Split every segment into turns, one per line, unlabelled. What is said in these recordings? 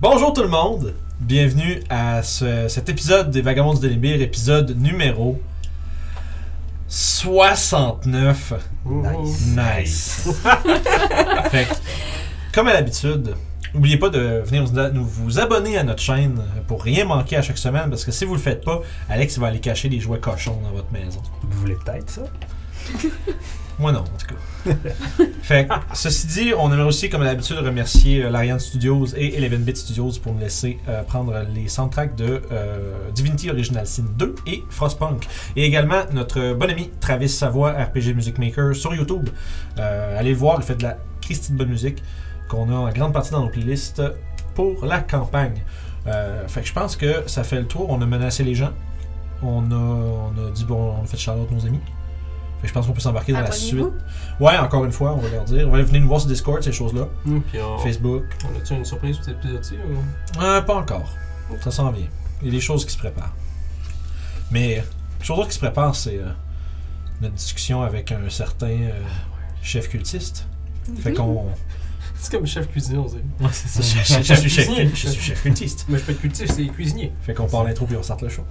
Bonjour tout le monde, bienvenue à ce- cet épisode des Vagabonds du Délibir, épisode numéro 69.
Nice.
Nice. Fait que, comme à l'habitude, n'oubliez pas de venir nous, nous vous abonner à notre chaîne pour rien manquer à chaque semaine parce que si vous le faites pas, Alex il va aller cacher des jouets cochons dans votre maison.
Vous voulez peut-être ça?
Moi non, en tout cas. fait que, ceci dit, on aimerait aussi, comme à l'habitude, remercier euh, l'Ariane Studios et Eleven Bit Studios pour nous laisser euh, prendre les soundtracks de euh, Divinity Original Sin 2 et Frostpunk. Et également notre bon ami Travis Savoie, RPG Music Maker, sur YouTube. Euh, allez le voir, il fait de la Christie de bonne musique qu'on a en grande partie dans nos playlists pour la campagne. Euh, fait que je pense que ça fait le tour. On a menacé les gens. On a, on a dit, bon, on a fait Charlotte nos amis. Fait que je pense qu'on peut s'embarquer dans la suite.
Abonnez-vous.
Ouais, encore une fois, on va leur dire. Ouais, venez nous voir sur Discord, ces choses-là.
Mm, Puis on,
Facebook.
on a-tu une surprise pour cet épisode-ci? ou-
Euh, pas encore. Ça s'en vient. Il y a des choses qui se préparent. Mais, les choses qui se préparent, c'est euh, notre discussion avec un certain euh, chef cultiste. Fait qu'on.
C'est comme chef cuisinier, on dirait.
Ouais, c'est ça. Mhm. Je, je- je suis chef,
Cuisinier.
je suis chef cultiste.
Mais je peux être cultif, c'est cuisinier.
Fait qu'on part l'intro puis on sort le show.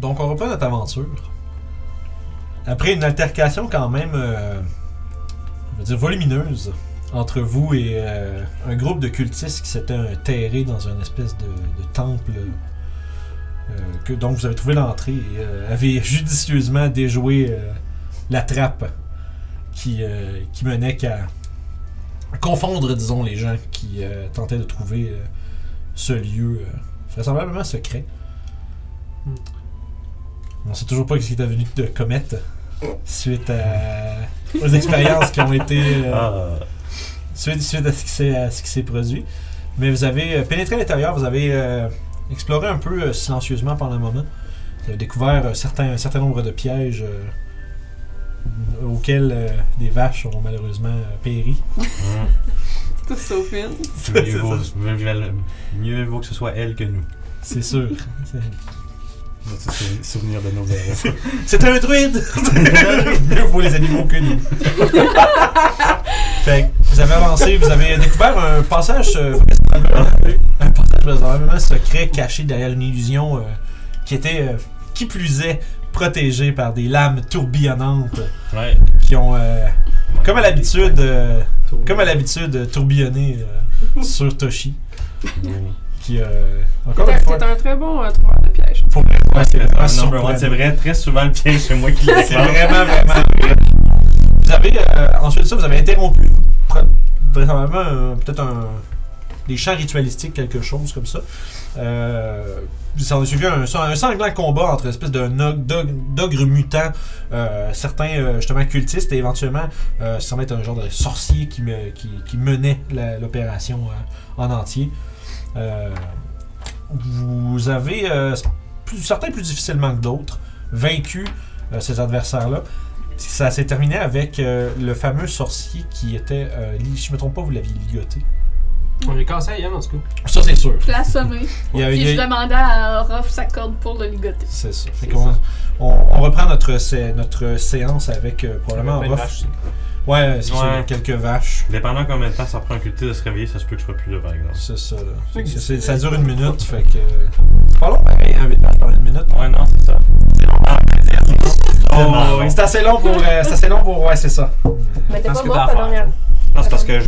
Donc, on reprend notre aventure. Après une altercation quand même, euh, je veux dire, volumineuse entre vous et euh, un groupe de cultistes qui s'était terré dans une espèce de, de temple euh, que, dont vous avez trouvé l'entrée et euh, avez judicieusement déjoué euh, la trappe qui, euh, qui menait qu'à confondre, disons, les gens qui euh, tentaient de trouver euh, ce lieu euh, vraisemblablement secret. On sait toujours pas ce qui est venu de commettre suite à- aux expériences qui ont été euh, suite, suite à ce qui s'est à ce qui s'est produit. Mais vous avez euh, pénétré à l'intérieur, vous avez euh, exploré un peu euh, silencieusement pendant un moment. Vous avez découvert euh, certains, un certain nombre de pièges euh, auxquels euh, des vaches ont malheureusement euh, péri.
Tout sauf une.
C'est
mieux, vaut, mieux vaut- mieux vaut que ce soit elle que nous.
C'est sûr. C'est-
Notre sou- souvenir de nos erreurs.
C'est un druide! Mieux vaut les animaux que nous. fait que vous avez avancé, vous avez découvert un passage euh, vraisemblablement- un passage vraisemblablement secret caché derrière une illusion euh, qui était, euh, qui plus est, protégée par des lames tourbillonnantes
ouais.
qui ont, euh, comme à l'habitude, euh, comme à l'habitude, euh, tourbillonné euh, sur Toshi. Qui, euh, encore une
T'es
fois,
t'es un très bon euh, trouveur de piège.
pour
Ouais, c'est
vraiment
un number
surprenant.
one. C'est vrai, très souvent le piège, c'est moi qui le
C'est
déclenche.
vraiment, vraiment. Vous avez, euh, ensuite de ça, vous avez interrompu pre- vraisemblablement euh, peut-être un. des chants ritualistiques, quelque chose comme ça. Euh, ça en a suivi un, sang- un sanglant combat entre espèce d'un og- d'og- d'ogre mutant, euh, certains euh, justement cultistes, et éventuellement, euh, ça semble être un genre de sorcier qui, me- qui, qui menait la- l'opération euh, en entier. Euh, vous avez, euh, plus- certains plus difficilement que d'autres, vaincu euh, ces adversaires-là. Ça s'est terminé avec euh, le fameux sorcier qui était. euh, li- si je me trompe pas, vous l'aviez ligoté.
On est cassé à Yann, en tout cas.
Ça, c'est sûr.
Je l'ai assommé.
Il y a-
Puis
il y
je
a-
demandais à Ruff sa corde pour le ligoter.
C'est ça. Fait qu'on- On, on reprend notre, sé- notre séance avec euh, probablement
Plein
un
de
rough.
vaches, c'est-
Ouais, c'est sûr,
Ouais.
quelques vaches.
Dépendant combien de temps ça prend un cultiste de se réveiller, ça se peut que je sois plus là, par exemple.
C'est ça, là.
C'est que
C'est-
c'est-
ça dure une minute, fait que. C'est pas long, pareil, un huit vaches dans une minute.
Ouais, non, c'est ça. Oh,
C'est assez long pour. euh, c'est assez long pour. Ouais, c'est ça.
Mais t'es
Pense
pas
que
mort
t'as
la
affaire.
dernière
Non, c'est parce que je,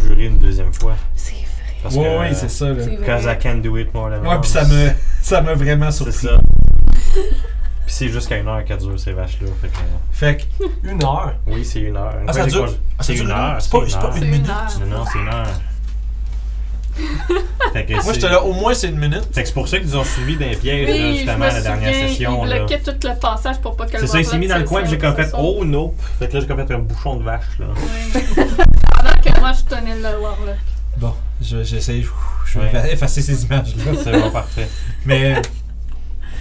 foirer une deuxième fois.
C'est vrai.
Parce
Oui,
que,
oui, c'est ça. Là.
C'est vrai.
Cause I can't do it more than
Ouais,
once.
puis ça me, ça m'a vraiment
C'est
surpris.
ça. Puis c'est jusqu'à une heure qu'elles durent ces vaches-là. Fait que, euh,
Fait que,
Une heure.
oui, c'est une heure.
Ah, ça
Fait
dure-
qu'on-
ah, ça
C'est
dure
une
une heure?
heure.
C'est pas- c'est pas
heure.
une
C'est
minute.
une heure.
Non, non, c'est une heure. fait que
moi,
c'est-
j'étais là, au moins, c'est une minute.
Fait que c'est pour ça qu'ils nous ont suivis d'un piège, là,
Oui,
justement, la dernière
souviens,
session.
Il
là.
bloquait tout le passage pour pas qu'elle
C'est ça, il s'est mis dans le
rentre,
coin, puis
c'est
j'ai comme
ça,
fait
c'est ça.
Oh no! Fait que là, j'ai comme fait un bouchon de vache, là.
Oui. Pendant que moi, je tenais le Warlock.
Bon, je- j'essaye. Je vais
Ouais.
effacer ces images-là.
C'est bon, parfait.
Mais,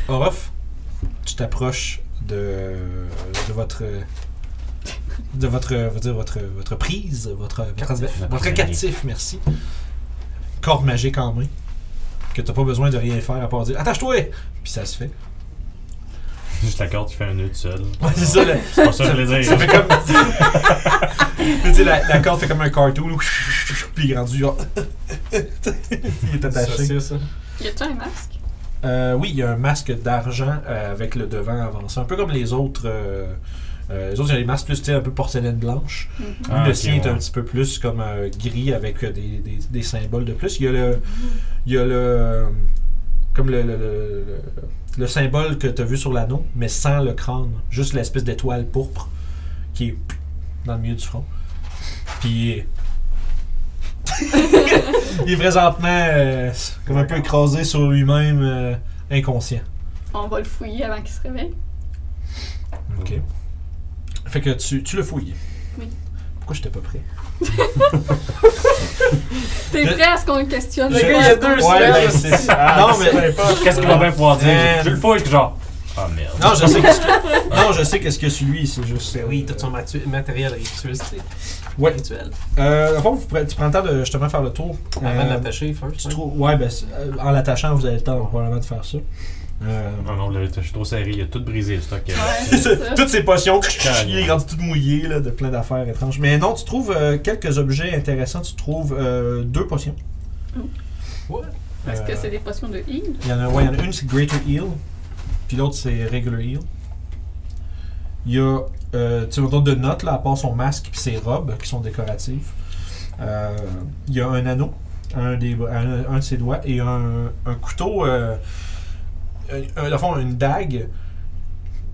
Orof, tu t'approches de, de votre. de votre, on va dire, votre, votre prise, votre, votre, votre
Notre
captif, merci. Corps magique en main. Que t'as pas besoin de rien faire à part dire Attache-toi! Puis ça se fait.
Juste d'accord, tu fais un nœud tout seul.
Ouais, c'est ça, le-
C'est pour ça que je voulais
Ça
dire.
fait comme. tu sais, la, la corde fait comme un cartoon, où- puis il est rendu genre. il est attaché.
C'est ça.
Y a-tu un masque?
Euh, oui, il y a un masque d'argent euh, avec le devant avancé. Un peu comme les autres. euh, euh, les autres, il y a des masques plus tu sais, un peu porcelaine blanche.
Mhm.
Ah,
le
ok,
sien est
ouais.
un petit peu plus comme euh, gris avec euh, des, des- des symboles de plus. Il y a le. Il y a le. Comme le, le, le- le- le symbole que tu as vu sur l'anneau, mais sans le crâne. Juste l'espèce d'étoile pourpre qui est dans le milieu du front. Puis. il est présentement euh, comme un peu écrasé sur lui-même, euh, inconscient.
On va le fouiller avant qu'il se réveille.
Ok. Fait que tu, tu le fouilles.
Oui.
Pourquoi j'étais pas prêt?
T'es
Je-
prêt à ce qu'on le questionne?
Le
Pas
gars,
à
il y a
ce
deux
qu'on-
semaines. Ouais, ben, c'est ça.
Ah,
Non, mais-
c'est pas- Qu'est-ce qu'il va bien pouvoir dire?
Euh,
Je le fouille, je suis genre. Ah merde.
Non, je sais qu'est-ce que, non, je sais qu'est-ce que celui, c'est juste.
Ben oui, tout son matu- matériel rituel, tu sais.
Ouais.
Rituel.
Euh, en fait, vous pre- tu prends le temps de justement faire le tour.
Avant
Euh,
de l'attacher, first.
tu
hein.
trouves- ouais, ben, c'est- euh, en l'attachant, vous avez le temps probablement de faire ça. Euh,
Ah, Non, non, là, je suis trop serré, il a tout brisé le stock.
Ouais, c'est ça.
toutes ces potions,
Calme.
il est rendu tout mouillé là, de plein d'affaires étranges. Mais non, tu trouves euh, quelques objets intéressants. Tu trouves euh, deux potions.
What?
Est-ce que
Euh,
c'est des potions de heal?
Il y en a, ouais, il y en a une, c'est Greater Heal. Puis l'autre, c'est Regular Heal. Il y a, euh, tu sais, autour de notes, là, à part son masque puis ses robes qui sont décoratives. Euh, il y a un anneau, un, des, un, un de ses doigts, et un, un couteau, euh, un- un- dans le fond, une dague.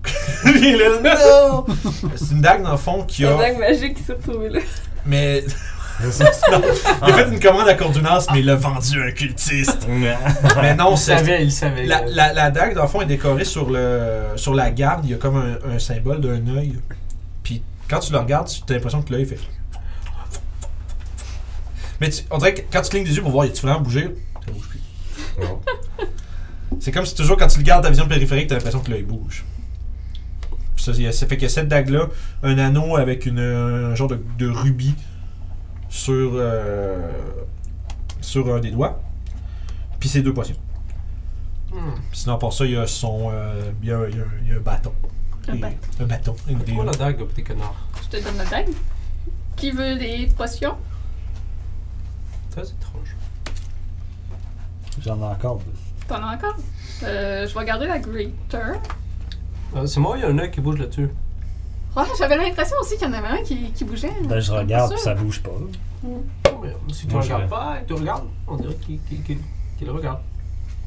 Il est là, non! c'est une dague, dans le fond, qui
C'est un
a.
dingue magique qui s'est retrouvé là.
Mais. Il a fait une commande à Cordunance, mais il l'a vendu à un cultiste. mais non,
Il
c'est.
savait, il savait.
La, la, la dague, dans le fond, est décorée sur, le, sur la garde. Il y a comme un, un symbole d'un œil. Puis quand tu le regardes, tu as l'impression que l'œil fait. Mais tu- on dirait que quand tu clignes des yeux pour voir, tu vraiment bouger, ça bouge plus.
Ah.
C'est comme si toujours quand tu le gardes ta vision périphérique, t'as l'impression que l'œil bouge. Ça, il y a- ça fait que cette dague-là, un anneau avec une, un genre de, de rubis sur, euh, sur un des doigts, puis ces deux potions.
Hmm.
Sinon, pour ça, il y a son. euh, il, y a, il y a- il y a un bâton.
Un
Et-
bâton.
Un bâton. Une des-
Pourquoi la dague a pété connard?
Je te donne la dague. Qui veut des potions?
Très étrange.
J'en ai encore.
T'en as encore? Euh, je vais garder la Greater.
Euh, c'est moi, il y a un œil qui bouge là-dessus.
Ouais, j'avais l'impression aussi qu'il y en avait un qui, qui bougeait.
Là, Ben, je regarde,
Pas
puis
sûr.
ça bouge pas.
Oh, mais Si tu
Moi, je
regardes
vais.
pas, tu regardes. On dirait qu'il qu'il- qu'il- qu'il regarde.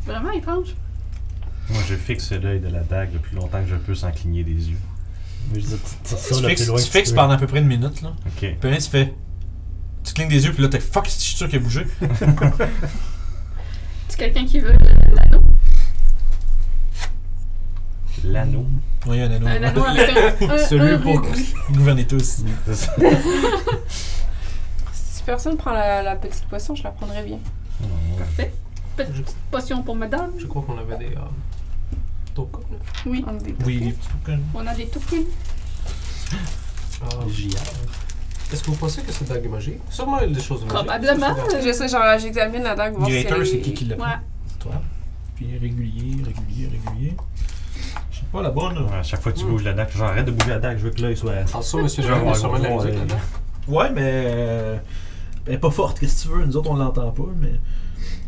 Vraiment étrange.
Moi, je fixe l'œil de la dague le plus longtemps que je peux sans cligner des yeux.
Mais je dis, tu tires ça
Tu
le
fixes,
plus loin
tu
que
fixes
peux.
pendant à peu près une minute, là.
Ok.
Puis là, tu fais. Tu clignes des yeux, puis là, t'es fuck, je suis sûr qu'il a bougé.
Tu quelqu'un qui veut l'anneau? Euh,
L'anneau.
Oui, il y a un anneau.
Un anneau avec un. un-
Celui
un
pour-
rubis.
Vous gouvernez tous.
C'est ça.
Si personne prend la, la petite poisson, je la prendrais bien.
Petite potion pour madame.
Je crois qu'on avait des. Euh, tokens, là.
Oui,
On est-
Oui, les petits hein. toucans.
on a des tokens.
Euh,
JR.
Est-ce que vous pensez que cette dague est magique? Sûrement, il y a des choses magiques.
Probablement.
Ça,
Je sais, genre, j'examine la dague pour voir si elle
Greater,
est-
c'est qui qui l'a pris
Ouais.
Toi. Puis régulier, régulier, régulier. Je sais pas, la bonne. hein.
À chaque fois que tu bouges la dague, genre arrête de bouger la dague, je veux que l'œil soit.
c'est- Ah, ça, monsieur,
Je
Jean, il y a
vois,
sûrement de la
je vois,
musique
ouais.
là-dedans.
Ouais, mais. euh, Elle est pas forte, qu'est-ce que tu veux Nous autres, on l'entend pas, mais.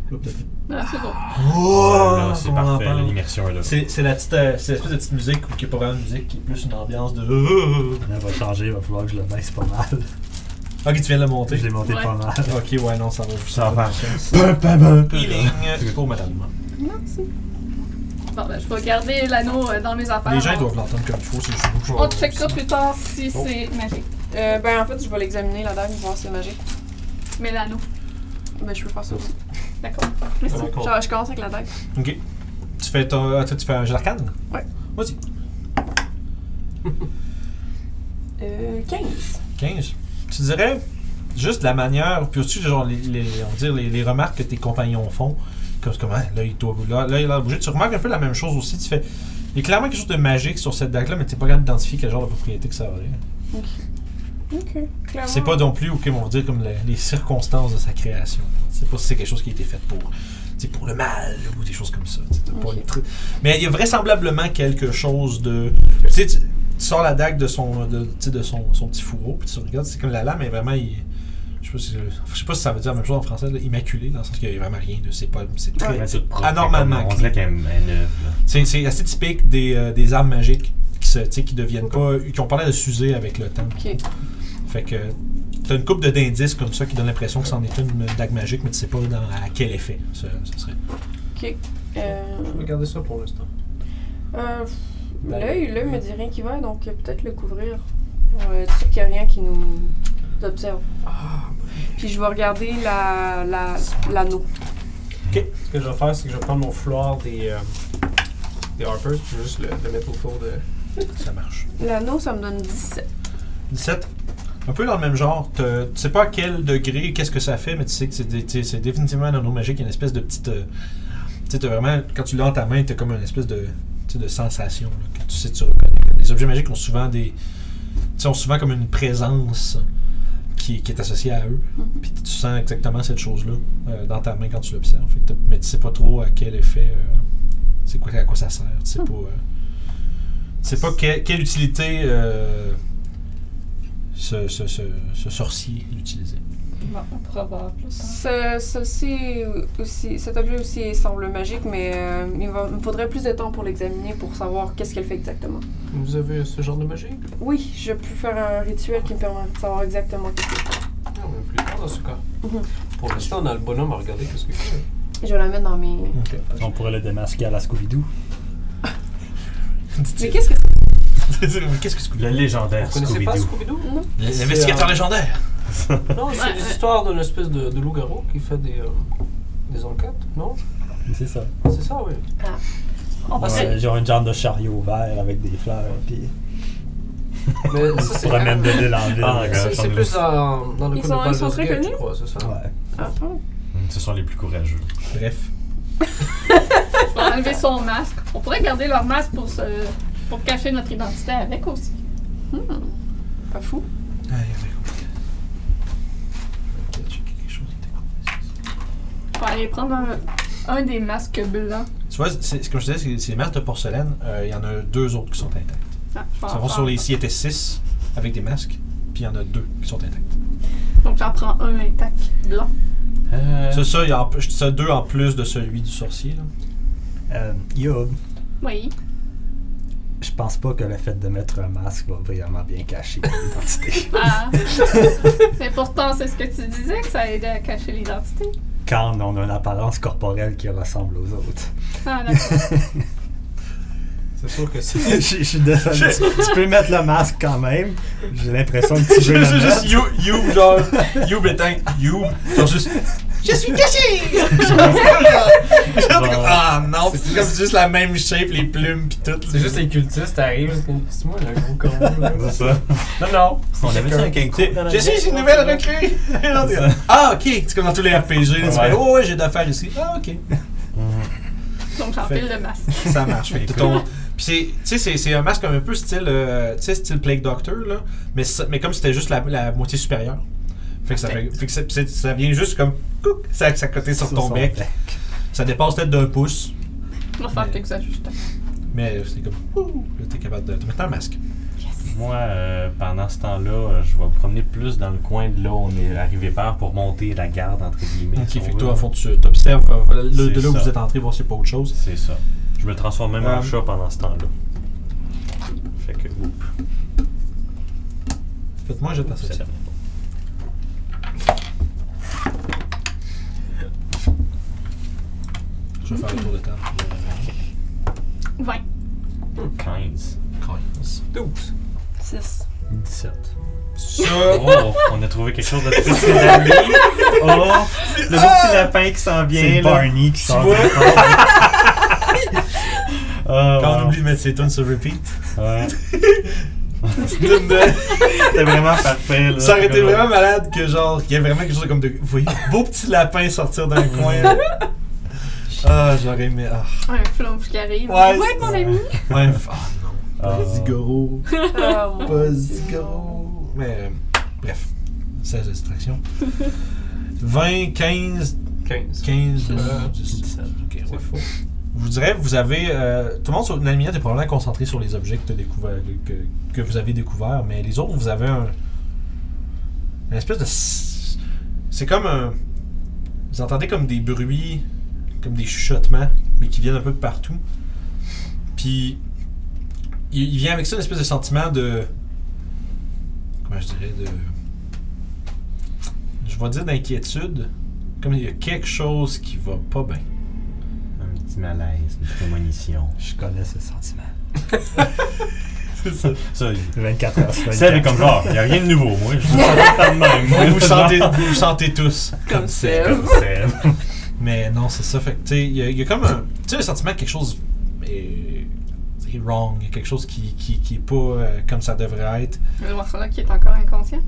Là, peut-être-
Ah, c'est bon.
Oh,
Là, c'est
on en
parfait, là,
parle.
l'immersion est là.
C'est c'est la petite, euh, c'est l'espèce de petite musique où- qui est pas vraiment une musique, qui est plus une ambiance de.
Elle va changer, il va falloir que je le baisse pas mal.
euh, Ok, tu viens de le monter.
Je l'ai monté
Ouais.
pas mal.
Ok, ouais, non, ça va.
Ça va.
Pum, pum, pum, pum. Healing pour madame.
Merci.
Bon, ben, je vais garder l'anneau euh, dans mes affaires.
Les gens ils
On-
doivent l'entendre comme il faut, c'est juste.
On checkera plus tard si c'est magique.
Euh, ben en fait, je vais l'examiner la dague, voir si c'est magique.
Mais l'anneau,
Ben je peux faire ça aussi.
d'accord.
Ça va compter.
Genre, je commence avec la dague.
Ok. Tu fais ton. Attends, tu fais un jeu d'arcane?
Ouais.
Vas-y.
Euh, 15.
15. Tu dirais juste la manière, puis aussi genre les, les- on va dire, les, les remarques que tes compagnons font, comme comment là il doit là, là, il a bougé. Tu remarques un peu la même chose aussi. Tu fais, il y a clairement quelque chose de magique sur cette dague là, mais t'es pas capable d'identifier quel genre de propriété que ça aurait.
Ok. Clairement.
C'est pas non plus ou on va dire comme les, les circonstances de sa création. C'est pas si c'est quelque chose qui a été fait pour, tu sais, pour le mal ou des choses comme ça. Tu sais, t'as pas
Ok.
une tru- Mais il y a vraisemblablement quelque chose de. Tu sais, tu, tu sors la dague de son, de, tu sais, de son, son petit fourreau, puis tu regardes, c'est comme la lame, mais vraiment, il- je sais, pas si, je sais pas si ça veut dire la même chose en français, là, immaculé, dans le sens qu'il n'y a vraiment rien de. C'est pas. C'est très.
Elle est toute propre.
Anormalement
On dirait qu'elle est elle est neuve. là.
C'est c'est assez typique des, euh, des armes magiques qui se, tu sais, qui deviennent pas, qui ont parlé de s'user avec le temps.
Ok.
Fait que t'as une coupe de d'indices comme ça qui donne l'impression que c'en est une dague magique, mais tu sais pas dans, à quel effet ça, ça serait.
Ok. Euh,
Je vais garder ça pour l'instant.
euh, l'œil, l'œil me dit rien qui va, donc euh, peut-être le couvrir. Ouais, être sûr qu'il n'y a rien qui nous observe.
Ah,
Puis je vais regarder la, la, l'anneau.
Ce que je vais faire, c'est que je vais prendre mon floor des, euh, des Harpers, puis juste le, le mettre autour de.
Ça marche.
L'anneau, ça me donne 17.
17. Un peu dans le même genre, t'as- tu sais pas à quel degré, qu'est-ce que ça fait, mais tu sais que c'est des- tu sais, c'est définitivement un anneau magique, il y a une espèce de petite. euh, tu sais, t'as vraiment, quand tu l'as dans ta main, t'as comme une espèce de, tu sais, de sensation là, que tu sais, tu reconnais. Les objets magiques ont souvent des. tu sais, ont souvent comme une présence qui, qui est associée à eux. Puis tu sens exactement cette chose-là euh, dans ta main quand tu l'observes. Fait que t'as- mais tu sais pas trop à quel effet, euh, c'est quoi, à quoi ça sert. Tu sais pas, euh, tu sais pas que- quelle utilité euh, ce, ce- ce- ce sorcier utilisait.
Bon, on pourra voir plus tard.
Ce, ceci aussi, cet objet aussi semble magique, mais euh, il, va- il me faudrait plus de temps pour l'examiner pour savoir qu'est-ce qu'elle fait exactement.
Vous avez ce genre de magie
Oui, je peux faire un rituel qui me permet de savoir exactement qu'est-ce qu'elle fait.
Non, mais plus tard dans ce cas.
Mhm.
Pour l'instant, on a le bonhomme à regarder qu'est-ce que c'est.
Je vais la mettre dans mes.
On pourrait le démasquer à la Scooby-Doo.
Mais qu'est-ce que c'est
Mais qu'est-ce que c'est que
Le légendaire
Vous connaissez pas
Scooby-Doo.
Scooby-Doo
Non.
L'investigateur
euh,
légendaire!
Non, c'est
Ouais, ouais.
l'histoire d'une espèce de, de loup-garou qui fait des, euh, des enquêtes, non
C'est ça.
C'est ça, oui.
On
Ah,
va se-
Ouais, genre une genre de chariot vert avec des fleurs. Puis
Mais
on
ça,
se
c'est.
promène de l'île en ville.
Ah, regarde.
c'est- C'est plus dans, dans le
Ils
coup de
sont- ils
Baldur's
sont très
Gate, je
connus?
crois, c'est ça.
Ouais.
Ah, ah.
Mm, Ce sont les plus courageux.
Bref.
je vais enlever son masque. On pourrait garder leur masque pour se... pour cacher notre identité avec aussi.
Pas fou.
Ah, il y avait compris. Je vais checker quelque chose qui était cool.
On va aller prendre un, un des masques blancs.
Tu vois, c'est, c'est comme je disais, c'est- c'est les masques de porcelaine, euh, il y en a deux autres qui sont intacts.
Ah, je vais en
Ça va
prendre-
sur les. S'il y était six avec des masques, puis il y en a deux qui sont intacts.
Donc j'en prends un intact blanc.
C'est ça, il y a en- ça, deux en plus de celui du sorcier. Là.
Euh, yo,
Oui.
je pense pas que le fait de mettre un masque va vraiment bien cacher mon identité.
Ah. Mais pourtant, c'est ce que tu disais que ça aidait à cacher l'identité.
Quand on a une apparence corporelle qui ressemble aux autres.
Ah, d'accord.
C'est sûr que c'est.
je, je suis désolé. tu, tu peux mettre le masque quand même. J'ai l'impression que tu veux le mettre.
you, you, genre, you éteint, you, genre juste, je suis caché! Ah non, c'est comme juste la même shape, les plumes pis tout.
C'est juste les cultistes, t'arrives, c'est moi, j'ai un gros corbeau, là.
C'est ça.
Non, non.
On avait ça avec un coup.
Je suis une nouvelle recrue! ah ok, c'est comme dans tous les RPG, là, tu
Ouais.
fais, oh ouais, j'ai d'affaires ici. Ah ok.
Donc j'enfile le masque.
Ça marche. Fait que
Écoute.
ton- Puis c'est, tu sais, c'est, c'est un masque un peu style, euh, tu sais, style Plague Doctor, là, mais, ça- mais comme c'était juste la, la moitié supérieure. Fait que ça, fait, fait que c'est- c'est- ça vient juste comme, couc, ça, ça côté sur ton bec. Ça dépasse peut-être d'un pouce,
On va
Mais-
faire quelques ajustements.
mais c'est comme, ouh, là, t'es capable de te mettre un masque.
Moi, euh, pendant ce temps-là, euh, je vais me promener plus dans le coin de là où on est arrivé par pour monter la garde, entre guillemets.
Ok,
si
fait
on
que
veut.
toi, à fond, tu t'observes euh, le- de
C'est
là où
ça.
vous êtes entré, voir si c'est pas autre chose.
C'est ça. Je me transforme même en
Euh.
chat pendant ce temps-là. Fait que, oups,
Faites-moi, j'ai de
c'est
perception.
bon.
Tu vas faire le tour de table.
Vingt.
15.
12.
6.
17.
Ça,
Oh, on a trouvé quelque chose de très dynamique. Oh, le beau petit lapin qui s'en
Ah! C'est
vient là.
Barney qui sort
vois?
du corps.
Oh,
quand on
wow.
oublie de mettre ses tunes sur repeat,
Ouais.
Tune de-
C'était vraiment parfait. Là.
ça aurait été vraiment malade que genre, qu'il y ait vraiment quelque chose comme de. Vous voyez, beau petit lapin sortir d'un coin. là. Ah, j'aurais aimé. Ah.
Un flumph qui arrive.
Ouais,
ouais mon ami.
Ouais, f- ah non.
Ah.
Pas Zigoro.
Ah, mon
Pas
Dieu.
Zigoro. Mais euh, bref, 16 de distraction. 20, 15,
15.
15,
C'est
12,
ça.
17. Ok, ouais.
C'est faux.
Je vous dirais, vous avez. euh, tout le monde sur Nalimia est probablement concentré sur les objets que, t'as découvert, que, que vous avez découverts, mais les autres, vous avez un. Une espèce de. s- C'est comme un. Vous entendez comme des bruits, comme des chuchotements, mais qui viennent un peu de partout. Puis. Il, il vient avec ça une espèce de sentiment de. Comment je dirais De. Je vais dire d'inquiétude. Comme il y a quelque chose qui va pas bien.
Un petit malaise, une prémonition.
Je connais ce sentiment.
C'est ça. ça
24 heures sur 24.
Celle est comme genre, il n'y a rien de nouveau, moi. Je suis de même.
Vous vous sentez, vous vous sentez tous.
Comme
C'est
Seb.
comme Seb.
Mais non, c'est ça. Fait que, tu sais, il y, a- il y a comme un. Tu sais, le sentiment que quelque chose est, est wrong. Il y a quelque chose qui, qui, qui est pas euh, comme ça devrait être.
Le là qui est encore inconscient.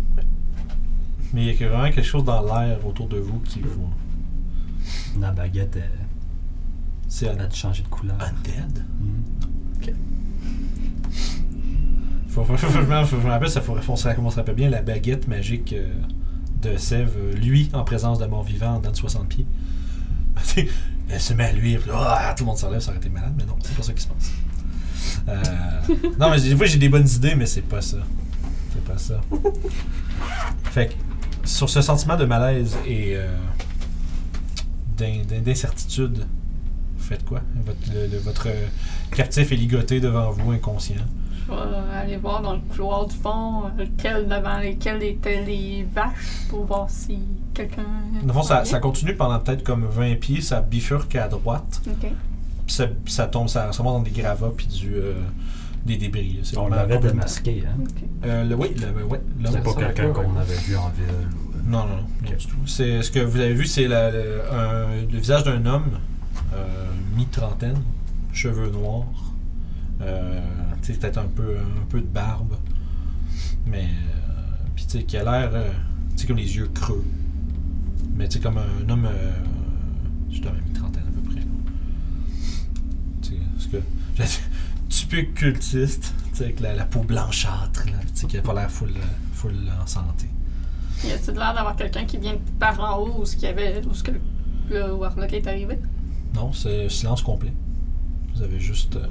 Mais il y a que- vraiment quelque chose dans l'air autour de vous qui vous.
La baguette, elle,
C'est un.
elle a changé de couleur.
Undead?
Hmm.
Faut, faut- faut- je me je me rappelle, ça faudrait on se- on se rappelle bien la baguette magique euh, de Sève, euh, lui, en présence d'un mort vivant en dedans de 60 pieds. Elle se met à lui, puis là, ah, tout le monde s'enlève, ça aurait été malade, mais non, c'est pas ça qui se passe. Euh, non, mais des fois j'ai des bonnes idées, mais c'est pas ça. C'est pas ça. Fait que, sur ce sentiment de malaise et euh, d'in- d'in- d'incertitude, vous faites quoi? Votre, le- le- votre euh, captif est ligoté devant vous, inconscient.
Je vais aller voir dans le couloir du fond euh, lequel devant lesquels étaient les vaches pour voir si quelqu'un.
Dans le fond, ça, ça continue pendant peut-être comme 20 pieds, ça bifurque à droite,
Ok.
puis ça, puis ça tombe, ça remonte dans des gravats, puis du, euh, des débris. C'est
On
vraiment
l'avait
complètement-
démasqué, hein.
Euh, le, oui, le, ouais, le-
C'est
Ça
pas
sent
quelqu'un
quoi,
qu'on
ouais.
avait vu en ville. ou-
Non, non, non, non du tout. C'est, ce que vous avez vu, c'est la- le, un- le visage d'un homme, euh, mi-trentaine, cheveux noirs, euh, tu sais, peut-être un peu, un peu de barbe, mais euh, puis tu sais, qui a l'air, euh, tu sais, comme les yeux creux, mais tu sais, comme un homme, euh, je dirais mi-trentaine à peu près. Tu sais, ce que typique cultiste, tu sais, avec la, la peau blanchâtre, là, tu sais, qui a pas l'air full, full en santé.
Y a-t-il Euh, l'air d'avoir quelqu'un qui vient par en haut ou ce qu'il y avait, ou ce que le Warlock est arrivé?
Non, c'est silence complet. Vous avez juste. euh,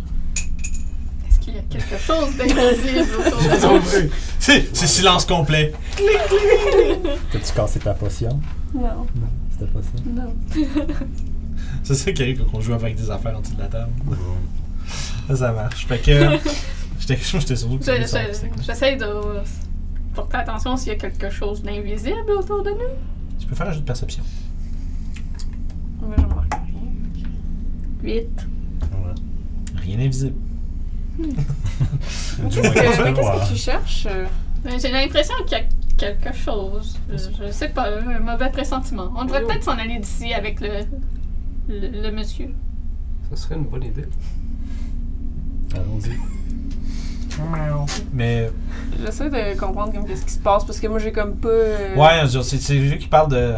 Est-ce qu'il y a quelque chose d'invisible autour de nous?
Tombé.
C'est c'est silence complet.
T'as-tu cassé ta potion?
Non,
Non, c'était pas ça.
non.
C'est ça qui arrive quand on joue avec des affaires en dessous de la table. Ça, ça marche. Fait que. J'étais j'étais surtout que
Je-
c'était ça,
je-
c'était comme-
J'essaie de euh, porter attention s'il y a quelque chose d'invisible autour de nous.
Tu peux faire un jeu de perception.
Moi, j'en marque rien.
8.
Rien d'invisible.
Du moins, on
Qu'est-ce que-
peut
Euh, mais qu'est-ce
voir.
que tu cherches? euh?
J'ai l'impression qu'il y a quelque chose. Je, je sais pas, un mauvais pressentiment. On devrait
Oh.
peut-être s'en aller d'ici avec le, le, le monsieur.
Ça serait une bonne idée.
Allons-y.
Mais.
J'essaie de comprendre comme qu'est-ce qui se passe parce que moi j'ai comme pas.
Mm.
euh,
Ouais, genre, c'est c'est lui qui parle de.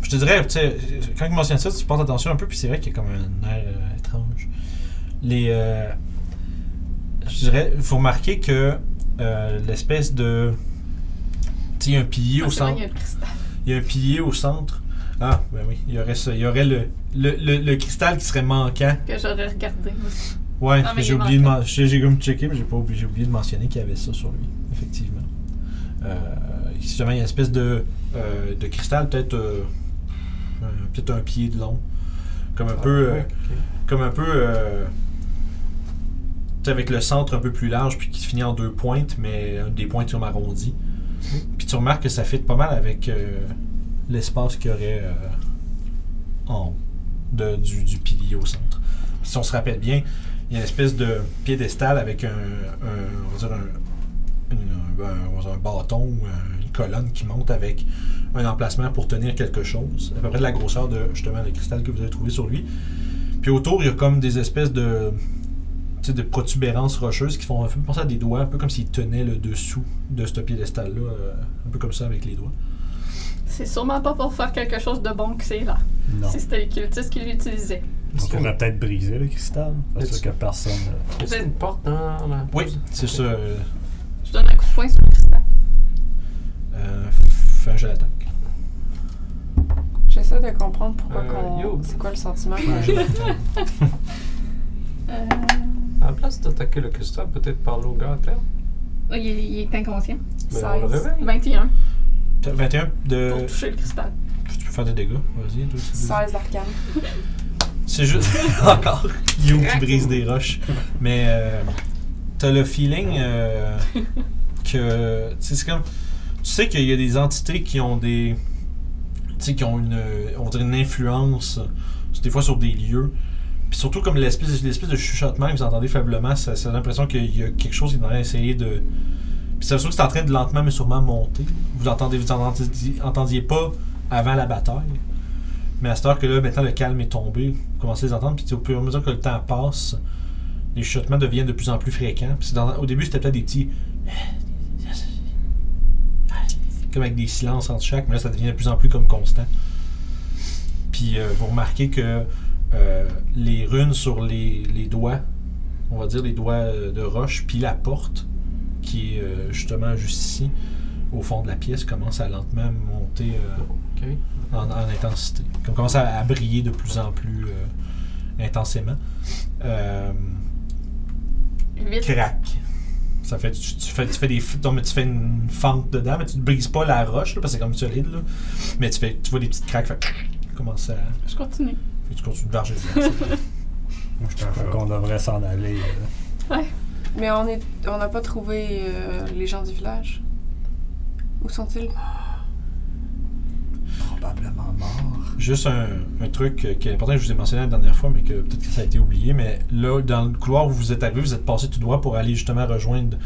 Je te dirais, tu sais, quand il mentionne ça, tu portes attention un peu, puis c'est vrai qu'il y a comme un air euh, étrange. Les. euh, je dirais, vous remarquez que euh, l'espèce de. Tu sais, il y a un pilier
Ah,
au
c'est vrai,
centre.
il y a le cristal.
Il y a un pilier au centre. Ah, ben oui, il y aurait ça. Il y aurait le, le, le, le cristal qui serait manquant.
que j'aurais regardé aussi.
Ouais,
Ah, mais
j'ai
il est
oublié de men- j'ai j'ai comme checké, mais j'ai pas oublié, j'ai oublié de mentionner qu'il y avait ça sur lui, effectivement. Euh, justement, il y a une espèce de, euh, de cristal, peut-être euh, un- peut-être un pied de long. Comme
Ah,
un peu. euh, comme un peu. euh, tu sais, avec le centre un peu plus large, puis qui se finit en deux pointes, mais euh, des pointes comme arrondies. Puis tu remarques que ça fit pas mal avec euh, l'espace qu'il y aurait euh, en haut. de- du, du pilier au centre. Si on se rappelle bien, il y a une espèce de piédestal avec un, un- on va dire un, une- un- ben, on va dire un bâton ou un- une colonne qui monte avec un emplacement pour tenir quelque chose, à peu près de la grosseur de justement le cristal que vous avez trouvé sur lui. Puis autour, il y a comme des espèces de, tu sais, de protubérances rocheuses qui font un peu penser à des doigts, un peu comme s'ils tenaient le dessous de ce piédestal-là, euh, un peu comme ça avec les doigts.
C'est sûrement pas pour faire quelque chose de bon que c'est là.
Non.
Si c'était les cultistes qui l'utilisaient.
On pourrait peut-être briser le cristal. Pas sûr que personne. euh,
Y a une porte dans la.
Oui, c'est ça. euh,
Je donne un coup de poing sur le cristal.
euh, fais un jet d'attaque.
J'essaie de comprendre pourquoi
Euh,
qu'on-
yo.
C'est quoi le sentiment qu'on
Ouais, j'ai-
Euh,
À la place d'attaquer le cristal, peut-être parler au gars à terre.
il, est- il est inconscient.
Mais on le
16.
réveille.
21
T'as 21
pour
de.
toucher le cristal.
Tu peux faire des dégâts, vas-y. toi aussi.
16 d'arcane.
C'est juste encore You qui brise des roches. Mais euh, t'as le feeling euh, que. tu sais, c'est comme. Tu sais qu'il y a des entités qui ont des. Tu sais, qui ont une. euh, On dirait une influence, euh, des fois sur des lieux. Puis surtout, comme l'espèce, l'espèce de chuchotement que vous entendez faiblement, ça, ça a l'impression qu'il y a quelque chose qui est en train d'essayer de. Puis c'est sûr que c'est en train de lentement mais sûrement monter. Vous entendez, vous entendiez, entendiez pas avant la bataille. Mais à cette heure que là, maintenant, le calme est tombé, vous commencez à les entendre, puis tu sais, au fur et à mesure que le temps passe, les chuchotements deviennent de plus en plus fréquents. Puis c'est dans- au début, c'était peut-être des petits. comme avec des silences entre chaque, mais là, ça devient de plus en plus comme constant. Puis euh, vous remarquez que euh, les runes sur les, les doigts, on va dire les doigts euh, de roche, puis la porte, qui est euh, justement juste ici, au fond de la pièce, commence à lentement monter. euh,
Ok.
en, en intensité. Comme commence à, à briller de plus en plus euh, intensément. Euh,
8.
crac. Ça fait, tu, tu fais, tu fais des, f- non, mais tu fais une fente dedans, mais tu ne brises pas la roche, là, parce que c'est comme solide, là. Mais tu, fais, tu vois des petites craques, fait crac, commence à,
Je continue.
fait que tu continues de varger dedans.
Moi, je pense qu'on devrait s'en aller. euh.
Mais on est, on n'a pas trouvé euh, les gens du village. Où sont-ils?
Probablement mort.
Juste un, un truc euh, qui est important que je vous ai mentionné la dernière fois, mais que peut-être que ça a été oublié, mais là, dans le couloir où vous êtes arrivé, vous êtes passé tout droit pour aller justement rejoindre.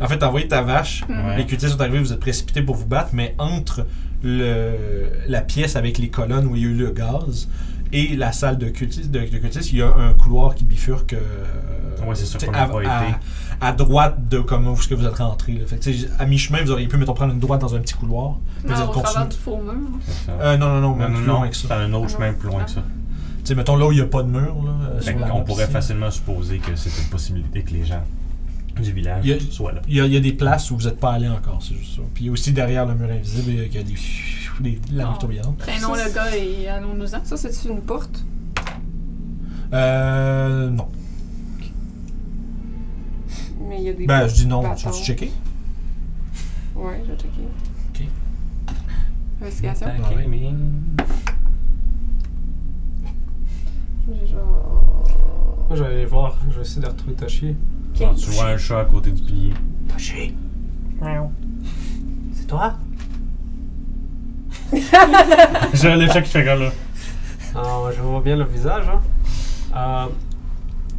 En fait, t'as envoyé ta vache,
Ouais.
les cultistes sont arrivés, vous êtes précipités pour vous battre, mais entre le, la pièce avec les colonnes où il y a eu le gaz et la salle de cultistes, de, de cultistes, il y a un couloir qui bifurque. euh,
Ah Ouais, c'est sûr
t'sais,
qu'on
à,
n'a pas été.
à- à droite de comment vous, ce que vous êtes rentré. là. Fait que, t'sais, à mi-chemin, vous auriez pu, mettons, prendre une droite dans un petit couloir. puis vous
Ah,
êtes
au travers
continué.
du faux mur.
C'est ça.
Euh, non, non, non,
non,
même
non,
plus
non,
loin que
c'est
ça.
un autre chemin plus loin que ça.
Tu sais, mettons là où il n'y a pas de mur. Là, euh,
Fait
sur la
qu'on
map
Ben, pourrait
ici.
facilement supposer que c'est une possibilité que les gens du village
Il y a-
soient là.
Il y, a, il y a des places où vous n'êtes pas allé encore, c'est juste ça. Puis aussi derrière le mur invisible, il y a- il y a des, des lames
Ah.
tourbillantes.
Traînons le gars et allons-nous-en.
Ça, c'est une porte?
Euh. Non.
Mais il y a des.
Ben, je dis non. Tu
Bâton.
veux-tu checker
Ouais, je vais checker.
Ok.
Investigation.
Ah ouais.
J'ai genre.
Moi, je vais aller voir. Je vais essayer de retrouver Tachi.
Ah,
Genre, tu vois un chat à côté du pilier.
Tachi! C'est toi?
J'ai le chat qui fait comme là.
Ah, je vois bien le visage, hein. Euh,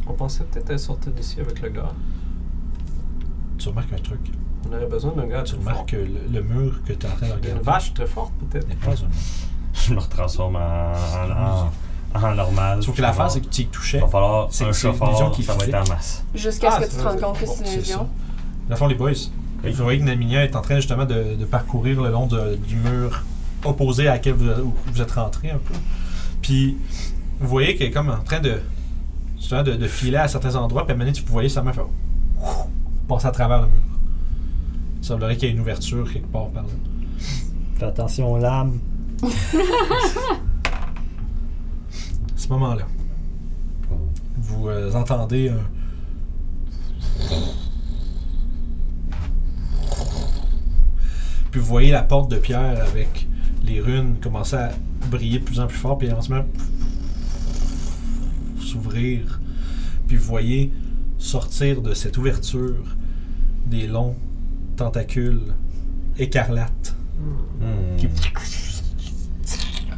on pensait peut-être à sortir d'ici avec le gars.
Tu remarques un truc.
On aurait besoin d'un gars
Tu
très fort.
remarques que le, le mur que tu es en train de
D'une
regarder.
vache très forte, peut-être.
n'est pas un mur.
Je me retransforme en, en, en, en normal.
Sauf que l'affaire, c'est
Il
que tu y touchais.
va falloir
c'est
un
que c'est une
chauffeur
vision
qui
qui
ça va être en
flippe.
masse.
Jusqu'à
Ah,
ce que tu te
c'est-
rendes compte que c'est
bon,
une
c'est
illusion.
Dans le fond, les boys, vous voyez que Naminia est en train justement de, de parcourir le long de- du mur opposé à laquelle vous, où vous êtes rentré un peu. Puis, vous voyez qu'elle est comme en train de, justement de, de filer à certains endroits, puis à un moment donné, vous voyez sa main faire ouf passer à travers le mur. Il semblerait qu'il y ait une ouverture quelque part par là.
Fais attention aux lames.
À ce moment-là, vous euh, entendez un. Puis vous voyez la porte de pierre avec les runes commencer à briller de plus en plus fort, puis en ce moment s'ouvrir. Puis vous voyez sortir de cette ouverture des longs tentacules écarlates
Hmm.
Qui-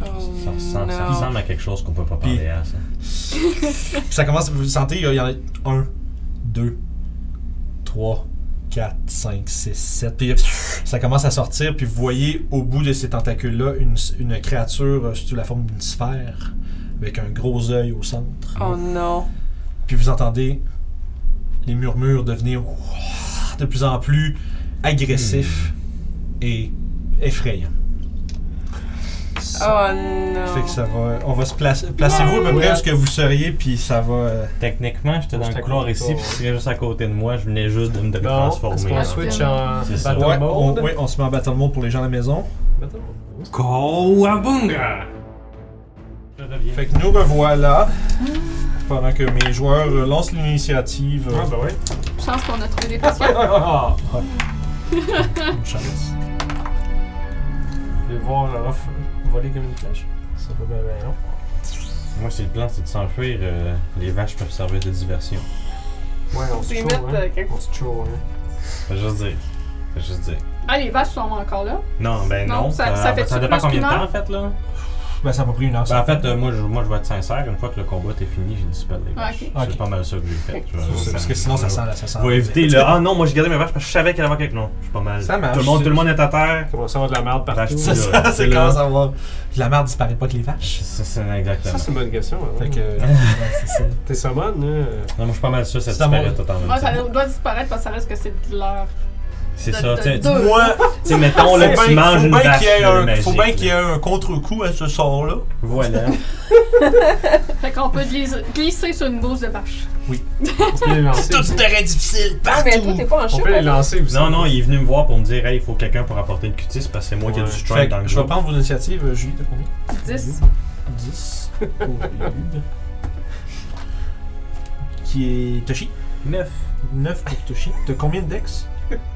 Oh,
Ça sent- ça
Non.
ressemble à quelque chose qu'on peut pas
Puis-
parler à ça.
Puis ça commence, vous le sentez, il y en a 1, 2, 3, 4, 5, 6, 7. Puis ça commence à sortir, puis vous voyez au bout de ces tentacules-là une, une créature euh, sous la forme d'une sphère, avec un gros œil au centre.
Oh non.
Puis vous entendez les murmures devenir de plus en plus
Hmm.
agressifs et effrayants.
Oh non.
Fait que ça va. On va se placer. Placez-vous à peu près où ce que vous seriez, puis ça va. euh,
Techniquement, j'étais dans
J'étais
le couloir
content,
ici,
ouais.
puis c'était juste à côté de moi, je venais juste de me
Bon, est-ce
transformer.
qu'on
là.
switch en
C'est ça.
battle
hein. ouais, on,
mode?
oui, on se met en battle mode pour les gens à la maison.
Battle mode.
Kowabunga! Je reviens.
Fait que nous revoilà. Pendant que mes joueurs euh, lancent l'initiative. euh,
Ah, bah ouais.
Chance qu'on a trouvé des patients.
Ah,
une chance.
Je vais voir leur offre voler comme une flèche. Ça va bien, bien long.
Moi, c'est le plan, c'est de s'enfuir. euh, les vaches peuvent servir de diversion.
Ouais, on se
C'est
chaud,
mettre, euh,
hein.
quelque-
On se chaud, hein.
Faut juste dire. Faut juste dire.
Ah, les vaches sont encore là.
Non, ben non.
Non, ça- ça fait-tu
dépend
plus
combien de
qu'une
temps,
heure?
en fait, là.
Ben, ça m'a pris une heure.
Ben, en fait, euh, moi, je, moi, je vais être sincère. Une fois que le combat est fini, j'ai disparu les
Ah,
vaches.
ok.
C'est
Ok.
pas mal ça que j'ai fait. Je vais-
Ben, C'est- Parce que sinon, ça sent la ça sent-
Je vais éviter le. Ah non, moi, j'ai gardé mes vaches parce que je savais qu'elle avait quelque. Non, je suis pas mal.
Ça marche.
Tout le monde, tout le monde est à terre.
Commence à avoir de la merde partout.
Vache.
Ça sent-
Ouais,
C'est
là.
quand ça va. La merde disparaît pas que les vaches.
C'est c'est exactement.
Ça, c'est une bonne question. hein.
Fait que. ouais, c'est ça.
T'es summon, hein?
Non, moi, je suis pas mal sûr, ça
C'est à mon-
disparaît tout en même
Ah, ça
temps.
doit disparaître parce que ça reste que c'est de leur.
C'est
de-
ça,
de-
tu sais,
de-
Moi,
tu sais, mettons, là,
faut
tu
bien-
manges
faut
une
bien
vache.
qu'il y ait
là,
un-
le magique,
Faut bien qu'il y ait
là.
un contre-coup à ce sort-là.
Voilà.
Fait qu'on peut glisser, glisser sur une bouse de vache.
On peut les lancer.
Tout terrain difficile,
Ah,
partout!
mais toi, t'es pas en
On
chute.
peut les lancer aussi.
Non, non, il est venu me voir pour me dire, hey, il faut quelqu'un pour apporter une cutis parce que c'est moi qui ai du
Ouais.
strength
Fait
dans
que
le
je vais
jeu.
prendre vos initiatives, euh, Julie, t'as combien?
10.
10 pour Yud. Qui est Toshi.
9.
9 pour Toshi. T'as combien de dex?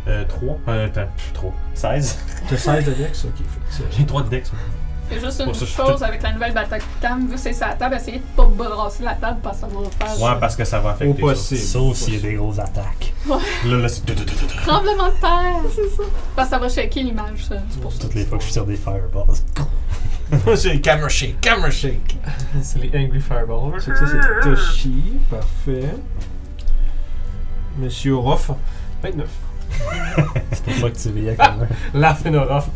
Euh, 3. Euh, attends, 3. 16.
T'as 16 de dex, ok. fait que ça-
J'ai 3 de dex. moi.
C'est juste une
Pour ça, je suis
chose avec la nouvelle bataille cam, vu que c'est sur la table, essayez de pas brasser la table parce que ça va faire.
Ouais, bah. parce que ça va affecter.
Au possible.
ça.
Sauf s'il y a des grosses attaques.
Là, là, c'est. tout, tout, tout, tout, tout.
Tremblement de terre, c'est ça. Parce que ça va shaker l'image, ça. C'est pour ça.
Toutes les fois que je suis sur des fireballs.
C'est camera shake, camera shake.
C'est les Angry Fireballs.
C'est que ça, c'est Toshi. Parfait. Monsieur Orof.
29.
C'est pour ça que tu riais quand même.
Laughing it off.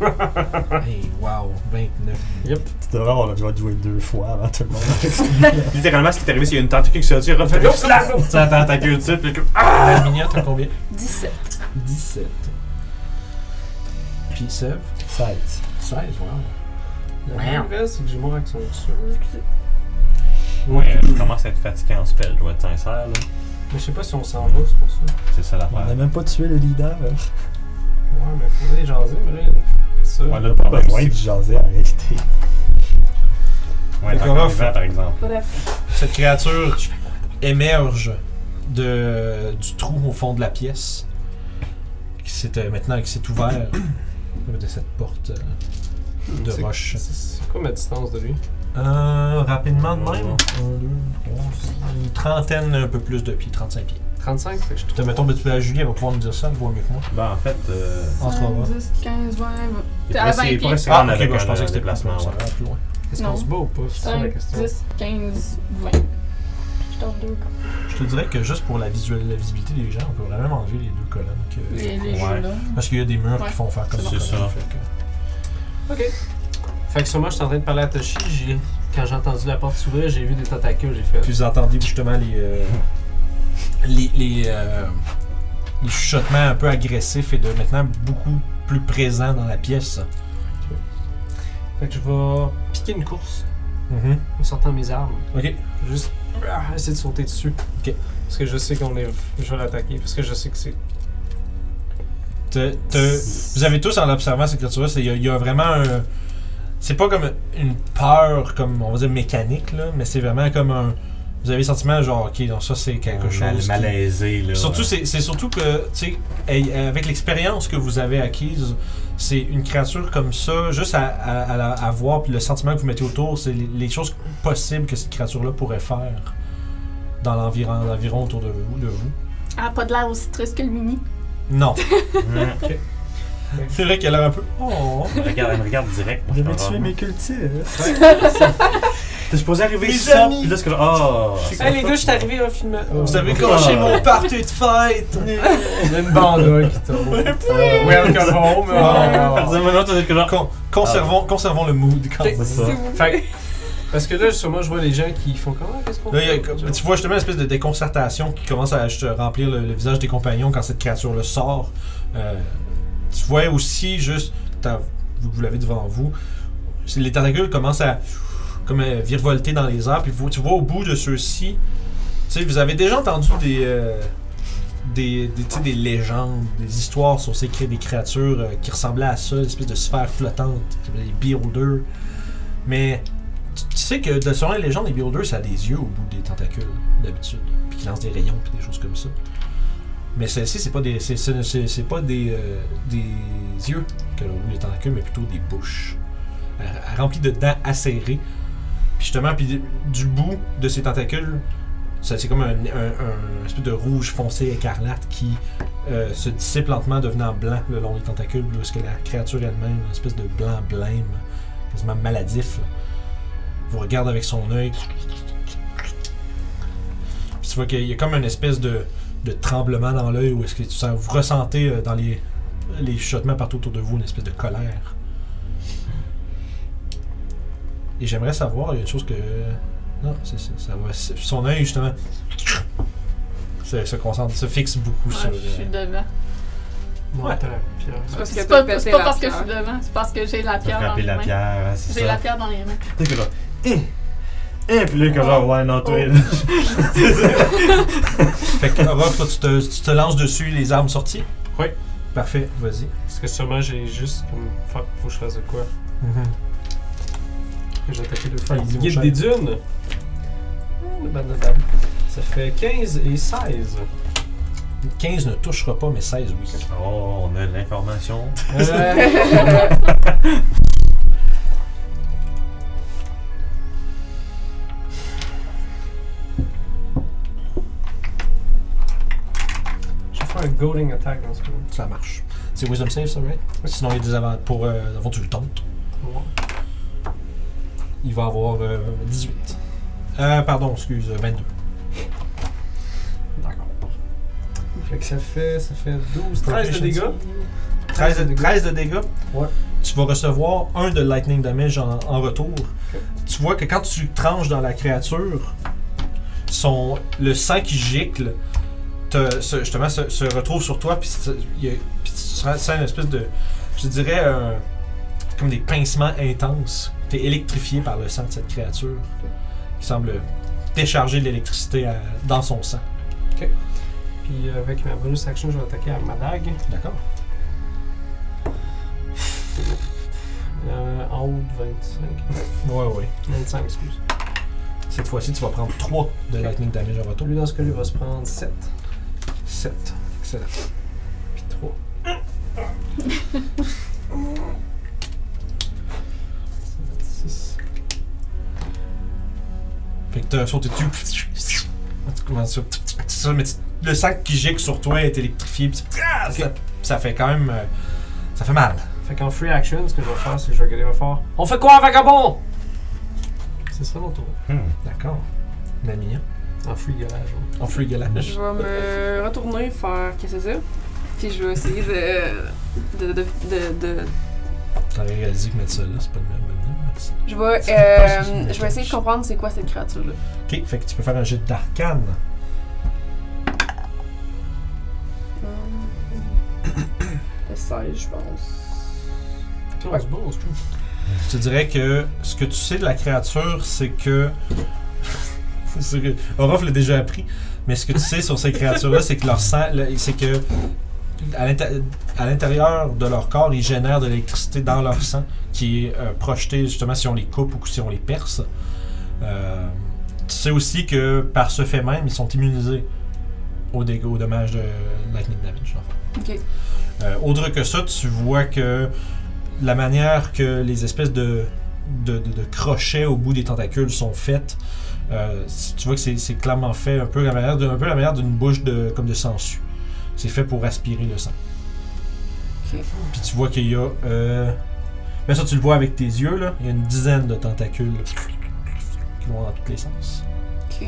Hey, wow, 29.
yep.
Tu devrais avoir le droit de jouer deux fois avant tout le monde.
Littéralement, ce qui est arrivé, c'est qu'il y a une tentacule qui s'est tirée, refait. Oups là! Tu sais, la tentacule dessus, puis le
La minière, t'as combien
17.
17. Puis Sev
16.
16, wow.
La nouvelle, c'est que j'ai mon action sur.
Excusez.
Ouais, je commence à être fatigué en spell, je vais être sincère, là.
Mais je sais pas si on s'en va, c'est pour ça.
C'est ça
On n'a
l'affaire.
même pas tué le leader.
Ouais, mais faudrait jaser, mais là, ça.
Ouais, là, le
Pas
problème,
besoin
c'est-
de jaser en réalité.
Ouais, t'es
Fait
encore
qu'on
vivant, par exemple.
Bref.
Cette créature émerge de, du trou au fond de la pièce. Qui s'est, euh, maintenant qui s'est ouvert de cette porte euh, de
C'est-
roche.
c'est- C'est quoi ma distance de lui
Euh, rapidement de même. 1, 2, 3, Une trentaine, un peu plus de pieds, 35 pieds.
35 fait que je
Te mettons, ben, tu peux à Julie, elle va pouvoir nous dire ça, elle voit mieux que moi.
Ben, en fait, euh.
Entre va.
10, 15, 20.
Il
T'es à
pourrait s'y-
20
il pourrait
pieds.
s'y rendre
Ah, ok, bah,
avec
bon,
un euh, déplacement,
plus long,
ouais.
ça va plus loin.
Est-ce qu'on
Non.
se bat ou pas C'est ça la
5,
question.
10, 15, 20.
Je t'en deux.
Je te dirais que juste pour la, visuel- la visibilité des gens, on peut vraiment enlever les deux colonnes. Que...
Les, les
Ouais.
jeux là.
Parce qu'il y a des murs
Ouais,
qui font faire comme
c'est
des
ça.
colonnes, fait que-
Ok. Fait que sûrement, j'étais en train de parler à Toshi. j'ai- Quand j'ai entendu la porte s'ouvrir, j'ai vu des tentacules, j'ai fait.
Puis vous entendez justement les. euh, les. les, euh, les chuchotements un peu agressifs et de maintenant beaucoup plus présents dans la pièce.
Fait que je vais piquer une course
Mm-hmm.
en sortant mes armes.
Ok.
Je vais Juste ah, essayer de sauter dessus.
Ok.
Parce que je sais qu'on est. Je vais l'attaquer. Parce que je sais que c'est.
Te- te- vous avez tous en observant cette créature-là, c'est- il y, a- il y a vraiment un. C'est pas comme une peur, comme on va dire mécanique, là, mais c'est vraiment comme un. Vous avez le sentiment, genre, ok, donc ça c'est quelque
Un mal-
chose. qui-
Malaisé, là.
Puis Surtout,
ouais.
c'est c'est surtout que, tu sais, hey, avec l'expérience que vous avez acquise, c'est une créature comme ça, juste à, à- à la- à voir, puis le sentiment que vous mettez autour, c'est les, les choses possibles que cette créature-là pourrait faire dans l'environ l'environ autour de vous, de vous.
Ah, pas de l'air aussi triste que le mini.
Non.
Hum.
C'est vrai qu'elle a un peu. Oh!
Elle me regarde, elle me regarde direct. moi,
Je
suis
vais
en
tuer
robe.
mes cultistes.
T'es supposé arriver
Mes
ici, ça,
amis.
puis là, ce que je. Oh!
Ah, les gars, je suis arrivé en filmant.
Oh.
Vous avez
Ah.
gâché mon party de fête!
Il y a une bande qui tombe. Welcome home.
Oh.
Ah.
Ah.
Partir de maintenant, t'es genre.
Con- conservons, conservons le mood quand
C'est ça.
Fait que- parce que là, sûrement, je vois les gens qui font comment Qu'est-ce qu'on
Là, il y a
fait
comme- tu vois justement une espèce de déconcertation qui commence à juste remplir le, le visage des compagnons quand cette créature le sort. Euh, tu vois aussi juste, t'as- vous, vous l'avez devant vous, c'est- les tentacules commencent à comme à virevolter dans les airs. Puis vous- tu vois au bout de ceux-ci, tu sais, vous avez déjà entendu des euh, des, des, tu sais, des légendes, des histoires sur ces cré- des créatures euh, qui ressemblaient à ça, une espèce de sphère flottante, des builders. Mais tu, tu sais que de selon les légendes, les builders, ça a des yeux au bout des tentacules, d'habitude, puis qui lancent des rayons, puis des choses comme ça. Mais celle-ci, c'est pas des, c'est, c'est- c'est- c'est pas des, euh, des yeux qu'elle a au bout des tentacules, mais plutôt des bouches. Elle- elle remplie de dents acérées. Puis justement, puis du bout de ces tentacules, ça, c'est comme un, un- un espèce de rouge foncé écarlate qui euh, se dissipe lentement, devenant blanc le long des tentacules, parce que la créature elle-même, une espèce de blanc blême, quasiment maladif, là, vous regarde avec son œil. Puis tu vois qu'il y a comme une espèce de, de tremblement dans l'œil où est-ce que tu sens, vous ressentez euh, dans les, les chuchotements partout autour de vous une espèce de colère. Et j'aimerais savoir, il y a une chose que non, c'est ça. ça va, c'est- son œil, justement, se, se concentre, se fixe beaucoup
Ouais,
sur.
je suis
euh,
devant.
Ouais, t'as la pierre.
C'est parce
C'est
qu'elle
pas,
peut péter
c'est pas
la
parce que je
pierre.
suis devant, c'est parce que j'ai la pierre dans
Frapper
les
la
mains.
pierre, hein, c'est
J'ai la
ça.
pierre dans les mains.
T'es que genre. Hum! Hum! Puis
Oh.
là, que genre, ouais, non, toi.
Oh,
là.
Fait que, Rof, toi, tu te, tu te lances dessus, les armes sorties.
Oui.
Parfait, vas-y.
Parce que sûrement, j'ai juste comme. Fuck, faut que je fasse de quoi Que j'ai attaqué deux fois.
Allez-y, mon
Guide
cher.
des dunes. Ah, le bananable. Ça fait 15 et 16.
15 ne touchera pas, mais 16, oui.
Oh, on a de l'information.
Euh, Je vais faire un goading attack dans ce moment.
Ça marche. C'est Wisdom Save, ça, right? Sinon, il y a des avant Pour euh, avant, tu le tentes. Il va avoir euh, 18. Euh, pardon, excuse, euh, 22.
D'accord. Fait que ça fait, ça fait 12, 13 de dégâts.
Proficiency. 13 de, 13 de dégâts.
Ouais.
Tu vas recevoir un de lightning damage en, en retour. Tu vois que quand tu tranches dans la créature, son, le sang qui gicle te- se- justement se, se retrouve sur toi, puis se- il y a- puis tu sens sens une espèce de, je dirais, euh, comme des pincements intenses. Tu es électrifié par le sang de cette créature qui semble décharger de l'électricité à- dans son sang.
Puis euh, avec ma bonus action, je vais attaquer à ma dague.
D'accord.
Euh, en haut de 25.
Ouais, ouais.
25, excuse.
Cette fois-ci, tu vas prendre 3 de lightning damage en retour.
Lui, dans ce cas-là, il va se prendre 7,
7. Excellent.
puis 3.
Fait que t'as sauté dessus. Tu commences ça. C'est ça, mais tu- le sac qui gicle sur toi est électrifié. puis tu- Ah,
Ok.
ça, ça fait quand même. euh, Ça fait mal.
Fait qu'en free action, ce que je vais faire, c'est que je vais gueuler ma fort. On fait quoi, vagabond C'est ça mon tour.
Hum.
D'accord. Namia.
En free hein. gueulage. ouais.
En free
Je vais me retourner faire. Qu'est-ce que c'est ça? Puis je vais essayer de. de. de. de. de-
T'aurais réalisé que mettre ça là, c'est pas le même bonhomme, mettre ça.
Je vais. euh, je vais essayer de comprendre c'est quoi cette créature-là.
Ok, fait que tu peux faire un jet d'arcane.
Le 16, je pense.
Puis on se bourse, tout.
Je te dirais que ce que tu sais de la créature, c'est que. c'est que- Orof l'a déjà appris, mais ce que tu sais sur ces créatures-là, c'est que leur sang. le- C'est que. À l'inté- à l'intérieur de leur corps, ils génèrent de l'électricité dans leur sang qui est euh, projetée justement si on les coupe ou si on les perce. Euh, tu sais aussi que par ce fait même, ils sont immunisés aux dégâts, aux dommages de lightning damage. en fait.
Ok.
Euh, autre que ça, tu vois que la manière que les espèces de, de, de- de crochets au bout des tentacules sont faites, euh, si- tu vois que c'est c'est clairement fait un peu la manière de- un peu la manière d'une bouche de, comme de sangsue. C'est fait pour aspirer le sang. Puis tu vois qu'il y a. Euh... Mais ça, tu le vois avec tes yeux, là. Il y a une dizaine de tentacules là, qui vont dans tous les sens.
Ok.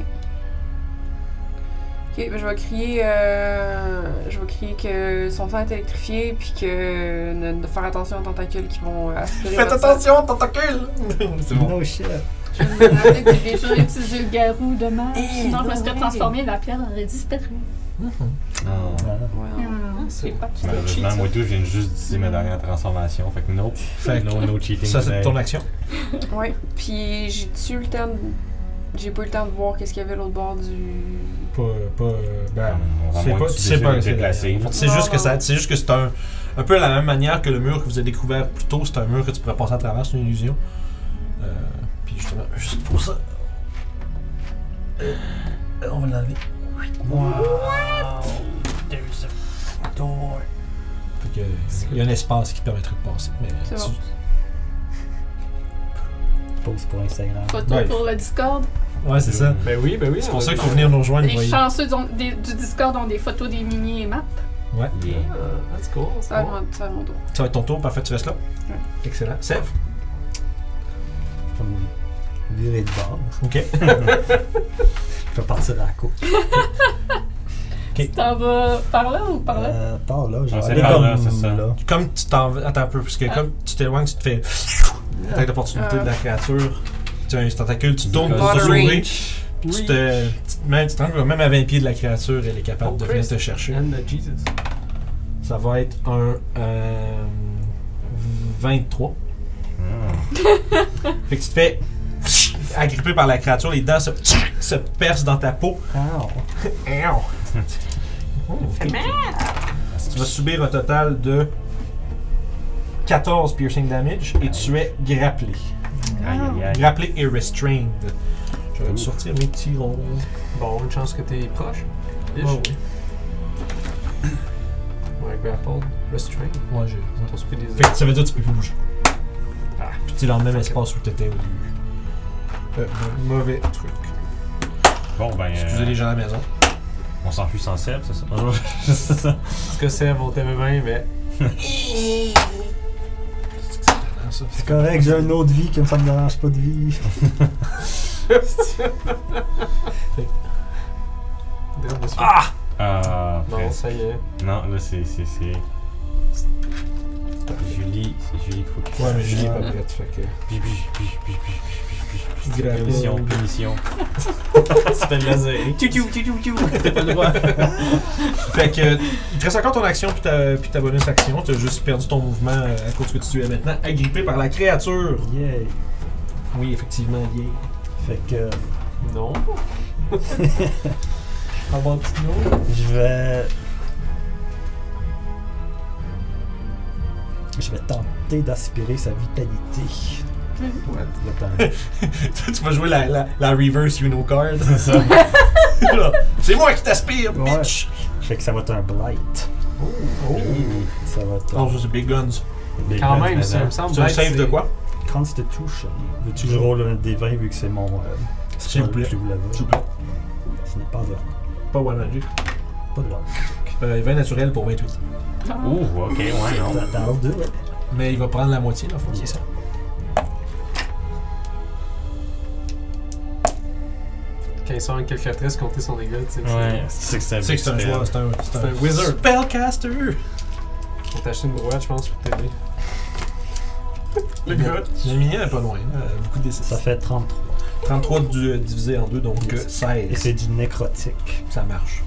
Ok, ben, je vais crier, euh, je vais crier que son sang est électrifié, puis que ne- de faire attention aux tentacules qui vont euh, aspirer. votre sang.
tentacules! C'est bon.
No shit.
Je me rappelle que j'ai déjà utilisé le garou de mage.
Eh,
Sinon, je me serais
ouais.
transformé, la pierre aurait disparu.
Non.
Ouais,
Ah,
Hum, C'est pas tout à fait
Malheureusement, Euh, ben, moi tout, je viens juste d'ici ma dernière transformation. Fait que nope.
Fait que-
no, no cheating.
Ça, c'est
today.
ton action.
Ouais, puis j'ai eu le temps, de... j'ai pas eu le temps de voir qu'est-ce qu'il y avait à l'autre bord du.
Pas. pas euh, ben.
Hum, On va
C'est
moins
pas,
que
tu
tu
sais
déjà
pas
été
c'est
placé, là.
C'est
Non,
juste que
non,
ça,
non.
c'est juste que c'est un, un peu à la même manière que le mur que vous avez découvert plus tôt, c'est un mur que tu pourrais passer à travers, c'est une illusion. Euh, puis justement, juste pour ça, euh, on va l'enlever. Fait que, il y a un espace qui te permettrait de passer. Mais
C'est
tu-
bon.
Pause pour Instagram.
Photo
Ouais.
pour le Discord.
Ouais, c'est ça.
Ben oui, ben oui.
C'est
on
pour ça
a-
qu'il faut venir nous rejoindre.
Les
voyez.
chanceux du, des- du Discord ont des photos des mini et maps.
Yeah.
Ah, That's cool. that's
Ça va
cool.
être mon- ça va être mon tour.
Ça va être ton tour, parfait, tu restes là. Excellent. Sèvres.
Je vais me virer de bord.
Ok.
Je vais partir à la cour.
T'en vas par là ou par là?
Euh, par là, je
Ah,
vais
c'est
aller
par
comme
là, c'est ça.
là.
Comme tu t'en vas. Attends un peu, parce que
Ah.
comme tu t'éloignes, tu te fais. Attaque d'opportunité de la créature. Tu as un tentacule, tu tournes pour te
Water
sauver.
reach.
Puis tu te, tu te mets, tu t'envoies même à 20 pieds de la créature, elle est capable
Oh,
de venir
Christ.
te chercher.
And the Jesus.
Ça va être un euh, 23.
Hmm.
Fait que tu te fais agripper par la créature, les dents se, se percent dans ta peau.
Ow.
Oh, ok. tu vas subir un total de 14 piercing damage et tu es grapplé.
Aïe, aïe, aïe.
Grapplé et restrained. Je vais me
Ouh.
sortir mes petits rôles.
Bon, une chance que t'es proche. Ish.
Oh,
Ouais, grappled. Restrain.
oui. Ouais, j'ai- ouais.
Ton speed is.
Fait que ça veut dire que tu peux plus bouger.
Ah.
Puis tu es dans le même espace où tu étais au début. Euh, mauvais truc.
Bon, ben.
Excusez
euh,
les Ah, gens à la maison.
On s'enfuit sans sel, c'est ça? c'est ça.
Parce que c'est on t'aimait bien, mais.
Ah, ça.
C'est correct, j'ai une autre vie comme ça me dérange pas de vie.
Ah!
Ah,
Non,
presque.
ça y est.
Non, là, c'est. c'est, c'est... Julie, c'est Julie qu'il faut que
Ouais, mais Julie est pas
Ouais.
prête, fait que.
Puis, puis, puis, puis, puis, puis, puis, puis,
Grave.
Punition, punition.
C'était laser.
Tchou, tchou, tchou, tchou.
Fait que, il te reste encore ton action puis ta, puis ta bonus action. T'as juste perdu ton mouvement euh, à cause que tu es maintenant agrippé par la créature.
Yeah.
Oui, effectivement, yeah.
Fait que
Non.
How about no?
je vais. Je vais tenter d'aspirer sa vitalité.
Mhm.
Ouais, le plan.
tu vas jouer la, la, la reverse Uno card.
C'est ça.
C'est moi qui t'aspire, bitch!
Fait que ça va être un blight.
Oh,
Ça va être
Non,
un
ça c'est Big Guns.
Des
Quand
grandes
même, ça me
madame.
semble.
Tu un
bête,
save de
c'est-
quoi?
Constitution. Veux-tu que je roule un des 20 vu que c'est mon. Euh,
S'il vous
spell
plaît.
que vous l'avez?
S'il vous plaît.
Ce n'est pas un.
Pas One Magic.
Pas de one.
Euh, 20 naturel pour 28.
Ouh, ok, ouais, non.
Dans deux, ouais.
Mais il va prendre la moitié, là,
c'est
ça.
ça.
Quand il sort une calculatrice, compter son dégât, tu sais.
Ouais, c'est que ça
Tu sais que c'est un
fait.
joueur, c'est un, c'est
C'est un wizard.
Spellcaster!
On t'a acheté une brouette, je pense, pour t'aider. Le gars.
Le minion est pas loin, hein, beaucoup de
Ça fait 33.
33 du- euh, divisé en 2, donc euh,
Yes. Et
16.
c'est du nécrotique.
Ça marche.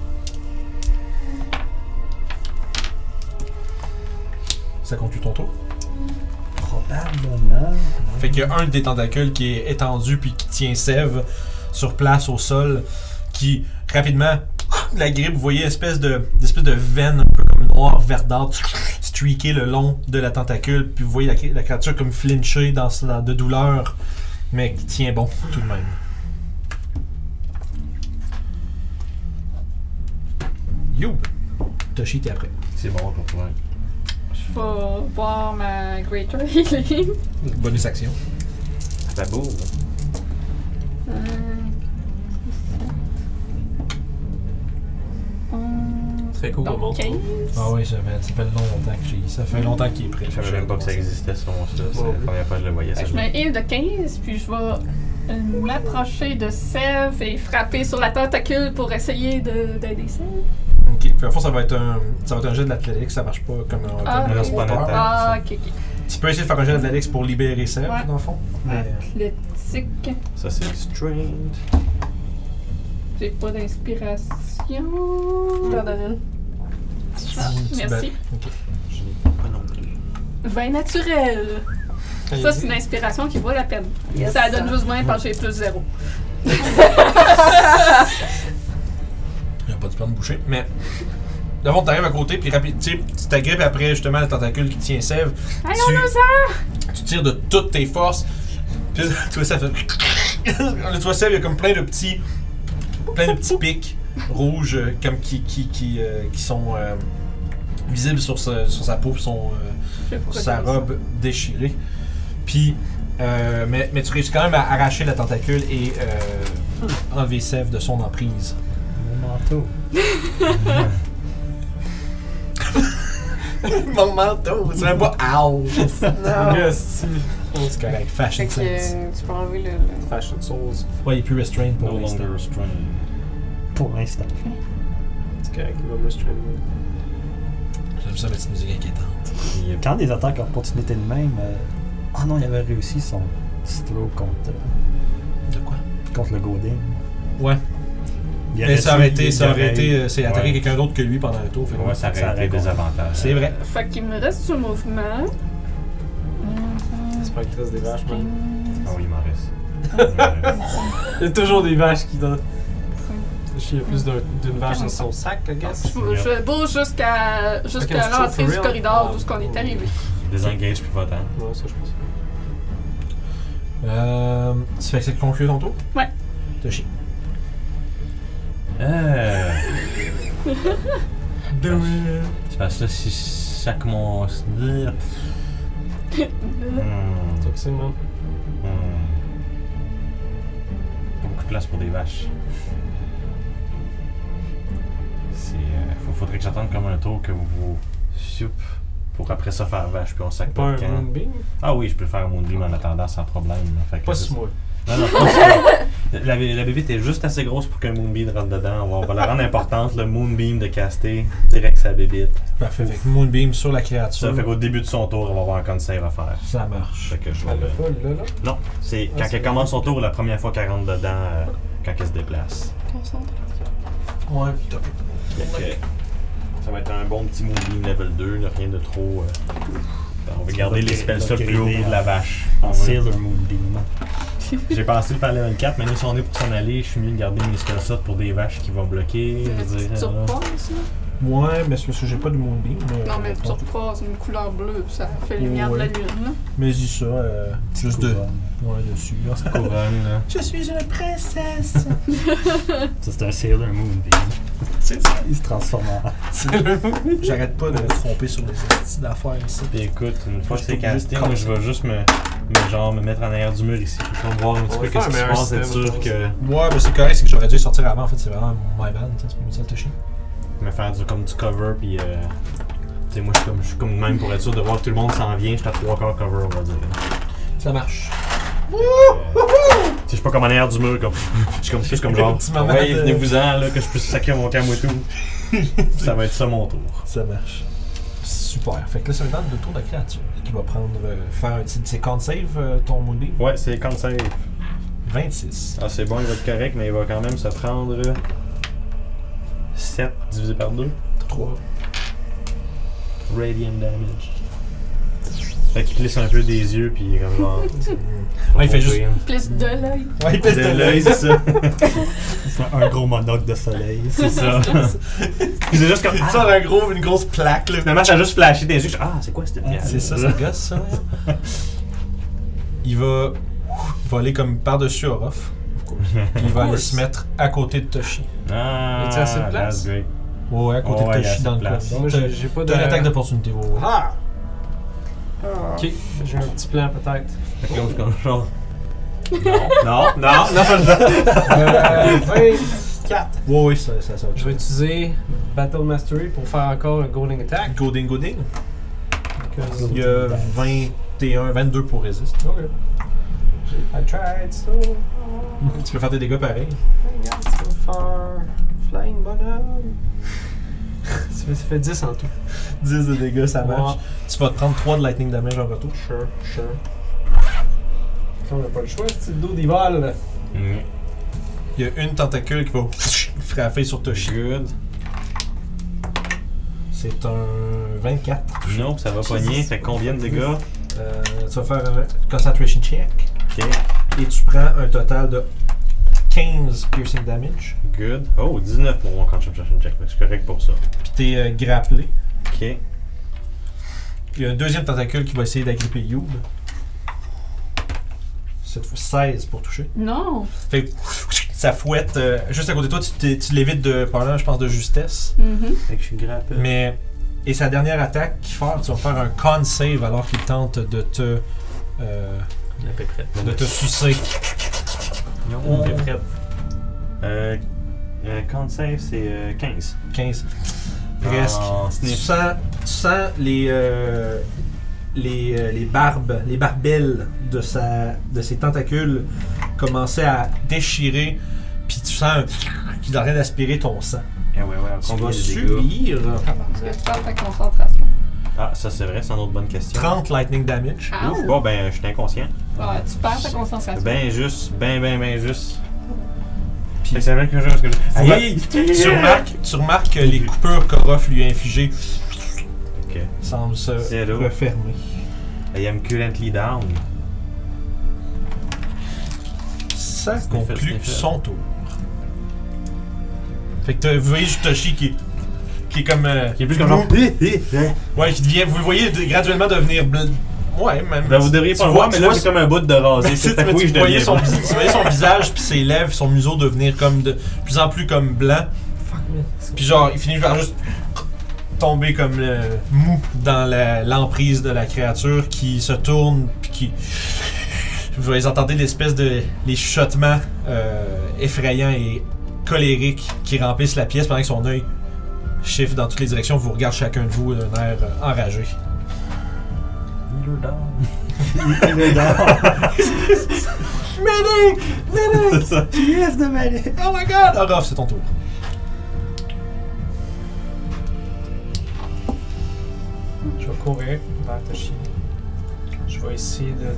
Ça conclut ton tour.
Probablement.
Fait qu'il y a un des tentacules qui est étendu puis qui tient Sève sur place au sol, qui rapidement la grippe, vous voyez espèce de espèce de veine un peu comme noire verdâtre streaker le long de la tentacule, puis vous voyez la, la créature comme flincher dans, dans- de douleur, mais qui tient bon tout de même. You, Toshi, t'es après.
C'est bon pour toi.
Je vais voir ma Greater Healing.
Bonus action.
Ta bourre.
Hum,
Très cool, le
Donc,
monde.
15.
Ah oui, ça fait, ça fait longtemps que j'ai. Ça fait longtemps qu'il est prêt.
Je savais même pas que ça existait ce monstre-là. C'est
Ouais.
la première fois que je le voyais.
Fait
ça,
que
je
je
me-
mets une de 15, puis je vais euh, m'approcher de Sève et frapper sur la tentacule pour essayer de- d'aider Sève.
Ok, Fait que, au fond, ça va être un, ça va être un jeu de l'athlétique, ça marche pas comme un.
Ah,
comme un
non, c'est pas
sport.
un attaque.
Ah, ok, ok.
Tu peux essayer de faire un jeu d'athlétique pour libérer Seb,
Ouais.
dans le fond. Mais,
Athlétique.
Ça, c'est Strength.
J'ai pas d'inspiration.
Je t'en donne une.
Ah,
euh, tu- tu
merci.
Je n'ai pas non plus.
Vin naturel. Ça, c'est une inspiration qui vaut la peine.
Yes.
Ça donne juste moins parce que j'ai plus zéro.
Il a pas du plan de boucher. Mais. D'abord, t'arrives à côté, puis rapide, tu sais, tu t'agrippes après justement le tentacule qui tient Sève.
Allons-nous
Tu tires de toutes tes forces. Puis là, tu vois, ça fait. Le toi, Sève, il y a comme plein de petits. plein de petits pics rouges euh, comme qui, qui, qui, euh, qui sont euh, visibles sur, ce- sur sa peau, puis son. euh,
en!
sa robe déchirée. Puis, euh, mais, mais tu réussis quand même à arracher la tentacule et euh, enlever Sève de son emprise.
Mon manteau.
Mon manteau, c'est même pas ow!
Non.
Yes!
C'est correct,
Fait
fashion
que
sense.
euh, tu peux enlever le.
Fashion Souls.
Ouais, il est plus restrained pour
No
l'instant.
longer Strength.
Pour l'instant.
C'est correct, il va me streamer.
J'aime ça, la petite musique inquiétante.
Il y a-
Quand des attaques opportunités de même. Ah non, il avait réussi son petit throw contre,
De quoi?
contre le Godin.
Ouais.
Il
Mais ça aurait été,
il
ça aurait
aurait-
été, euh, c'est attaquer
Ouais.
quelqu'un d'autre que lui pendant le tour. fait que-
Ouais, ça
Ça
aurait
aurait
été
compté.
des avantages.
C'est vrai.
Fait qu'il me reste du mouvement.
J'espère qu'il te reste des vaches, man.
Ah oui, il m'en reste. Il m'en reste.
Il y a toujours des vaches qui donnent. Il y a plus d'un- d'une vache dans son sac, I guess.
Je, je bouge jusqu'à jusqu'à
Ok, on se
l'entrée
trouve
du
for real.
corridor d'où ce qu'on est arrivé.
Désengage puis votant.
Ouais, ça, je pense.
Euh, ça fait que c'est conclu ton tour?
Ouais.
T'as chié.
Euh.
Do
C'est parce que là, si chaque mon. Hmm.
Toi que c'est, man.
Hmm. Pas beaucoup de place pour des vaches. C'est. euh, faut- faudrait que j'attende comme un tour que vous vous. Soup. Pour après ça faire vache, puis on sac
Pas
pas de
un
camp.
moonbeam?
Ah oui, je peux faire un moonbeam en attendant sans problème. là. Fait que
Ah. Pas
c'est-
si moi.
Non, non, pas sur moi. La, bé- la bébite est juste assez grosse pour qu'un moonbeam rentre dedans. On va, on va la rendre importante, le moonbeam de caster direct sa bébite.
Parfait, avec Moonbeam sur la créature.
Ça fait qu'au début de son tour, on va avoir un con save à faire.
Ça marche.
Fait que je vais
Elle
le-
l'a pas, là, là.
Non, c'est
Ah,
quand
c'est
elle commence son tour, la première fois qu'elle rentre dedans, euh, quand elle se déplace.
Concentre.
Ouais, top.
Fait que ça va être un bon petit moonbeam level 2, là, rien de trop. euh, On va garder les spells ça plus haut de la vache. On
En
euh,
va-
Sailor Moonbeam.
J'ai pensé le faire level 4, mais là, si on est pour s'en aller, je suis mieux de garder mes spells sorts pour des vaches qui vont bloquer.
Une
je veux
petite
dire, euh, là.
turquoise, là.
Ouais, mais c'est parce que j'ai pas de Moonbeam. euh,
Non, mais turquoise, une couleur bleue, ça fait lumière de la
Ouais.
lune. là.
Mais dis ça, euh, juste de.
couronne.
Ouais, dessus.
couronne, là.
Je suis une princesse!
Ça, c'est un Sailor Moonbeam.
c'est ça.
Il se transforme en.
J'arrête pas de me tromper sur les petites affaires ici.
Puis écoute, une fois que
Je
c'est
suis obligé
casté,
de
moi,
casser.
je vais juste me, me, genre, me mettre en arrière du mur ici pour voir un petit
va
peu
faire
qu'est-ce qui se
un
passe, être
système, je
sûr
pense.
que.
Moi, ben, c'est correct, c'est que j'aurais dû les sortir avant. En fait, c'est vraiment my bad. ça, C'est pas ça, touché.
me faire du, comme du cover, puis. Euh, tu sais, moi, je suis comme, je suis comme de même pour être sûr de voir que tout le monde s'en vient. Je suis à trois quarts cover, on va dire.
Ça marche.
Euh, tu sais, je suis pas comme en arrière du mur, comme. Je suis comme plus comme
Le
genre.
petit moment
Ouais,
de-
venez-vous-en, là, que je puisse sacrer mon cam et tout. ça va être ça mon tour.
Ça marche. Super. Fait que là, c'est maintenant le tour de la créature qui va prendre. euh, faire un petit. C'est con save euh, ton Moonbeam?
Ouais, c'est con save.
26.
Ah, c'est bon, il va être correct, mais il va quand même se prendre. 7 divisé par 2.
3.
Radiant damage. Fait qu'il plisse un peu des yeux, puis il est comme genre.
Ouais, il fait juste-
Ouais,
Plus de l'œil.
Ouais, il pèse
de l'œil, c'est ça.
C'est un gros monocle de soleil.
C'est ça. c'est juste comme.
Il sort un gros, une grosse plaque, là.
Finalement, ça a juste flashé des yeux. je suis, Ah, c'est quoi cette bière?
C'est ça, ça gosse, ça. hein? Il va voler comme par-dessus Orof. Puis il va aller se mettre à côté de Toshi.
Ah,
Y a-t-il assez de
that's
place?
great.
Ouais, ouais, à côté
Ouais,
de
il y a
Toshi
assez
dans
de
le coin.
place.
Moi, j'ai j'ai pas de.
T'as une attaque d'opportunité, ouais, ouais.
Ah!
Ah.
Ok, j'ai un petit plan peut-être.
Fait que là, je suis comme genre. Non, non, non, non, non.
Euh, vingt-
4.
Oui, oui, ça, ça, ça va.
Je vais utiliser Battle Mastery pour faire encore un Golden Attack.
Go ding, go ding.
because-
Il y a 21, 22 pour résiste.
Ok. Oh, I tried so hard.
Tu peux faire tes dégâts pareil.
I got so far. Flying bonhomme. ça fait- ça fait 10 en tout.
10 de dégâts, ça
marche.
Tu vas te prendre 3 de lightning damage en retour.
Sure, sure. On n'a pas le choix, c'est le dos d'hiver là.
Mm.
Il y a une tentacule qui va frapper sur ta chien.
Good.
C'est un 24.
Nope, ça va pogner. Fait combien de dégâts?
Euh, tu vas faire un concentration check
Ok.
et tu prends un total de 15 piercing damage.
Good. Oh, 19 pour mon concentration check. Fait que C'est correct pour ça.
Puis t'es euh, grapplé.
Ok.
Il y a un deuxième tentacule qui va essayer d'agripper Youb. Cette fois 16 pour toucher.
Non.
Fait que ça fouette euh, juste à côté de toi, tu, t'es- tu l'évites de par là, je pense, de justesse.
Mhm.
Fait que je suis grappé.
Mais. Et sa dernière attaque qui fait, tu vas faire un con save alors qu'il tente de te. euh,
La péprette.
de te sucer.
Non, la péprette. Euh. euh, Con save, c'est euh, 15.
15. Presque.
Ah,
tu,
sniff.
sens, tu sens les. euh, les, euh, les barbes, les barbelles de, sa, de ses tentacules commencer à déchirer, puis tu sens un- qu'il est en train d'aspirer ton sang.
Eh ouais, ouais,
Tu
combat
vas
de dégâts.
subir
Parce que je perds ta concentration.
Ah, ça c'est vrai, c'est une autre bonne question.
30 lightning damage.
Ah,
Ouf, bon, ben, je suis inconscient.
Ah, tu perds ta concentration.
Ben juste, ben, ben, ben juste.
Puis-
Fait que ça veut dire que je- que je-
Oui,
Aïe!
tu, remarques, tu remarques que les coupures qu'Orof lui a infligées
Ok.
semblent se
C'est là.
refermer.
I am currently down.
Ça
Sniffle,
conclut
sniffle.
son tour. Fait que t'as- vous voyez Jutoshi qui est, qui est comme. euh,
Qui est plus comme genre.
Ouais, qui devient. Vous le voyez de- graduellement devenir. bl- Ouais, même.
Ben, vous devriez
Tu
pas le
vois-
voir, mais
tu
là,
vois-
c'est comme un bout de rasé.
Mais
C'est
tu-
fait que
mais
oui,
tu
je
voyais
deviens
son,
blanc.
vis- tu voyais son visage, puis ses lèvres, son museau devenir comme de, de plus en plus comme blanc. Puis genre, il finit par juste tomber comme euh, mou dans la- l'emprise de la créature qui se tourne, puis qui. Vous les entendez l'espèce de. les chuchotements euh, effrayants et colériques qui remplissent la pièce pendant que son œil chiffre dans toutes les directions, vous regarde chacun de vous d'un air euh, enragé. Medic! Medic!
Yes, de Malek!
Oh my god! Orof, c'est ton tour.
Je vais courir vers Toshi. Je vais essayer de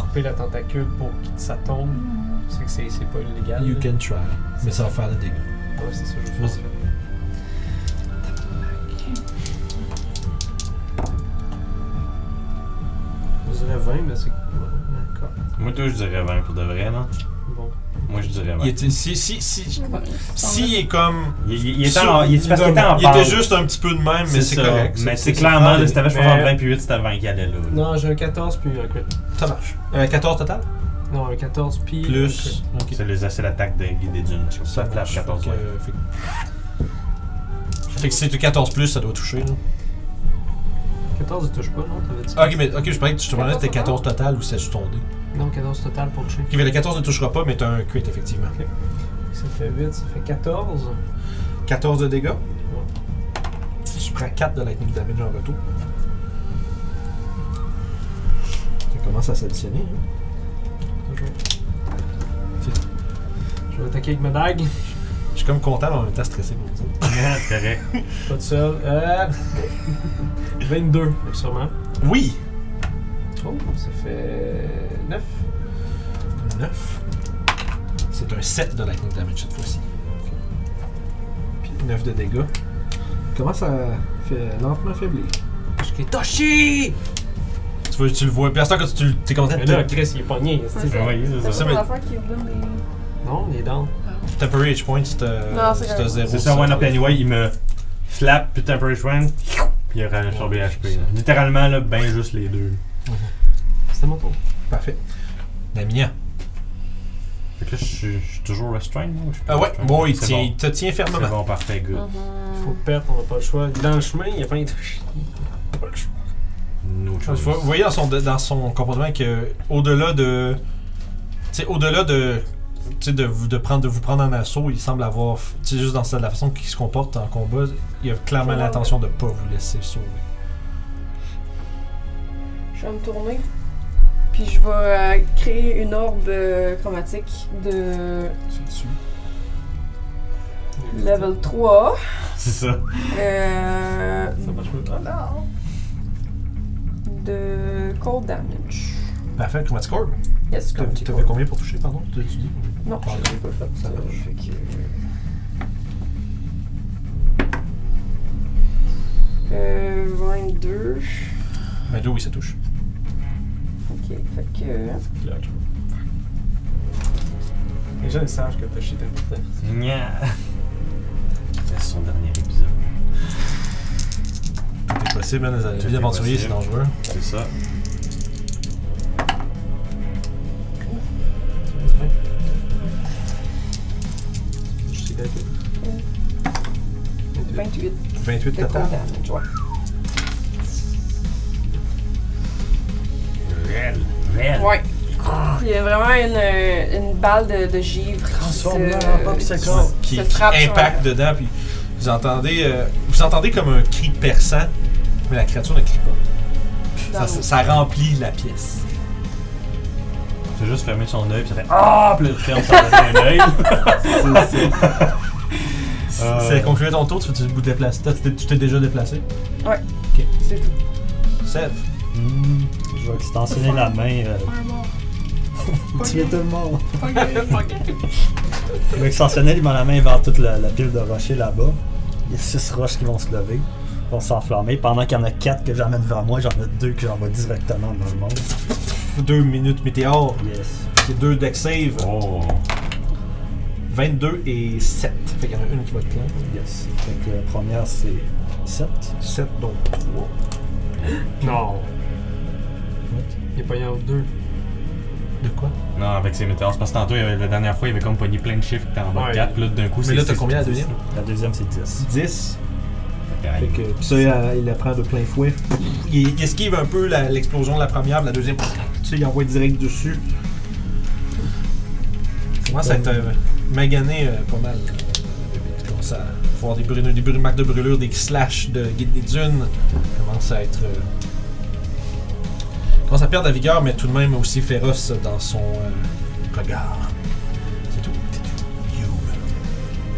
couper la tentacule pour que ça tombe. C'est que c'est c'est pas illégal.
You
là.
can try. Mais ça va faire des dégâts.
Ouais, c'est ça, je vais faire
Vas-y.
ça. Je dirais 20, mais c'est. D'accord.
Moi, toi, je dirais 20 pour de vrai, non?
Bon.
Moi, je dirais 20.
Il était, si, si, si,
Ouais.
si il est comme.
Il, il- il était en, il, c'est parce qu'il était en
Il était
pente.
juste un petit peu de même, mais c'est
ça.
correct.
Mais c'est clairement, là, si t'avais, je pense,
Mais-
entre 20 puis 8, c'était 20 qui allait là. là.
Non, j'ai un 14 puis un crit.
Ça marche. Euh, 14 total?
Non, un 14 puis.
Plus. Ok.
C'est, les, c'est l'attaque des, des dunes. Je
Ça
ça
marche.
flash
Fait
14.
que,
ouais.
fait que- fait que si c'est 14 plus, ça doit toucher. là.
14 ne touche pas, non T'avais dit
Ah, ok, mais ok, je parlais que tu te demandais si c'était 14 total ou c'est sur ton dé.
Non, 14 total pour Ah. le check.
Ok, mais le 14 ne touchera pas, mais t'as un crit effectivement.
Ça fait 8, ça fait 14.
14 de dégâts. Tu prends 4 de lightning damage en retour. Ça commence à s'additionner. hein.
Toujours. Je vais attaquer avec ma dague.
Je suis comme content, mais en même temps stressé pour vous autres.
Ah, c'est correct.
Pas tout seul. Euh... 22, sûrement.
Oui!
Oh, ça fait 9.
9. C'est un 7 de lightning damage cette fois-ci. Puis 9 de dégâts. Comment ça fait lentement faiblir?
Je crie Toshi!
Tu, vois, tu le vois, puis à ce temps que tu tu es content
Mais là,
de
Chris, il est pogné.
Ouais,
c'est-tu.
ça.
Oui, c'est ça.
Ça,
C'est
mais-
une affaire qui me donne des.
Non, il est down.
temporary edge point, c'est
Non, c'est
un
correct.
0.
C'est ça, One Up Anyway, il me slap, puis Temporary Shrine, puis il a absorbé HP. là. Littéralement, là, ben juste les deux.
C'était mon tour.
Parfait. Damien.
Fait que là, je suis je suis toujours restrained, moi? ou je suis
Ah
pas
ouais,
restrained?
bon, il
C'est
tient-
bon.
il te tient
C'est
fermement.
bon, parfait, good.
Faut perdre, on n'a pas le choix. Il est Dans le chemin, il y a plein de. Pas le choix.
No
Vous
choice.
vo- vous voyez dans son, dans son comportement que au-delà de. Tu sais, au-delà de tu sais, de, vous- de, prendre, de vous prendre en assaut, il semble avoir. f- Tu sais, juste dans sa- la façon qu'il se comporte en combat, il a clairement
Ouais.
l'intention de pas vous laisser sauver.
Je vais me tourner. Puis je vais euh, créer une orbe euh, chromatique de
C'est dessus.
level 3.
C'est ça.
euh,
Ça marche pas.
de cold damage.
Parfait, Chromatic Orb.
Yes,
T'as-
Chromatic
T'avais
Orb.
combien pour toucher, pardon T'as- tu dis?
Non, je l'ai pas fait.
Ça
Ça
marche.
fait que... Euh, 22.
22, Ben oui, ça touche.
Ok, fait que...
Les gens ils savent que t'as shit important.
Nya. C'est son dernier épisode.
Tout est possible, hein,
Tout
les, les
est
aventuriers, c'est
possible.
dangereux.
C'est ça.
Je sais d'être.
28
28
de cold
total.
damage, ouais.
Réel. Réel.
Ouais. Il y a vraiment une, euh, une balle de, de givre. qui
Transforme-la
se-
en popsicle.
qui,
se
qui
frappe sur
impacte dedans, puis vous entendez, euh, vous entendez comme un cri perçant, mais la créature ne crie pas. Ça,
la- dans-
ça remplit la pièce.
C'est juste fermer son œil, puis ça fait Ah! Puis là, il ferme son œil.
Ça
Euh.
C'est concluait ton tour, tu tu te déplaces. Toi, tu t'es- tu t'es déjà déplacé.
C'est tout.
Sèvres.
Hmm, je vais extensionner la main. euh,
Un mort.
tuer tout le monde.
Fuck it, fuck it.
Je vais extensionner la main vers toute la, la pile de rochers là-bas. Il y a six roches qui vont se lever, qui vont s'enflammer. Pendant qu'il y en a quatre que j'emmène vers moi, j'en ai deux que j'envoie directement dans le monde.
deux minutes météores,
Yes.
c'est deux deck save,
Oh.
22 et 7. Fait qu'il y en a une qui va te plaindre.
Yes. Fait que la première, c'est 7.
7 donc 3.
Non. Il est pas en deux.
De quoi
Non, avec ses météores. c'est Parce que tantôt, il y avait- la dernière fois, il avait comme pogné plein de chiffres, t'es en bas
Ouais.
de 4. Puis là, d'un coup, c'est.
Mais là, t'as
c'est-
combien à
c'est-
deuxième
La deuxième, c'est 10.
10. Fait
Aïe.
que, puis ça, il, la- il la prend de plein fouet. Il, il esquive un peu la- l'explosion de la première, puis la deuxième, tu sais, il envoie direct dessus. Moi, ça a été euh, magané euh, pas mal. Il commence à avoir des, brûlures, des brûlures- marques de brûlure, des slash de guide des dunes. Il commence à être. euh, il commence à perdre la vigueur, mais tout de même aussi féroce dans son euh, regard. C'est tout. You.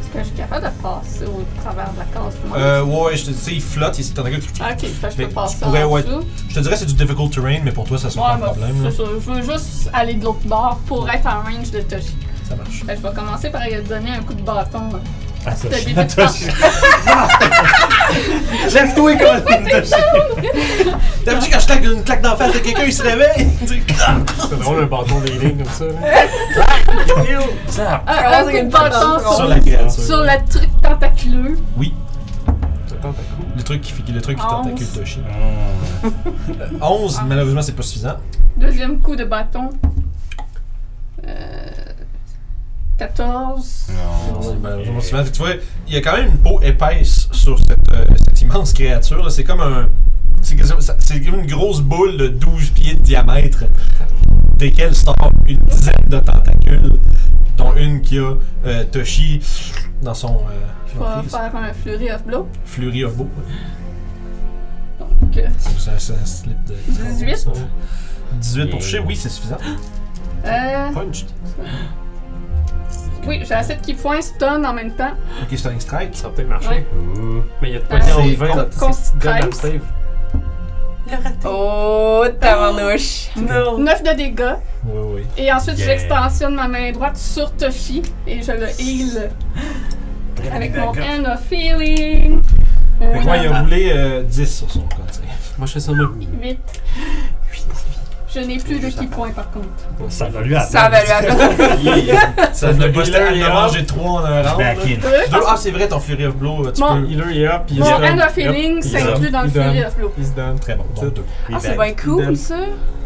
Est-ce que je suis capable de passer au travers de la case?
Euh, ouais, je te dis, il flotte, il s'est tendu.
Ah, ok, fait que je
mais
peux passer
tu pourrais,
en
ouais,
dessous.
Je te dirais, c'est du difficult terrain, mais pour toi, ça sera
Ouais,
pas un
bah,
problème. là.
c'est ça. Je veux juste aller de l'autre bord pour être en range de Toshi.
Ça marche.
Fait que je vais commencer par lui donner un coup de bâton. là.
Ah, ça,
T'as
je-
des bébés de
Lève-toi, Colin! D'habitude, quand je claque une claque d'en face de quelqu'un, il se réveille! Tu sais,
C'est drôle un bâton des lignes comme ça. là.
Un coup de bâton sur,
Sur la créature.
sur le truc tentaculeux.
T'attends ta coup.
Le truc qui fait le truc qui
Onze.
tentacule Toshi.
Ah.
11, malheureusement, c'est pas suffisant.
Deuxième coup de bâton. Euh, 14.
C'est
Non.
malheureusement suffisant. Fait que Tu vois, il y a quand même une peau épaisse sur cette, euh, cette immense créature. là. C'est comme un. C'est quasi- ça- c'est comme une grosse boule de 12 pieds de diamètre, desquelles sort une dizaine de tentacules, dont une qui a euh, Toshi dans son. euh,
Je vais faire un flurry of blow.
Flurry of Beau.
Donc, euh,
C'est un, c'est un slip de.
18.
18 pour toucher, oui, c'est suffisant.
Euh,
Punch.
oui, j'ai assez de qui points stun en même temps.
Ok, c'est un strike.
Ça a peut-être marché.
Ouais.
Ouh.
Mais il y a de quoi
Ah,
dire
c'est
au 20
con-
dans c'est-
con-
c'est dans le
treize.
save.
Oh, tabarnouche!
Non.
9 de dégâts.
Oui, oui.
Et ensuite,
Yeah.
j'extensionne ma main droite sur Toshi et je le heal avec mon End of Healing.
Fait que moi, il a roulé euh, 10 sur son côté.
Moi je fais ça même.
8. Je n'ai plus de key points par contre.
Ça va lui appeler.
Ça va lui appeler.
Ça ne
fait
bosse
healer,
Il a
healer.
mangé 3 en un round.
Back in.
Deux- Ah, c'est vrai, ton Flurry of Blow, euh, tu
Bon.
peux.
Healer il est up. il
Mon
se
End
donne.
of Healing
Yep, il
s'inclut
donne.
dans le
Il donne.
Fury of Blow.
Il se donne.
Très bon, donc deux.
Ah, c'est
Ben,
bien cool ça!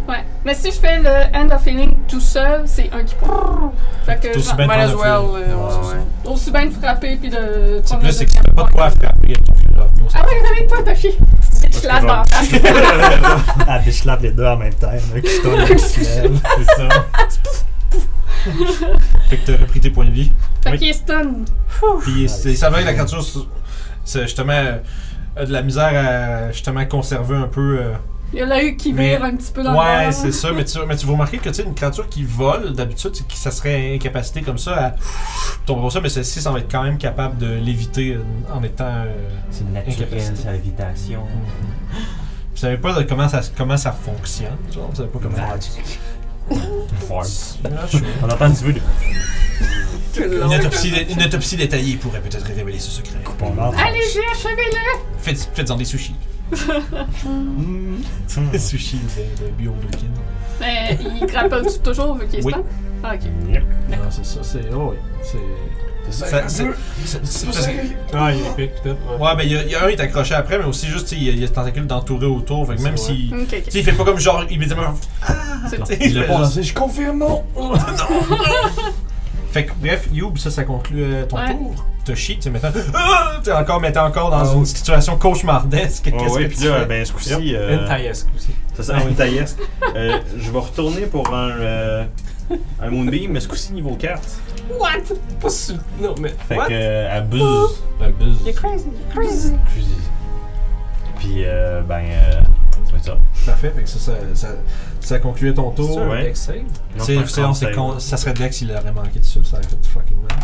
Ouais. Mais si je fais le End of Healing tout seul, c'est un key point. Fait que
C'est aussi
je-
bien de
Might as
prendre un
well.
Flurry.
euh, ouais, ouais.
aussi bien de frapper puis de
C'est
prendre
plus,
le
c'est que tu peux pas de quoi frapper ton Flurry of Blow. ça
Ah ouais, avec toi, Toshi. C'est Je lave dans la face.
Ah, puis je lave les deux en même temps. Il y en a un qui se tourne et qui se lève.
C'est ça.
Fait que t'as repris tes points de vie.
Fait
Oui.
qu'il est stun.
Puis c'est- ça va être la créature, c'est- c'est justement euh, a de la misère à justement conserver un peu. euh,
Il y a l'œil qui
Mais-
vire un petit peu dans le
Ouais,
bord.
c'est ça, mais tu, mais tu vas remarquer que tu sais, une créature qui vole, d'habitude, c'est que ça serait incapacité comme ça à tomber au sol, mais celle-ci, ça va être quand même capable de l'éviter euh, en étant. euh,
C'est naturel,
Incapacité.
c'est la lévitation.
Vous savez pas de comment ça, comment ça fonctionne, genre, vous savez pas comment.
Force.
Ah, je-
On entend un petit peu de.
Une autopsie, dé- une autopsie détaillée pourrait peut-être révéler ce secret.
On meurt.
Allez-y, achevez-le!
Faites- Faites-en des sushis. Hmm. Des sushis de, de bio de
Mais il grappelle-tu toujours vu qu'il est
Oui.
stun? Ah, ok.
Yep.
Non, c'est ça, c'est. Oh, oui. C'est. ça- c'est- c'est- c'est parce que-
Ah, il est épique, peut-être. ouais.
Ouais, ben, il y, a- il y a un, il est accroché après, mais aussi, juste, tu sais, il y a- il y a ce tentacule d'entouré autour, fait que même
C'est vrai.
s'il.
Ok, ok.
Tu sais, il fait pas comme Ah, genre immédiatement.
C'est-
t'sais,
Il l'a pas
juste-
lancé, je confirme, non!
Fait que bref, Youb, ça, ça conclut euh, ton
Ouais.
tour. Toshi, tu es maintenant. Ah! T'es encore, mais t'es encore dans
Ah
une
oui.
situation cauchemardesque. Qu'est-ce
Ouais,
que
ouais,
tu
puis là,
fais?
ben, ce coup-ci.
Une
euh,
taillesque aussi.
Ça sent une taillesse. Euh, je vais retourner pour un, euh, un Moonbeam, mais ce coup-ci niveau 4.
What?
Pas su- Non, mais.
Fait
What?
que, euh, elle buzz. Elle buzz.
You're crazy, you're crazy.
Excusez. Puis, euh, ben, euh, ça va être ça.
Parfait, fait que ça, ça, ça, ça concluait ton
C'est
tour.
un
ouais.
deck save?
Non,
C'est,
pas un
c'est- non, c'est
conseil.
con- ça serait Dex s'il aurait manqué dessus, ça aurait fait fucking mal.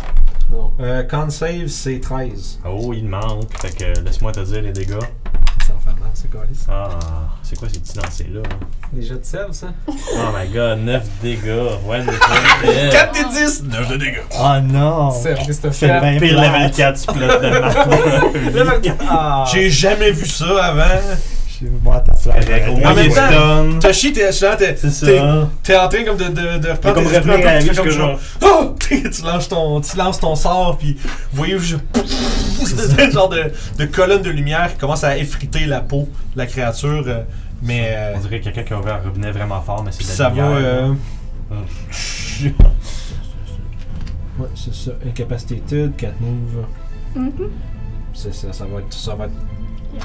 Non.
Euh, con save, c'est 13.
Oh, il manque. Fait que, laisse-moi te dire les dégâts.
Ça en fait mal, c'est caliste.
Ah, c'est quoi ces petits lancers-là?
Les jets de save, ça?
Oh my god, 9 dégâts. Ouais, mais c'est
4 des 10, 9 de dégâts.
Oh non!
C'est
C'est
Christopher.
bien
Pire
plate.
level 4 split de
Le
marque.
marqué. Ah!
J'ai jamais vu ça avant.
Je vais voir ta flamme.
Correct, Au moins,
Euh, En même
il est
temps,
stun.
Toshi, t'es là, t'es,
C'est
t'es-
ça.
t'es en train comme de, de, de
Fait
reprendre
comme
tes esprits
revenir à
un
la
peu,
vie,
tu fais
parce que
comme genre,
genre.
Oh! tu lances ton, tu lances ton sort, puis vous voyez où je. C'est genre de, de colonne de lumière qui commence à effriter la peau de la créature. euh, Mais euh,
On dirait que quelqu'un qui a ouvert revenait vraiment fort, mais c'est
puis
de la
ça va.
lumière.
euh,
Hum.
Ouais, c'est ça. Incapacitated, 4 moves. C'est ça, ça va être. Ça va être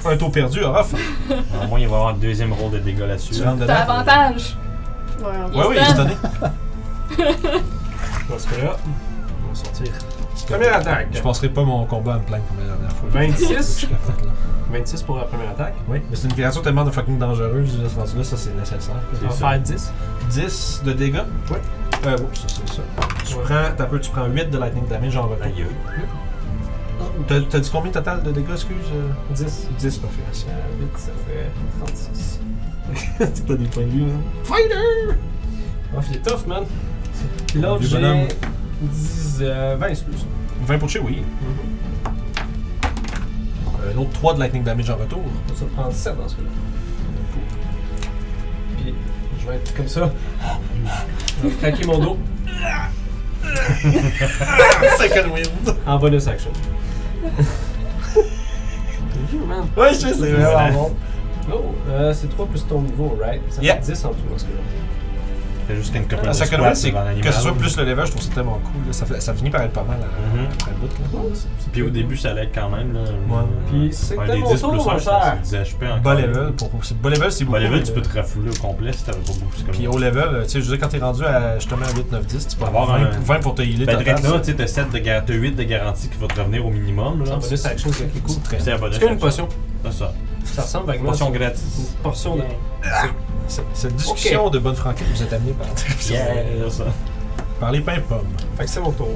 un taux perdu, Orof.
Au moins, il va y avoir un deuxième rôle de dégâts là-dessus.
Tu rentres
T'as
dedans.
avantage.
Ouais,
Ouais, oui, il est stunné.
Parce que là, on va sortir. Première attaque.
Je passerai pas mon combat à me plaindre comme la dernière fois.
26.
Je suis capable, là.
26 pour la première attaque.
Oui, mais c'est une créature tellement de fucking dangereuse, là, ce rendu-là, ça c'est nécessaire.
C'est
On va
ça.
faire 10.
10 de dégâts.
Oui.
Euh, oups, c'est ça. Tu
Ouais.
prends, t'as peu, tu prends 8 de lightning damage en retour.
Aïe, aïe.
T'as t'as dit combien total de dégâts, excuse euh?
10.
10, parfait.
Euh, 8, ça fait 36.
C'est- T'as des points de vue, hein?
Fighter! Oh, il est tough, man. Puis l'autre,
Vieux
j'ai
bonhomme.
10, euh, 20, excuse.
20 pour chez, oui. Euh, L'autre 3 de lightning damage en retour.
Ça va prendre 7 dans ce cas-là. Puis, je vais être comme ça. Je vais craquer mon dos
Second wind.
en bonus action. T'as vu, man?
Ouais, je sais, c'est vraiment
Voilà.
bon.
Oh, euh, c'est 3 plus ton niveau, right? Ça fait
Yeah.
10 en tout dans ce cas-là.
Fais juste une couple
Un
de
second
squats
wind, Ah, c'est
devant l'animal.
que ce soit plus le level, je trouve ça tellement cool. là. Ça, fait- ça finit par être pas mal à-
Mhm.
après le bout. là.
Ouais, c'est- c'est
Puis au
cool.
début, ça l'aide quand même. Là.
Ouais.
Puis c'est
Ouais,
que
les
mon
10
tour,
plus
mon
1, ça,
cher.
c'est 10 HP encore.
Bas level, pour, c'est- bas level, c'est beaucoup.
Bas level,
mais-
tu peux te rafouler au complet si t'avais pas beaucoup. c'est comme-
Puis haut level, euh, tu sais, je veux dire, quand t'es rendu à justement à 8, 9, 10, tu peux avoir
Avoir
20,
un-
20 pour te healer
Ben, direct là,
total.
tu sais, t'as 7 de gar- t'as 8 de garantie qui va te revenir au minimum.
En
Là.
bonus action, Ah, c'est
C'est
quelque
cool,
chose.
très
C'est
bien.
un bonus.
C'est comme une potion.
C'est ça.
Ça ressemble vaguement à
Potion
ça.
gratis.
Une portion de.
Cette discussion de bonne franquette vous êtes amenée par.
Yeah, ça.
Par les pains pommes.
Fait que c'est mon tour.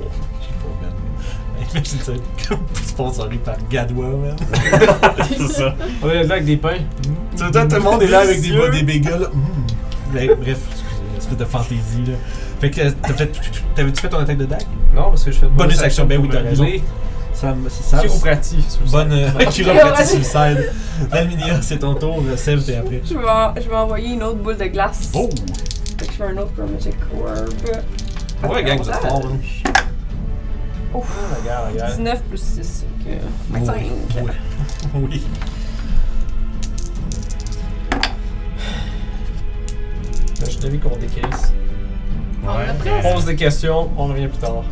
Imagine ça, comme sponsoré par Gadois, man.
c'est ça.
On est là avec des pains.
Tu vois, tout le monde est là avec des bas, des bagels. Mm. Ben, bref, excusez, une espèce de fantaisie, là. Fait que, euh, t'as fait, t'avais-tu fait ton attaque de dague?
Non, parce que je fais de
Bonus action, ben oui,
pour me
t'as raison.
healer.
Ça, me- ça, ça.
Chiropratie. sur le
Bonne euh,
site.
chiropratie suicide. Valminia, c'est ton tour. euh, Sèvres, t'es après.
Je vais, en- je vais envoyer une autre boule de glace.
Oh!
Fait que je fais un autre pour Magic Orb.
Ouais, gang, vous êtes forts, hein.
Ah, Regarde, regarde.
19 plus 6, ok. 25.
Ouais. Oui.
Ben, Je devais qu'on décaisse.
On a
Ouais.
presque.
Pose des questions, on revient plus tard.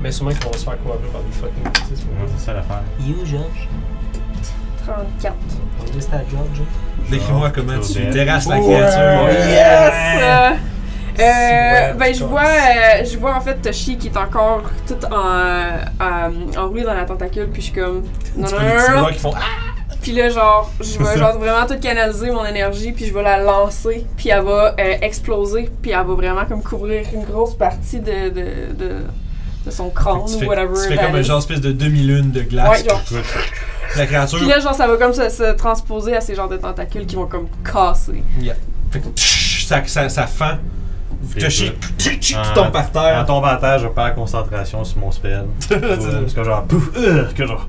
Mais sûrement qu'on va se faire couvrir par des fucking autistes.
Ouais, C'est ça l'affaire.
You, George.
34.
On est juste à George. hein.
Décris-moi comment tu
Claudette.
euh,
terrasses la
Ouais.
créature.
Yes! Euh,
Silhouette,
ben, je
comme
vois,
ça.
euh, je vois en fait Toshi qui est encore tout en, euh, enroulé dans la tentacule, puis je suis comme. Non,
Tu
non,
peux- tu
non, non.
vois qu'ils font Ah!
Puis là, genre, je vais genre, vraiment tout canaliser mon énergie, puis je vais la lancer, puis elle va euh, exploser, puis elle va vraiment comme couvrir une grosse partie de, de, de, de son crâne
Tu
ou
fais,
whatever.
tu fais
that
comme une
is.
genre espèce de demi-lune de glace.
Ouais, genre.
La créature.
Puis là, genre, ça va comme se, se transposer à ces genres de tentacules qui vont comme casser.
fait que tch, ça, ça, ça fend.
Fait
Toshi,
que-
tch, tch, tu
Ah.
tombes par
En
terre.
tombant à terre, je perds concentration sur mon spell. Parce que genre, pouf, euh, que genre.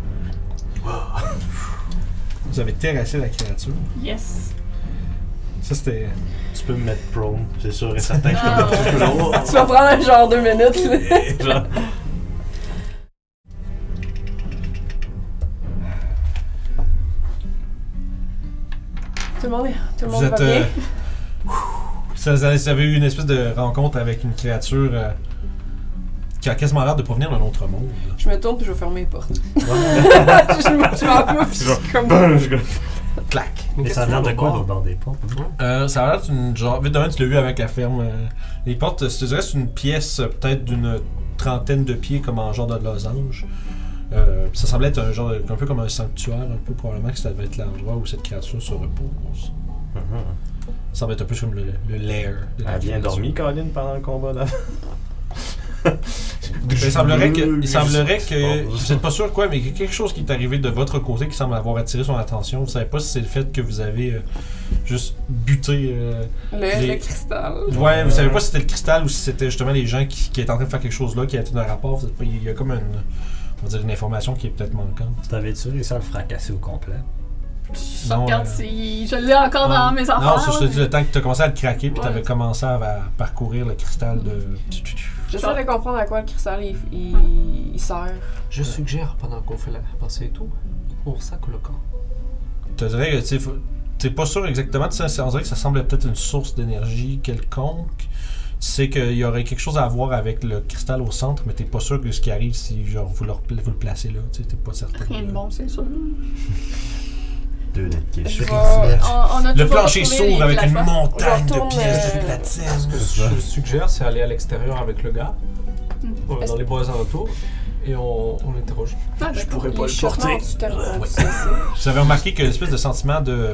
Vous avez terrassé la créature.
Yes.
Ça, c'était.
Tu peux me mettre prone, c'est sûr et certain que je
Ah.
peux me mettre prone.
Tu vas prendre un genre deux minutes, là.
Genre,
Tout le monde, est- tout le monde
Vous
va
êtes.
bien.
euh, ça- ça- vous avez eu une espèce de rencontre avec une créature euh, qui a quasiment l'air de provenir d'un autre monde.
Je me tourne puis je vais fermer les portes. je me- je m'en vais puis je suis comme.
bam, je-
Clac!
Mais ça a l'air de quoi l'autre bord des portes?
Euh, ça a l'air d'une genre. Vite demain, tu l'as vu avec la ferme. euh, les portes, je te dirais, c'est une pièce euh, peut-être d'une trentaine de pieds, comme en genre de losange. Euh, ça semblait être un genre de- un peu comme un sanctuaire, un peu probablement que ça devait être l'endroit où cette créature se repose.
Mhm.
Ça semble être un peu comme le, le lair. de la
Elle a bien
créature.
dormi, Colin, pendant le combat là.
Il semblerait que, il semblerait que, vous n'êtes pas sûr quoi, mais qu'il y a quelque chose qui est arrivé de votre côté qui semble avoir attiré son attention. Vous savez pas si c'est le fait que vous avez euh, juste buté. euh,
Le,
J'ai-
le cristal.
Ouais, vous savez pas si c'était le cristal ou si c'était justement les gens qui, qui étaient en train de faire quelque chose là, qui a tout un rapport. Vous êtes pas- Il y a comme une, on va dire une information qui est peut-être manquante.
T'avais-tu réussi à le fracasser au complet?
Je regarde
euh,
si je l'ai encore dans
non.
mes
Non,
affaires.
ça, je te dis, le temps que tu as commencé à le craquer, puis tu
Ouais.
avais commencé à, à parcourir le cristal de.
J'essaie de comprendre à quoi le cristal il, il- il sert.
Je suggère, pendant qu'on fait la pensée et tout, pour ça que le camp.
Je te dirais que tu sais, faut- t'es pas sûr exactement, tu sais, c'est- on dirait que ça semble être peut-être une source d'énergie quelconque. Tu sais qu'il y aurait quelque chose à voir avec le cristal au centre, mais t'es pas sûr que ce qui arrive si genre vous le, repla- vous le placez là, tu sais, t'es pas certain.
Rien de bon, c'est sûr.
Deux lettres qui échouent.
Je vais-
On, on a
Le
toujours
plancher
retrouvé
s'ouvre
les
avec une
flashbacks.
montagne
Je retourne,
de pièces de
euh,
platine.
Ce que je suggère, c'est aller à l'extérieur avec le gars,
Mm.
euh, dans les bois alentours, et on, on l'interroge.
Ah, d'accord.
pourrais
pas le porter. Ouais.
ça.
J'avais remarqué que l'espèce de sentiment de,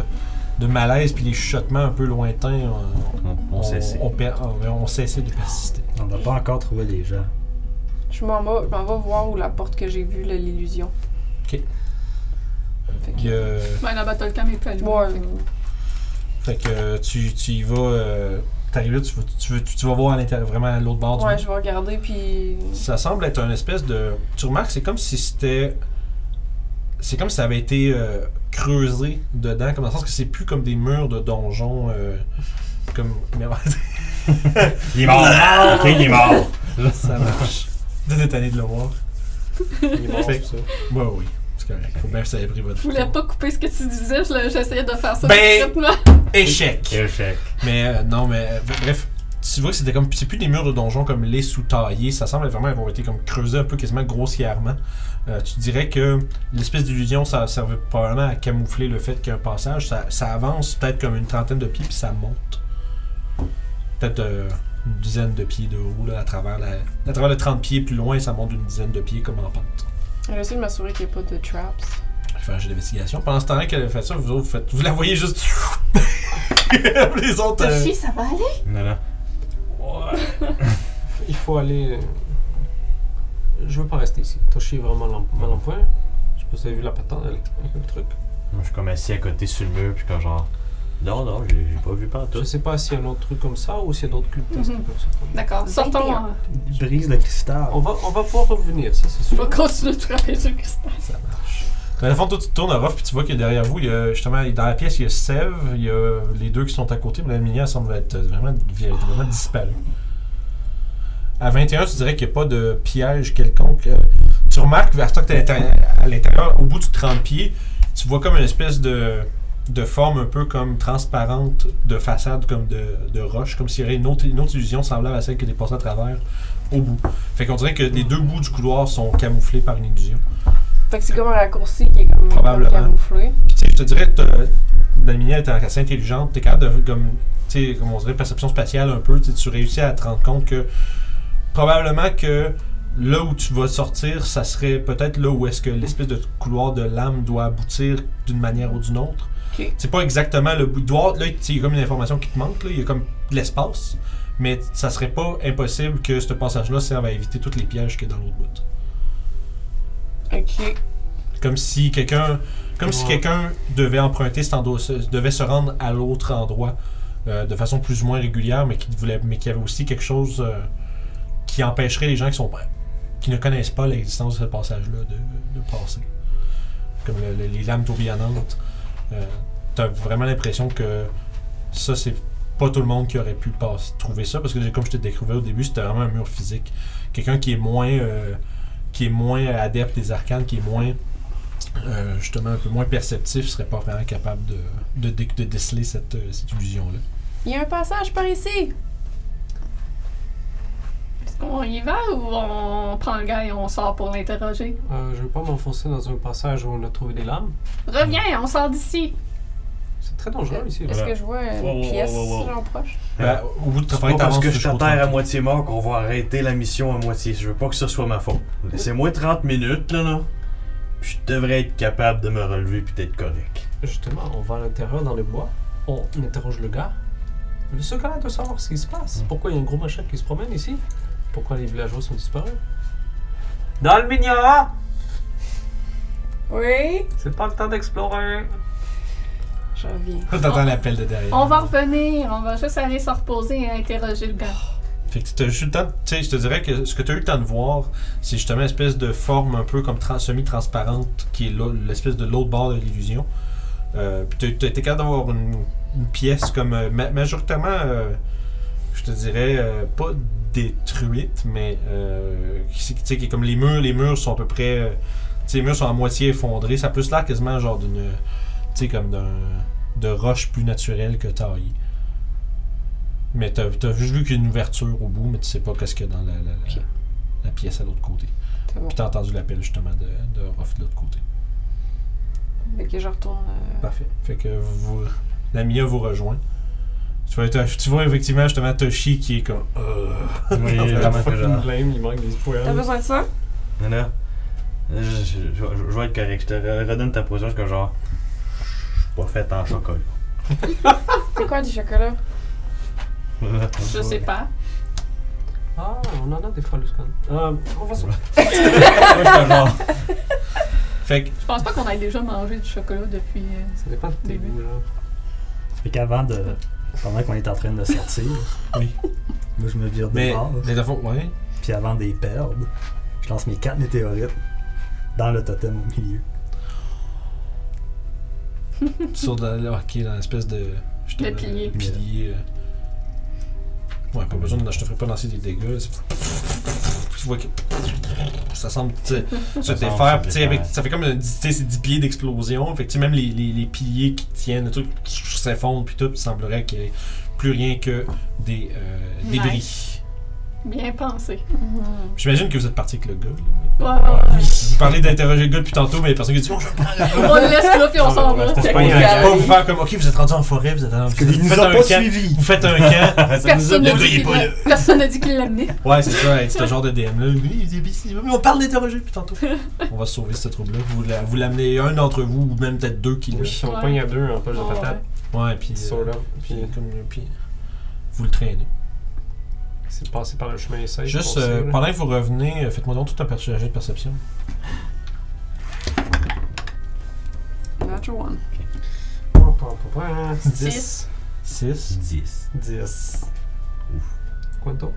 de malaise puis les chuchotements un peu lointains, euh,
On, on cessait.
on, per- on- on cessait de persister.
On n'a pas encore trouvé les gens.
Je m'en vais, je m'en vais voir où la porte que j'ai vue, là, l'illusion.
Ok.
Fait
Puis,
que.
euh,
Ben, la battle cam est pas loin.
Ouais.
fait que euh, tu, tu y vas, euh, t'arrives là, tu, vas- tu, veux- tu, tu vas voir à l'intérieur, vraiment à l'autre bord du
Ouais, je vais regarder puis.
Ça semble être un espèce de. Tu remarques, c'est comme si c'était. C'est comme si ça avait été euh, creusé dedans, comme dans le sens que c'est plus comme des murs de donjons. euh, comme. mais-
Il est mort! ok, il est mort!
ça marche. Vous êtes tanné de le voir.
Il est mort,
Fait-
c'est ça.
Ouais, oui, c'est correct. Faut bien que ça ait pris votre.
Je voulais pas couper ce que tu disais, je le- j'essayais de faire ça
Ben-
discrètement.
Échec!
Échec.
Mais euh, non, mais euh, bref, tu vois que c'était comme. C'est plus des murs de donjon comme les sous-taillés. Ça semble vraiment avoir été comme creusé un peu quasiment grossièrement. Euh, tu dirais que l'espèce d'illusion, ça servait probablement à camoufler le fait qu'il y a un passage. Ça, ça avance peut-être comme une trentaine de pieds, puis ça monte. Peut-être euh, une dizaine de pieds de haut, là, à travers, la, à travers le 30 pieds plus loin, ça monte une dizaine de pieds comme en pente.
J'essaie de m'assurer qu'il n'y a pas de traps.
Je fais un jeu d'investigation. Pendant ce temps-là qu'elle a fait ça, vous autres, vous, faites, vous la voyez juste. les autres. euh,
Toshi, ça va aller?
Non, non.
Il faut aller. euh, Je veux pas rester ici. Toshi est vraiment l'em- mal en point. Je sais pas si vous avez vu la patente, le, le truc.
Moi, je suis comme assis à côté sur le mur, puis comme genre. Non, non, j'ai j'ai pas vu
Je
partout.
sais pas s'il y a un autre truc comme ça ou s'il y a d'autres cultes qui
Mhm.
peuvent se prendre.
D'accord, sortons.
bien.
hein.
Il brise le cristal.
On va, on va pouvoir revenir, ça c'est
Je
sûr.
vais continuer de travailler sur le cristal.
Dans le fond, toi, tu te tournes à Ruff, puis tu vois que derrière vous, il y a justement, dans la pièce, il y a Sève, il y a les deux qui sont à côté, mais la minière semble être euh, vraiment, véritablement disparue. À 21, tu dirais qu'il n'y a pas de piège quelconque. Euh, Tu remarques, vers toi, que t'es à l'intérieur- à l'intérieur, au bout du 30 pieds, tu vois comme une espèce de, de forme un peu comme transparente de façade, comme de, de roche, comme s'il y avait une autre, une autre illusion semblable à celle que t'es passée à travers au bout. Fait qu'on dirait que les deux bouts du couloir sont camouflés par une illusion.
Fait que c'est comme un raccourci qui est comme,
Probablement.
comme camouflé.
Puis, tu sais, je te dirais que t'as- Damien étant assez intelligente, t'es capable de, comme, tu sais, comme on dirait, perception spatiale un peu, tu sais, tu réussis à te rendre compte que probablement que là où tu vas sortir, ça serait peut-être là où est-ce que l'espèce de couloir de l'âme doit aboutir d'une manière ou d'une autre.
Ok.
C'est pas exactement le bout de doigt. Là, tu sais, il y a comme une information qui te manque, là, il y a comme de l'espace, mais ça serait pas impossible que ce passage-là serve à éviter tous les pièges qu'il y a dans l'autre bout.
Ok.
Comme si quelqu'un, comme si
Ouais.
quelqu'un devait emprunter cet endroit, se- devait se rendre à l'autre endroit euh, de façon plus ou moins régulière, mais qui voulait, mais qui avait aussi quelque chose euh, qui empêcherait les gens qui sont pas- qui ne connaissent pas l'existence de ce passage-là de, de passer. Comme le- le- les lames tourbillonnantes, euh, t'as vraiment l'impression que ça c'est pas tout le monde qui aurait pu passer- trouver ça parce que comme je te décrivais au début, c'était vraiment un mur physique. Quelqu'un qui est moins euh, qui est moins adepte des arcanes, qui est moins euh, justement un peu moins perceptif serait pas vraiment capable de, de, dé- de déceler cette, euh, cette illusion-là.
Il y a un passage par ici.
Est-ce qu'on y va ou on prend le gars et on sort pour l'interroger?
Euh, je veux pas m'enfoncer dans un passage où on a trouvé des lames.
Reviens, on sort d'ici.
C'est très dangereux ici.
Est-ce que je vois une
Wow, wow,
pièce
wow, wow.
genre proche?
Ben, au bout de
C'est
travail,
pas parce
t'avances
que je suis à
jusqu'au
terre à
30.
moitié mort qu'on va arrêter la mission à moitié. Je veux pas que ce soit ma faute. Laissez-moi 30 minutes, là, là. Puis je devrais être capable de me relever puis d'être correct.
Justement, on va à l'intérieur dans le bois, on interroge le gars. Le ce gars doit savoir ce qui se passe. Pourquoi il y a un gros machin qui se promène ici Pourquoi les villageois sont disparus Dans le Mignara
Oui.
C'est pas le temps d'explorer
Je reviens.
T'entends l'appel de derrière.
On va revenir, on va juste aller se reposer et interroger le gars.
Fait que t'as juste eu le temps, de- tu sais, je te dirais que ce que t'as eu le temps de voir, c'est justement une espèce de forme un peu comme trans- semi-transparente qui est là, l'espèce de l'autre bord de l'illusion. Euh, puis t'as- t'as été capable d'avoir une, une pièce comme euh, ma- majoritairement, euh, je te dirais, euh, pas détruite, mais euh, qui, c'est- tu sais, qui est comme les murs, les murs sont à peu près, euh, tu sais, les murs sont à moitié effondrés. Ça a plus l'air quasiment genre d'une, tu sais, comme d'un, de roche plus naturelle que taillée. Mais t'as t'as juste vu qu'il y a une ouverture au bout, mais tu sais pas qu'est-ce qu'il y a dans la, la- la-
Ok.
la pièce à l'autre côté.
C'est bon.
Puis t'as entendu l'appel justement de, de Ruff de l'autre côté.
Fait que je retourne. euh,
Parfait. Fait que vous, la Mia vous rejoint. Tu vois, t'as- tu vois effectivement justement Toshi qui est comme. Euh,
Oui, vraiment que genre.
blame, il manque des
T'as
poils.
besoin de ça?
Non, non. Je, je- je- je- je vais être correct. Je te re- redonne ta position, parce que genre. Je suis pas fait en chocolat.
C'est quoi du chocolat?
Je sais pas.
Ah, on en a des fois, Luskan. Euh, on va se...
Moi, j'étais genre.
Fait que
Je pense pas qu'on ait déjà mangé du chocolat depuis. euh,
Ça dépend de tes goûts, là.
Fait qu'avant de. Pendant qu'on est en train de sortir,
Oui.
moi je me vire
Mais,
dehors,
mais dans le fond, ouais.
puis avant de les perdre, je lance mes quatre météorites dans le totem au milieu.
Sur de, là, ok, dans l'espèce de. justement,
Le pilier.
le pilier, euh. Ouais, pas besoin de. Je te ferai pas lancer des dégâts. c'est- Tu vois que. Ça semble. tu sais, Se
Ça semble
défaire.
se
tu sais, avec-
défaire.
Ça fait comme un- tu sais, c'est 10 pieds d'explosion. Fait que tu sais, même les, les, les piliers qui tiennent, le truc s'effondre, puis tout. puis Il semblerait qu'il n'y ait plus rien que des euh, débris.
Bien pensé.
J'imagine que vous êtes parti avec le gars. là. Ah,
Ouais, ouais, ouais.
Vous parlez d'interroger le gars depuis tantôt, mais il y a personne qui dit Bon, je vais prendre le gars.
on le laisse là puis on s'en va.
C'était
Je
pas
vais
un-
pas vous faire comme Ok, vous êtes rendu en forêt, vous êtes en.
Parce qu'il
vous
nous
faites
a
un
pas
camp-
suivis.
Vous faites un camp.
Personne n'a
Le gars,
dit
il est
qu'il
pas
l'a- personne n'a dit qu'il l'amenait.
Ouais, c'est ça, c'est ce genre de DM là. Oui, il dit, Puis, si, mais on parle d'interroger depuis tantôt. On va sauver ce trouble-là. Vous la- vous l'amenez un d'entre vous, ou même peut-être deux qui le.
Oui,
Ouais.
on pogne à deux en poche de
Ouais,
patate.
Ouais, puis. euh,
Sort of.
puis,
Puis
comme, puis vous le traînez.
c'est passé par le chemin safe.
Juste,
on sait,
euh,
là.
pendant que vous revenez, euh, faites-moi donc tout un perche- un jet de perception.
Natural one.
Pom, pom, pom, pom. 10.
6.
10.
10. Quanto?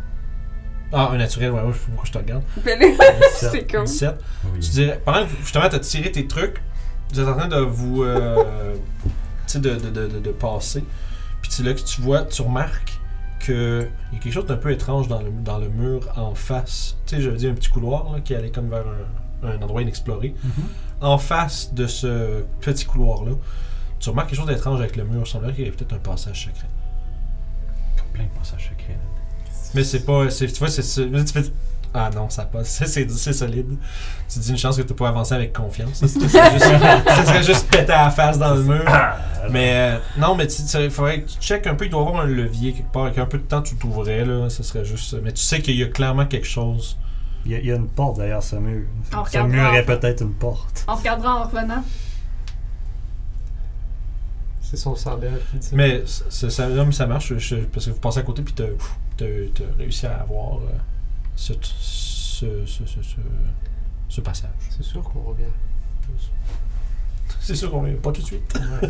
Ah, un naturel, ouais, ouais, je sais pas pourquoi je te regarde.
Ben là, c'est comme.
17.
Oui.
Tu dirais, pendant que justement t'as tiré tes trucs, vous êtes en train de vous. euh, tu sais, de, de, de, de- de passer. Puis c'est là que tu vois, tu remarques que il y a quelque chose d'un peu étrange dans le, dans le mur en face. Tu sais, j'avais dit un petit couloir là, qui allait comme vers un, un endroit inexploré. En face de ce petit couloir-là, tu remarques quelque chose d'étrange avec le mur. Il semblerait qu'il y ait peut-être un passage secret.
Plein de passages secrets. là.
Mais c'est pas. c'est- Tu vois, c'est. c'est- Tu fais Ah non, ça passe. C'est- C'est c'est solide. Tu dis une chance que tu peux avancer avec confiance.
C'est juste.
ça serait juste péter à la face dans le mur.
Ah,
Mais euh, non, mais tu- tu- il faudrait que tu checkes un peu. Il doit y avoir un levier quelque part. Avec un peu de temps, tu t'ouvrais. là. Ce serait juste. Mais tu sais qu'il y a clairement quelque chose.
Il y, a, il y a une porte derrière ce mur.
On
Ce
regardera.
mur est peut-être une porte.
On regardera en revenant.
C'est son sandal qui dit.
Mais c- c- ça, là, ça marche je- je- parce que vous passez à côté puis t'as as, réussi à avoir euh, ce, ce, ce, ce, ce, ce passage.
C'est sûr qu'on revient.
C'est sûr qu'on est pas tout de suite.
Ouais.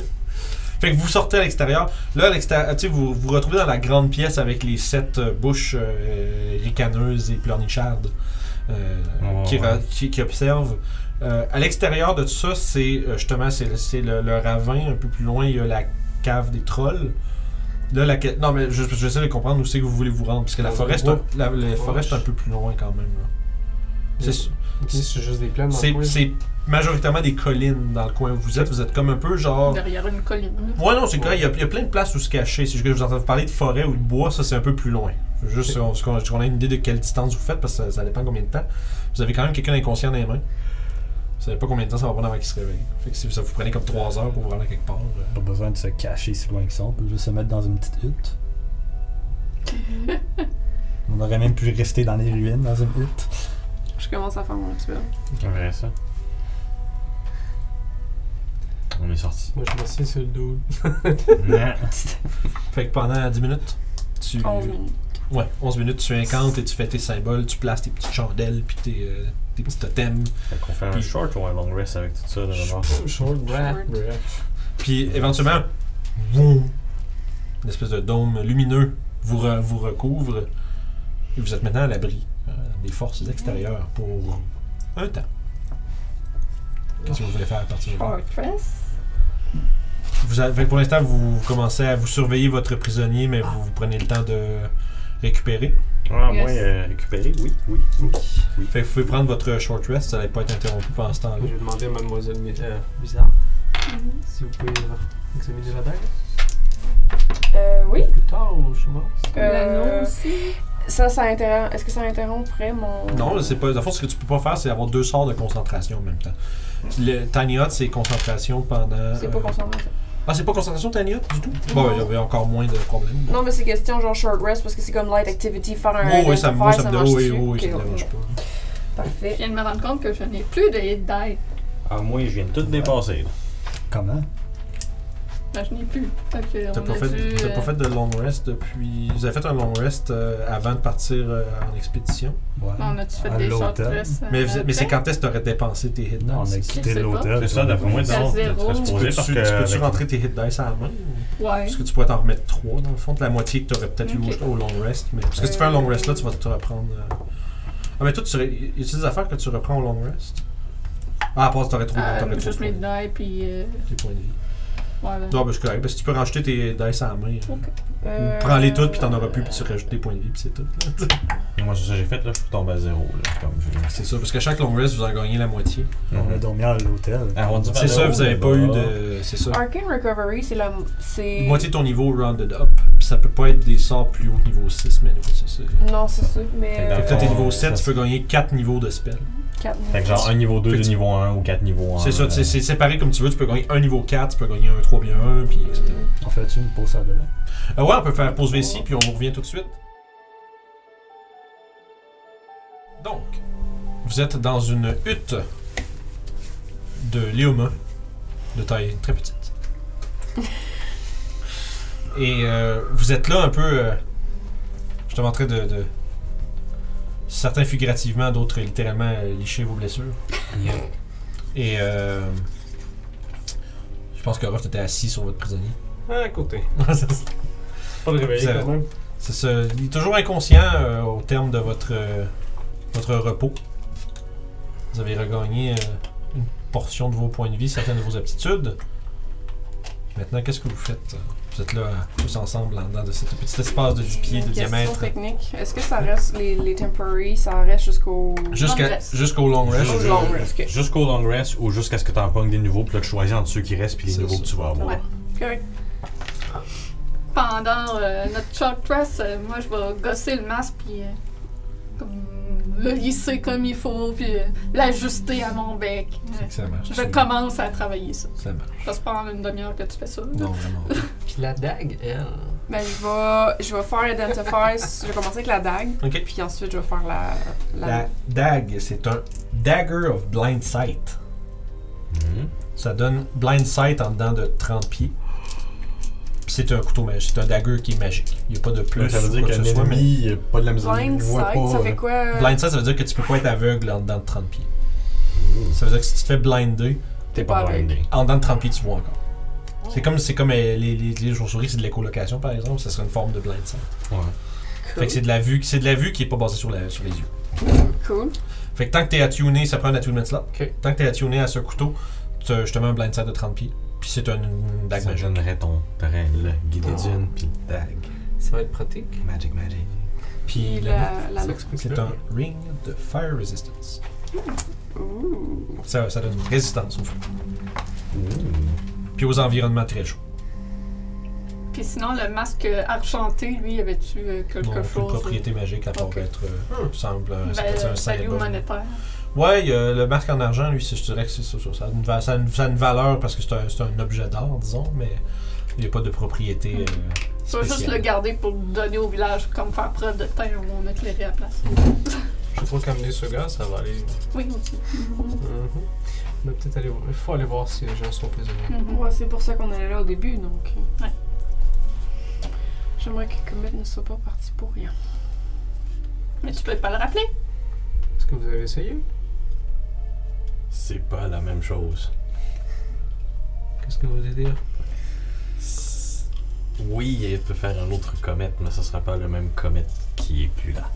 Fait que vous sortez à l'extérieur. Là, à l'extérieur, tu sais, vous vous retrouvez dans la grande pièce avec les sept euh, bouches euh, ricaneuses et pleurnichardes euh,
Oh,
Ouais,
qui, ra-
ouais.
qui- qui observent. Euh, à l'extérieur de tout ça, c'est euh, justement c'est le, c'est le- le ravin. Un peu plus loin, il y a la cave des trolls. Là, la ca- non, mais je- je- j'essaie de comprendre où c'est que vous voulez vous rendre, parce que la
Ouais,
forêt, c'est un,
Euh, ouais.
la, la
Ouais.
forêt, c'est un peu plus loin quand même. là. C'est sûr.
Ok, c'est juste des plaines dans
C'est
le coin.
c'est majoritairement des collines dans le coin où vous êtes. Vous êtes comme un peu genre.
Derrière une colline.
Ouais, non, c'est correct. Il y, a, il y a plein de places où se cacher. Si je vous entends parler de forêt ou de bois, ça c'est un peu plus loin. Je veux Juste on- qu'on qu'on ait une idée de quelle distance vous faites, parce que ça, ça dépend combien de temps. Vous avez quand même quelqu'un d'inconscient dans les mains. Vous savez pas combien de temps ça va prendre avant qu'il se réveille. Fait que si ça vous prenez comme 3 heures pour vous rendre à quelque part. euh,
Pas besoin de se cacher si loin que ça. On peut juste se mettre dans une petite hutte. On aurait même pu rester dans les ruines, dans une hutte.
Je commence à faire mon rituel.
C'est vrai, ça. On est sorti.
Moi, je me suis sur le dos.
Fait que pendant 10 minutes, tu.
11 minutes.
Ouais, 11 minutes, tu incantes et tu fais tes symboles, tu places tes petites chandelles, puis tes, euh, tes petits totems.
Fait qu'on fait un
Puis-
short ou un long rest avec tout ça, là, d'abord.
Short breath,
Short.
breath.
Puis éventuellement, boum, une espèce de dôme lumineux vous, re- vous recouvre. Et vous êtes maintenant à l'abri euh, des forces extérieures pour un temps. Qu'est-ce que vous voulez faire à partir de là?
Fortress.
Vous a- fait que pour l'instant, vous, vous commencez à vous surveiller votre prisonnier, mais vous, vous prenez le temps de récupérer.
Ah,
Yes.
moi, euh, récupérer, oui, oui, oui.
Fait que vous pouvez prendre votre short rest, ça n'allez pas être interrompu pendant ce temps-là.
Je vais demander Ah, à mademoiselle Mi- euh, Bizarre si vous pouvez euh, examiner la bague.
Euh, oui.
Plus tard ou je suis mort.
Euh,
L'anneau aussi.
ça, ça interrompt. Est-ce que ça interromprait mon.
Non, c'est pas. Dans le fond, ce que tu peux pas faire, c'est avoir deux sorts de concentration en même temps. Le Tiny Hut, c'est concentration pendant.
C'est pas
euh,
concentration.
Ah, c'est pas concentration Tania du tout? Bon,
Non.
il y avait encore moins de problèmes.
Non, mais c'est question genre short rest parce que c'est comme light activity, faire un.
Oh, oui, ça,
un
me- moi,
affaire,
ça me dérange.
marche
Oui,
dessus.
oui,
Ok,
ça me dérange pas.
Je
Parfait.
viens de me rendre compte que je n'ai plus de hit die.
Ah, moi, je viens de tout dépasser, là.
Comment?
Ben, je n'ai plus. Fait que
T'as
on
pas,
a
fait-
dû,
t'as
euh,
pas fait de long rest depuis. Vous avez fait un long rest euh, avant de partir euh, en expédition.
Ouais.
euh, On a-tu fait
À
des short
l'automne.
rests, euh,
Mais, vous- mais c'est
après?
quand est-ce que t'aurais dépensé tes hit
Non, on a
dice?
Je
quitté
sais
l'hôtel.
C'est ça, d'après moi,
À zéro.
non. Tu
Ah, Tu
supposé
peux-tu
parce que.
tu peux-tu
avec-
rentrer tes hit dice à la main? ou-
Ouais.
Parce que tu pourrais t'en remettre trois, dans le fond, de la moitié que t'aurais peut-être
Ok.
eu au, au long rest. Mais, parce que si tu fais un long rest là, tu vas te reprendre. euh. Ah, mais toi, tu, serais- y a-t-il des affaires que tu reprends au long rest? Ah, à part si t'aurais trop.
Euh,
t'aurais trop
juste mes die, puis. euh,
tes points de vie.
ouais, ben,
Non, ben, c'est correct. Parce que tu peux rajouter tes dice à la main. hein. Mm.
Ok.
Euh,
Prends-les toutes, puis t'en auras plus, puis tu rajoutes des points de vie, puis c'est tout.
Moi, c'est ça que j'ai fait, là. Je tombe à zéro, là. Comme je...
C'est ça, parce qu'à chaque long rest, vous en gagnez la moitié.
On a dormi à l'hôtel.
Ah, on dit
C'est ça,
zéro,
vous avez
là,
pas
bah.
eu de. C'est ça.
Arcane Recovery, c'est la. C'est.
Moitié de ton niveau rounded up, puis ça peut pas être des sorts plus haut que niveau 6, mais non, ça c'est.
Non, c'est ça. Mais.
Fait que
Quand t'es
Oh,
Ah,
niveau 7, tu
ça,
peux gagner 4 niveaux de spell.
Quatre
Fait que genre un niveau 2,
Fait que
deux
tu-
niveau 1 ou quatre niveaux 1.
C'est ça, tu sais, c'est séparé comme tu veux, tu peux gagner un niveau 4, tu peux gagner un 3 bien 1, puis etc.
On fait une pause à l'heure.
Ah ouais, on peut faire pause vessie, puis on revient tout de suite. Donc, vous êtes dans une hutte de Léoma, de taille très petite. Et euh, vous êtes là un peu, euh, justement en train de, de- Certains figurativement, d'autres littéralement euh, licher vos blessures. Et euh, je pense que Ruff était assis sur votre prisonnier.
À côté. Pas de réveil
C'est-
quand même.
C'est ça. Il est toujours inconscient euh, au terme de votre, euh, votre repos. Vous avez regagné euh, une portion de vos points de vie, certaines de vos aptitudes. Maintenant, qu'est-ce que vous faites? Vous êtes là, tous ensemble, en dedans de ce petit espace de 10 pieds de
Question
diamètre.
technique. Est-ce que ça reste les, les temporary, ça reste jusqu'au.
Jusqu'à-
Long rest.
Jusqu'au long rest.
Au long rest, ok.
Jusqu'au long rest ou jusqu'à ce que t'en pognes des nouveaux, puis là tu choisis entre ceux qui restent puis les
C'est
nouveaux
ça.
que tu vas avoir.
Ouais.
Correct.
pendant euh, notre short rest, euh, moi je vais gosser le masque puis euh, comme le lisser comme il faut, puis euh, l'ajuster à mon bec. Euh,
C'est que ça marche.
Je commence à travailler ça.
Ça marche.
Ça se prend une demi-heure que tu fais ça. là.
Non, vraiment.
Puis la dague, elle.
Ben, je vais, je vais faire Identify. je vais commencer avec la dague.
Ok.
Puis ensuite, je vais faire la. la-
La dague, c'est un dagger of blind sight.
Mhm.
Ça donne blind sight en dedans de 30 pieds. Puis c'est un couteau magique. C'est un dagger qui est magique. Il n'y a pas de plus.
ça veut
ou
dire
quoi que
qu'un
ce soit, mais-
ennemi, il a pas de la misère.
Blind
il voit
sight,
pas,
ça
euh,
fait quoi euh,
Blind sight, ça veut dire que tu peux pas être aveugle en dedans de 30 pieds. Ça veut dire que si tu te fais blinder,
T'es
pas
pas
avec.
blindé.
en dedans de 30 pieds, tu vois encore. C'est comme, c'est comme euh, les, les, les chauves-souris, c'est de l'écolocation par exemple, ça serait une forme de blind sight. Fait que c'est de la vue, c'est de la vue qui est pas basée sur, la- sur les yeux.
Cool.
Fait que tant que t'es attuné, ça prend un attunement slot.
Ok.
Tant que t'es attuné à ce couteau, tu as justement un blind sight de 30 pieds. Puis c'est un- une dague
Ça
magique.
donnerait ton terrain, là. Guided
Oh.
Dune, puis Dag.
Ça va être pratique.
Magic, magic.
Puis
Puis
là,
la. la...
Ça explique
c'est
le-
un ring de fire resistance.
Ouh.
Ça, ça donne une résistance au feu. Puis aux environnements très chauds.
Puis sinon, le masque euh, argenté, lui, avait-tu euh, quelque
Donc, une
chose?
propriété magique à part
Ok.
être, euh, semble, euh,
euh,
ça
val-
peut être un
value
symbole.
monétaire.
Ouais, il y a le masque en argent, lui, c'est- je dirais que c'est ça. ça, ça a une, va- ça a une- ça a une valeur parce que c'est un, c'est un objet d'art, disons, mais il n'y a pas de propriété. euh,
Tu vas juste
spéciale.
le garder pour le donner au village, comme faire preuve de teint où on éclairait à la
Mm.
place.
Je crois qu'amener ce gars, ça va aller.
Oui, Mm-hmm. aussi.
Mhm. On va peut-être aller voir. Il faut aller voir si les gens sont prisonniers.
Mhm.
Ouais, c'est pour ça qu'on allait là au début, donc. euh,
Ouais.
J'aimerais que Comet ne soit pas parti pour rien.
Mais tu peux pas le rappeler.
Est-ce que vous avez essayé
C'est pas la même chose.
Qu'est-ce que vous voulez dire
Oui, il peut faire un autre comète, mais ce sera pas le même comète qui est plus là.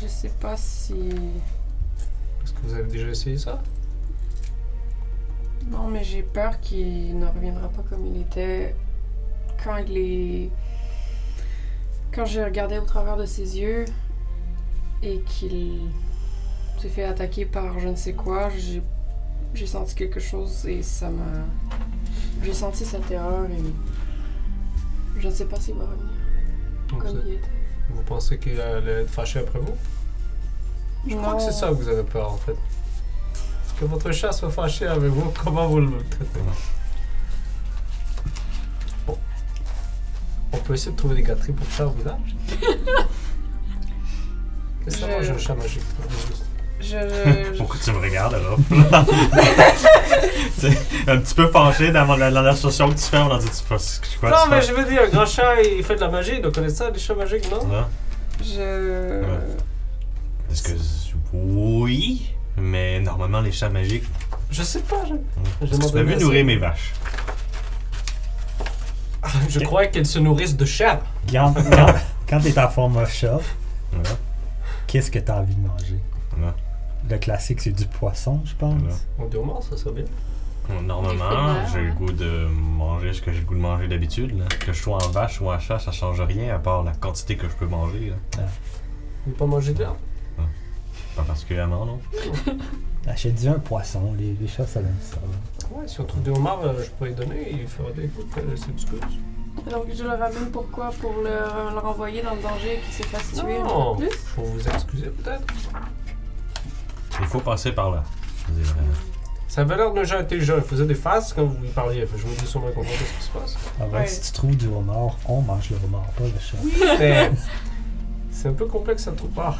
Je sais pas si.
Est-ce que vous avez déjà essayé ça
Non, mais j'ai peur qu'il ne reviendra pas comme il était quand il est. Quand j'ai regardé au travers de ses yeux et qu'il s'est fait attaquer par je ne sais quoi, j'ai, j'ai senti quelque chose et ça m'a. J'ai senti sa terreur et. Je ne sais pas s'il va revenir
Donc, vous,
comme
êtes-
il était.
vous pensez qu'il allait être fâché après vous Je crois
Non.
que c'est ça que vous avez peur en fait. Que votre chat soit fâché avec vous, comment vous le traitez Bon. On peut essayer de trouver des gâteries pour chat au village Qu'est-ce que ça
Je-
mange un chat magique toi
Je. je-
Pourquoi tu me regardes, là? T'sais, un petit peu penché dans mon- la dernière situation que tu fais, on a dit, tu passes quoi?
Non,
tu
mais
penses-
je veux dire, un grand chat il fait de la magie, donc connaissez ça, les chats magiques, non
Là,
Je.
Ouais. Est-ce que. z- Oui, mais normalement, les chats magiques.
Je sais pas, je.
Est-ce que tu m'as vu nourrir mes vaches?
Je crois qu'elles se nourrissent de chats.
Quand, quand, quand t'es en format chat,
Voilà.
qu'est-ce que t'as envie de manger?
Voilà.
Le classique, c'est du poisson, je pense.
Voilà.
On dormant, ça serait bien.
Normalement,
Des fruits de mer,
j'ai le
ouais.
goût de manger ce que j'ai le goût de manger d'habitude. là. Que je sois en vache ou en chat, ça change rien à part la quantité que je peux manger. Là.
Mais pas manger de l'herbe.
Pas particulièrement, non?
Achète-tu un poisson, les, les chats, ça aime ça. là.
Ouais, si on trouve des homards, euh, je pourrais lui donner et il fera des écoute, euh, c'est excuse.
Donc je le ramène pourquoi Pour le, le renvoyer dans le danger qui s'est fait tuer une
Non.
fois de plus
Pour vous excuser peut-être.
Il faut passer par là. Je veux dire, euh,
Ça avait l'air d'un jeu intelligent, il faisait des faces quand vous lui parliez. Fait que Je me dis sûrement qu'on comprend ce qui se passe.
Ah ouais,
Ouais.
Si tu trouves du homard, on mange le homard, pas le chat.
Mais c'est un peu complexe à tout part.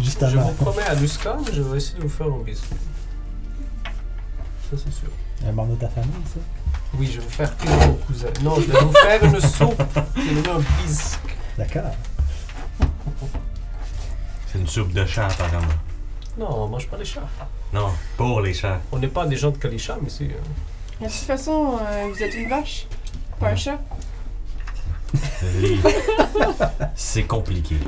Juste
Je
avant,
vous promets à Luskan, je vais essayer de vous faire un bisou. Ça c'est sûr.
un membre de ta famille, ça?
Oui, je vais vous faire cuire mon cousin. Non, je vais vous faire une soupe et donner un bisque.
D'accord.
C'est une soupe de chat, apparemment.
Non, on mange pas les chats.
Non, pour les chats.
On n'est pas des gens de Kalisha, mais c'est. euh,
Mais De toute façon, euh, vous êtes une vache, pas un chat.
Les- C'est compliqué.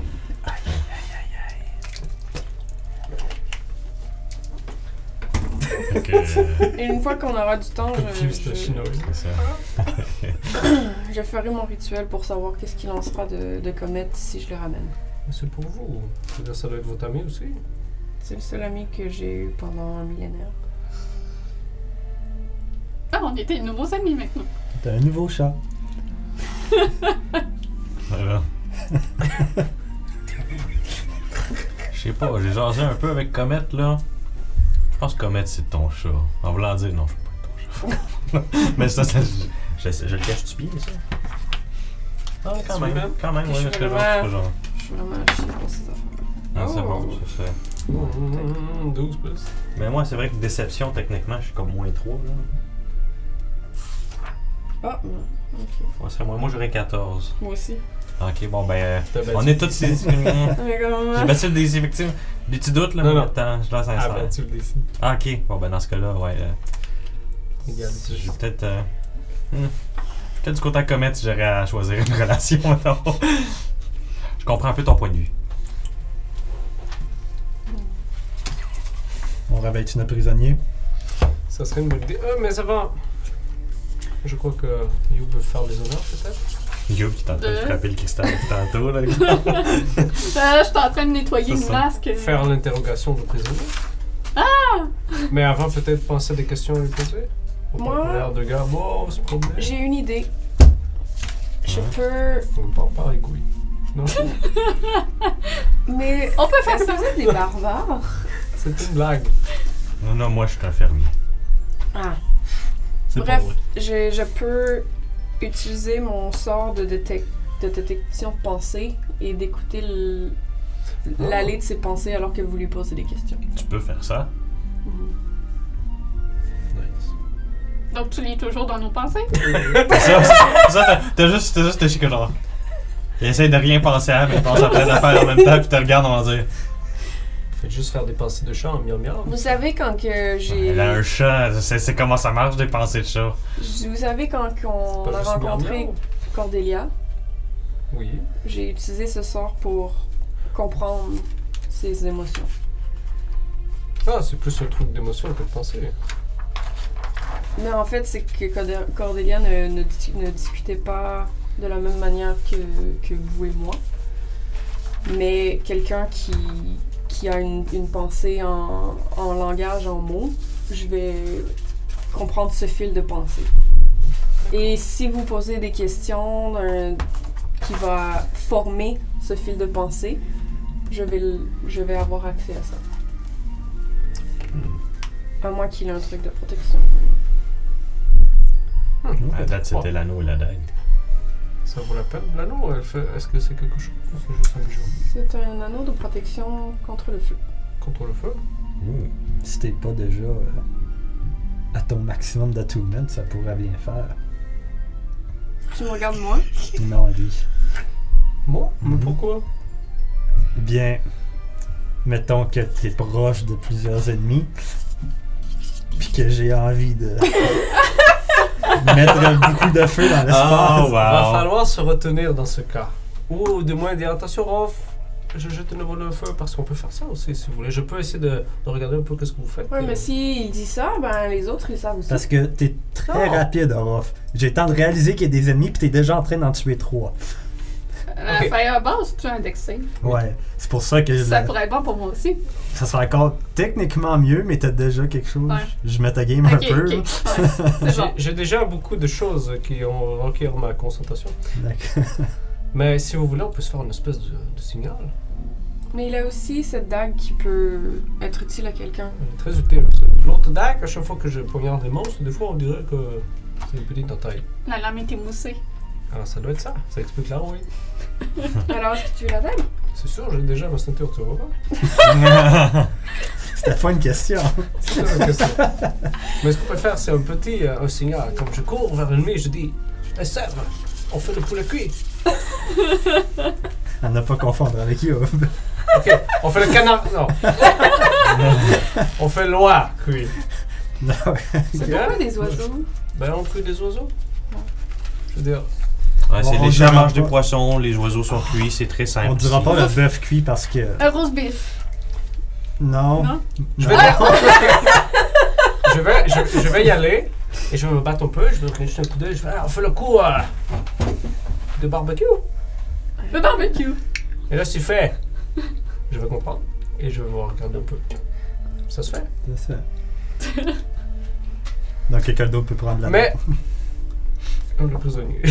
Fait que, euh,
Et une fois qu'on aura du temps, je,
Confuse the
je,
Shinobi.
c'est ça.
je ferai mon rituel pour savoir qu'est-ce qu'il en sera de, de comète si je le ramène.
C'est pour vous. C'est-à-dire, ça doit être votre ami aussi.
C'est le seul ami que j'ai eu pendant un millénaire.
Ah, on était de nouveaux amis maintenant.
T'as un nouveau chat.
Voilà. Je sais pas, j'ai jasé un peu avec Comet là. Je pense que Comet c'est ton chat. En voulant dire non, je suis pas ton chat. mais ça, ça je, je- je le cache du pied, ça. Ah, quand
Tu
même,
veux?
quand même,
Je
ouais,
suis
parce que genre,
vraiment-
c'est pas genre.
Je suis vraiment chier pour ces affaires.
Ah, c'est
Oh.
bon, c'est ça.
Hum, 12 plus.
Mais moi, c'est vrai que déception, techniquement, je suis comme moins 3 là.
Ah, non. Ok.
Moi, c'est moi, moi j'aurais 14.
Moi aussi. Oh
Ok, bon, ben, euh,
T'as battu-
on est tous ces. J'ai
Mais comment?
battu des victimes. Des petits doutes là,
Non,
mais
non.
attends, je lance un
Ah,
sort.
ben, tu le décides.
Ah, ok, bon, ben, dans ce cas-là, ouais. euh,
Regarde,
Si
tu-
j'ai peut-être. euh, hmm, Peut-être du côté à commettre si j'aurais à choisir une relation, mettons. Je comprends un peu ton point de vue.
On réveille-tu notre prisonnier?
Ça serait une bonne idée. Ah, mais avant, je crois que You peut faire les honneurs, peut-être.
Youb qui est en train de
Euh.
frapper le cristal depuis tantôt, là.
Euh, je suis en train de nettoyer
C'est
une
ça.
masque.
Faire l'interrogation du prisonnier. Ah Mais avant, peut-être penser à des questions à lui poser. Au
Moi-
partenaire de gars, bon, ce problème.
J'ai une idée. Je peux.
On va pas en parler couilles. Non,
Mais.
On peut faire
Est-ce que
ça.
vous êtes des barbares?
c'est une blague.
Non, non, moi, je suis un fermier.
Ah.
C'est
Bref,
pas vrai.
je, je peux utiliser mon sort de, détec- de détection de pensée et d'écouter le-
Oh.
l'allée de ses pensées alors que vous lui posez des questions.
Tu peux faire ça.
Nice.
Donc tu lis toujours dans nos pensées.
C'est ça, c'est ça, t'as- t'as juste, t'as juste, t'es chic, genre. Il essaie de rien penser à, mais il pense à plein d'affaires en même temps, puis te regarde, on va dire.
Faites juste faire des pensées de chat en miam miam.
Vous savez quand que j'ai.
Elle a un chat, c'est c'est comment ça marche des pensées de chat.
je- Vous savez quand qu'on
Pas
a
juste miam
rencontré
miam.
Cordélia,
Oui.
j'ai utilisé ce sort pour comprendre ses émotions.
Ah, c'est plus un truc d'émotion que de pensée.
Mais en fait, c'est que Cordé- Cordélia ne, ne dis- ne discutait pas de la même manière que, que vous et moi. Mais quelqu'un qui, qui a une, une pensée en, en langage, en mots, je vais comprendre ce fil de pensée. Et si vous posez des questions d'un- qui va former ce fil de pensée, je vais, le- je vais avoir accès à ça. À moins qu'il ait un truc de protection.
Ah,
À date, c'était l'anneau et la dague.
Ça vaut la peine. L'anneau, elle fait. Est-ce que c'est quelque chose ou c'est juste un bijou
C'est un anneau de protection contre le feu.
Contre le feu
Hmm.
Si t'es pas déjà euh, à ton maximum d'attunement, ça pourrait bien faire.
Tu me regardes moi?
Non, lui.
Moi Mais
Mhm.
pourquoi
Bien, mettons que t'es proche de plusieurs ennemis, puis que j'ai envie de mettre beaucoup de feu dans l'espace.
Ah,
Oh,
Va
wow.
falloir se retenir dans ce cas. Ou de moins dire attention, Rolf, je jette de nouveau le feu parce qu'on peut faire ça aussi si vous voulez. Je peux essayer de, de regarder un peu qu'est-ce que vous faites.
Ouais,
Euh,
mais si il dit ça, ben les autres ils savent aussi.
Parce que t'es très
Non.
rapide, Orof. J'ai le temps de réaliser qu'il y a des ennemis, puis t'es déjà en train d'en tuer trois.
Ok.
La Euh, Firebase, tu as indexé.
Ouais, c'est pour ça que
Ça
le-
pourrait être bon pour moi aussi.
ça serait encore techniquement mieux, mais t'as déjà quelque chose.
Ouais.
Je mets ta game
Ok,
un peu.
ok.
là.
Ouais, c'est
j'ai-
bon.
J'ai déjà beaucoup de choses qui ont requiert ma concentration.
D'accord.
Mais si vous voulez, on peut se faire une espèce de, de signal.
Mais il a aussi cette dague qui peut être utile à quelqu'un.
Elle est très utile. parce que L'autre dague, à chaque fois que je poignarde des monstres, des fois on dirait que c'est une petite entaille.
La lame est émoussée.
Alors ça doit être ça. Ça explique là, oui.
Alors est-ce que tu es la dague?
C'est sûr, j'ai déjà ma ceinture, tu vois pas
C'était pas une question.
C'est ça la question. Mais ce qu'on peut faire, c'est un petit euh, un signal. Comme je cours vers l'ennemi, je dis SR, on fait le poulet cuit.
À ne pas confondre avec Youb.
Ok, on fait le canard. Non. on fait l'oie cuit.
Non,
C'est
Ok.
pourquoi des oiseaux?
Ben, on cuit des oiseaux. Je veux dire,
Ouais, c'est
On- on
les chats
dira
mangent
pas.
des poissons, les oiseaux sont cuits, c'est très simple.
on dira
ici.
pas le bœuf cuit parce que.
Un roast beef.
Non.
Non.
je vais, Ah je, vais, je, je vais y aller et je vais me battre un peu. Je vais donner juste un coup d'œil. Je vais, ah, on fait le coup euh, de barbecue.
Le barbecue.
Et là, c'est fait. Je vais comprendre et je vais vous regarder un peu. Ça se fait.
C'est ça. Donc quelqu'un d'autre peut prendre la
Mais. Comme le prisonnier.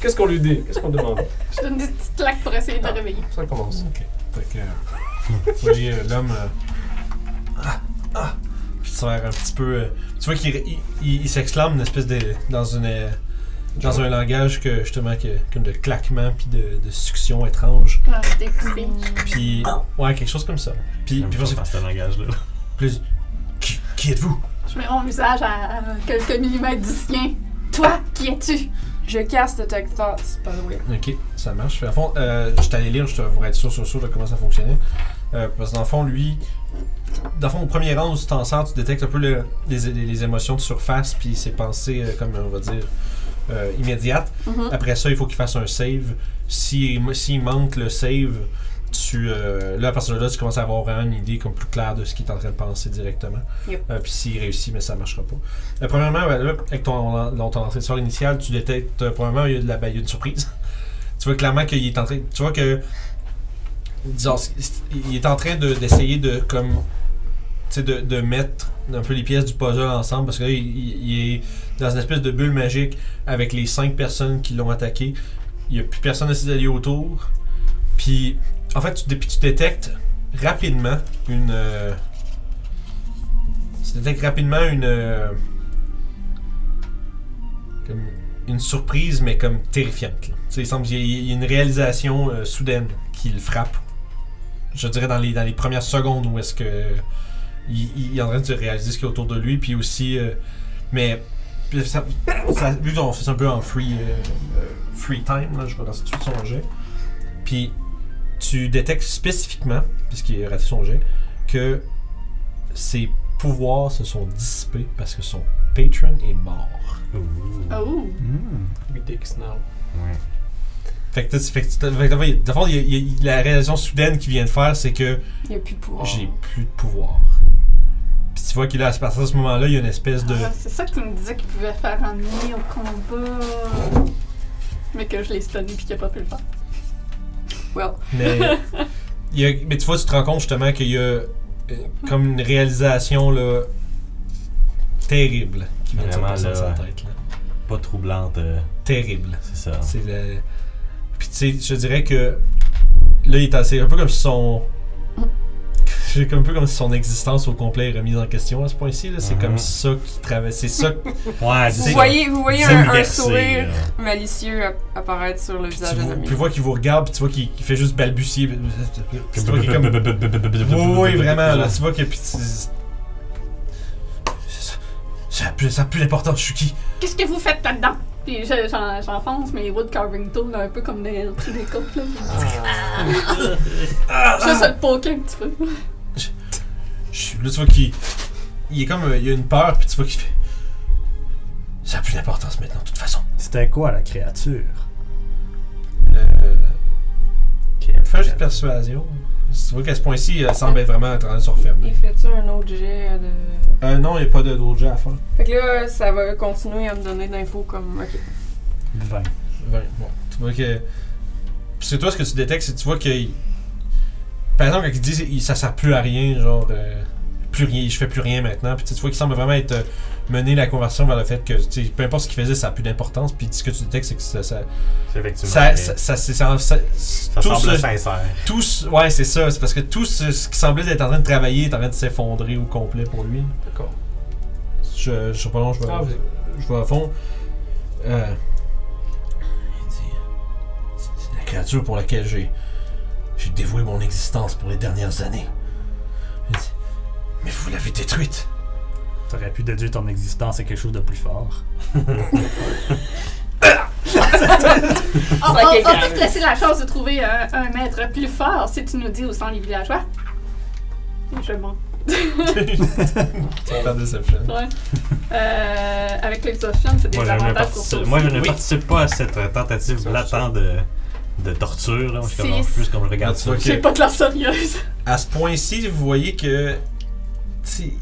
Qu'est-ce qu'on lui dit Qu'est-ce qu'on demande
Je donne des petites claques pour essayer de le réveiller.
Ça commence.
Fait que, euh, Vous voyez euh, l'homme. euh, ah, ah, qui se serre un petit peu. euh, tu vois qu'il il, il- il s'exclame une espèce de. dans une. euh, dans un langage que justement que, comme de claquement puis de, de succion étrange.
Ah, des coupés.
Puis. Ouais, quelque chose comme ça. Puis, puis,
J'aime pas ce langage-là.
plus. Qui, qui êtes-vous?
Je mets mon visage à, à quelques millimètres du sien. Toi, qui es-tu?
Je casse Detect Thoughts, by the way.
Ok, ça marche. Fait, à fond, euh, je suis allé lire juste pour être sûr, sûr, sûr de comment ça fonctionnait. Euh, parce que dans le fond, lui, dans le fond, au premier round, tu t'en sers, tu détectes un peu le- les, les- les émotions de surface, puis ses pensées, euh, comme on va dire, euh, immédiates.
Mhm.
Après ça, il faut qu'il fasse un save. Si- S'il manque le save, tu, euh, là, à partir de là, tu commences à avoir vraiment une idée comme plus claire de ce qu'il est en train de penser directement.
Yep.
Euh, Puis s'il réussit, mais ça marchera pas. Euh, premièrement, ben, là, avec ton, ton, ton lancé de sort initial, tu détectes, euh, premièrement, il y a de la ben, il y a une surprise. tu vois clairement qu'il est en train, tu vois que, disons, c- c- il est en train de- d'essayer de, comme, tu sais, de, de mettre un peu les pièces du puzzle ensemble parce que là, il, il- il est dans une espèce de bulle magique avec les cinq personnes qui l'ont attaqué. Il n'y a plus personne à s'étaler autour. Puis, en fait, tu, dé- puis tu détectes rapidement une. euh, tu détectes rapidement une. euh, comme une surprise, mais comme terrifiante. là. Tu sais, il semble qu'il y ait- il y a une réalisation euh, soudaine qui le frappe. Je dirais dans les, dans les premières secondes où est-ce que. il, il est en train de se réaliser ce qu'il y a autour de lui, puis aussi. euh, mais. puis Ça, ça, vu qu'on fait ça un peu en free, euh, euh, free time, là, je vais lancer tout de suite son jet. Puis tu détectes spécifiquement, puisqu'il a raté son jet, que ses pouvoirs se sont dissipés parce que son patron est mort.
Ah.
Ouh.
Oh!
Hmm.
We dicks now.
Ouais.
Fait que, t'as- fait que t'as- fait que, dans le fond, il y a- il y a- la réalisation soudaine qu'il vient de faire, c'est que
Il n'y a plus de pouvoir.
j'ai plus de pouvoir. Puis tu vois qu'il a, à partir de ce moment-là, il y a une espèce de.
Ah, c'est ça que tu me disais qu'il pouvait faire en nuit au combat. Mais que je l'ai stunné puis qu'il n'a pas pu le faire.
Well,
Mais, il y a- mais tu vois, tu te rends compte justement qu'il y a euh, comme une réalisation là, terrible qui vient de se
Vraiment,
passer dans
là,
sa
ouais.
tête. là.
Pas troublante, euh,
Terrible.
c'est ça.
C'est le... Puis tu sais, je dirais que là, il est assez... un peu comme si son... C'est un peu comme si son existence au complet est remise en question à ce point-ci. là. C'est
Mhm.
comme ça qu'il traverse. C'est ça que
Ouais,
vous
c'est euh,
voyez, vous voyez
c'est
un, un
versé,
sourire
là.
malicieux app- apparaître sur le
Puis
visage
tu
de
vois-
Zami.
puis tu vois qu'il vous regarde, puis tu vois qu'il qu'il fait juste balbutier. Puis Tu vois qu'il est comme... Oui, oui,
Oui,
vraiment. Là, tu vois que... Puis tu- Ça- Ça a plus, ça a plus d'importance, je suis qui?
Qu'est-ce que vous faites là-dedans? Puis je- j'en- j'enfonce mes wood carving tools un peu comme des, tous les côtes là.
Ah,
Ah,
Juste le poker un petit peu.
Je suis- Là, tu vois qu'il. Il est comme. euh, Il y a une peur, puis tu vois qu'il fait. Ça a plus d'importance maintenant, de toute façon.
C'était quoi la créature?
Euh. Fais un jet de persuasion. Si Tu vois qu'à ce point-ci, elle semble être vraiment en train de se refermer.
Il fait-tu un autre jet de.
Euh, non, il n'y a pas de- d'autre jet à faire.
Fait que là, ça va continuer à me donner d'infos comme. Ok.
20.
Ouais, bon. Tu vois que. Parce que toi, ce que tu détectes, c'est que tu vois que. Par exemple, quand ils disent il- ça sert plus à rien, genre. euh, plus rien, je fais plus rien maintenant. Puis tu sais, tu vois qu'il semble vraiment être. euh, mener la conversation vers le fait que. tu sais, peu importe ce qu'il faisait, ça n'a plus d'importance. Puis ce que tu détectes, c'est que ça- ça
C'est effectivement.
ça,
vrai.
ça, ça, c'est- ça- ça-
Ça
tout,
semble
ce-
sincère.
tout ce- ouais, c'est ça. C'est parce que tout ce, ce qui semblait être en train de travailler est en train de s'effondrer au complet pour lui.
D'accord.
Je, je sais pas, non, je vais,
Ah, vous-
je vais à fond. Euh, il dit, c'est c'est la créature pour laquelle j'ai, j'ai dévoué mon existence pour les dernières années. Il dit, mais vous l'avez détruite.
T'aurais pu déduire ton existence à quelque chose de plus fort.
On, on-
Ça,
on
quelqu'un.
peut te laisser la chance de trouver un, un maître plus fort si tu nous dis où sont les villageois. Je mens.
C'est faire déception.
Ouais. Euh, avec l'exhaustion, c'est des
Moi, je ne
avantages pour toi
participe,
aussi.
moi, je ne
Oui.
participe pas à cette euh, tentative
Ça,
blatant de, de torture. Là. Moi, Je suis comme,
Six.
non, plus comme je regarde ça.
Ok.
J'ai pas de l'air sérieuse.
à ce point-ci, vous voyez que. tu sais,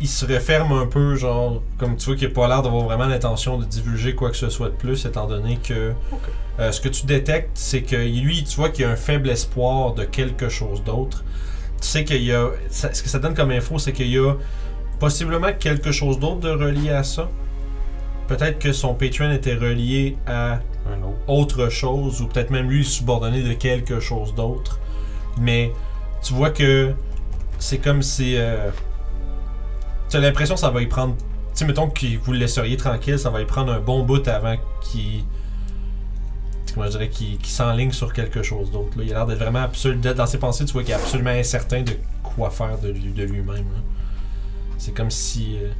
Il se referme un peu, genre, comme tu vois qu'il n'a pas l'air d'avoir vraiment l'intention de divulguer quoi que ce soit de plus, étant donné que
Ok.
euh, ce que tu détectes, c'est que lui, tu vois qu'il a un faible espoir de quelque chose d'autre. Tu sais qu'il y a. ça- ce que ça donne comme info, c'est qu'il y a possiblement quelque chose d'autre de relié à ça. Peut-être que son Patreon était relié à
Un autre.
autre chose, ou peut-être même lui subordonné de quelque chose d'autre. Mais tu vois que c'est comme si. euh, tu as l'impression que ça va y prendre. Tu sais, mettons que vous le laisseriez tranquille, ça va y prendre un bon bout avant qu'il. Comment je dirais, qu'il qu'il s'enligne sur quelque chose d'autre. là. Il a l'air d'être vraiment absolu. d'être Dans ses pensées, tu vois qu'il est absolument incertain de quoi faire de, lui- de lui-même. là. C'est comme si. euh,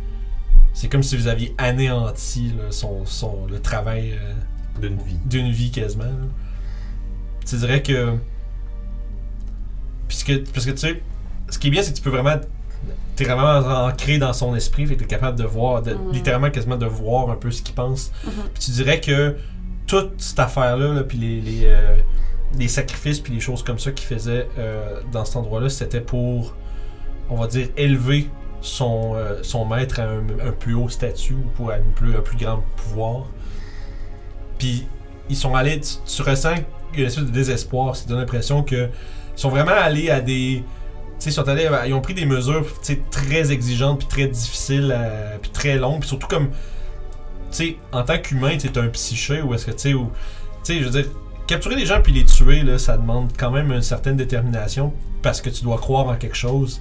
c'est comme si vous aviez anéanti là, son, son, le travail. euh,
D'une vie.
d'une vie quasiment. là. Tu dirais que. Puisque, parce que tu sais, ce qui est bien, c'est que tu peux vraiment. T'es vraiment ancré dans son esprit, fait que t'es capable de voir, de-
Mhm.
littéralement quasiment de voir un peu ce qu'il pense.
Mhm.
Puis tu dirais que toute cette affaire-là, là, puis les, les, euh, les sacrifices, puis les choses comme ça qu'il faisait euh, dans cet endroit-là, c'était pour, on va dire, élever son, euh, son maître à un, un plus haut statut ou pour un plus, un plus grand pouvoir. Puis ils sont allés, tu, tu ressens une espèce de désespoir, c'est donne l'impression que ils sont vraiment allés à des tu sais, ils sont allés à- ils ont pris des mesures tu sais, très exigeantes puis très difficiles à- puis très longues puis surtout comme tu sais en tant qu'humain tu es un psyché ou est-ce que tu sais ou tu sais je veux dire capturer des gens puis les tuer là ça demande quand même une certaine détermination parce que tu dois croire en quelque chose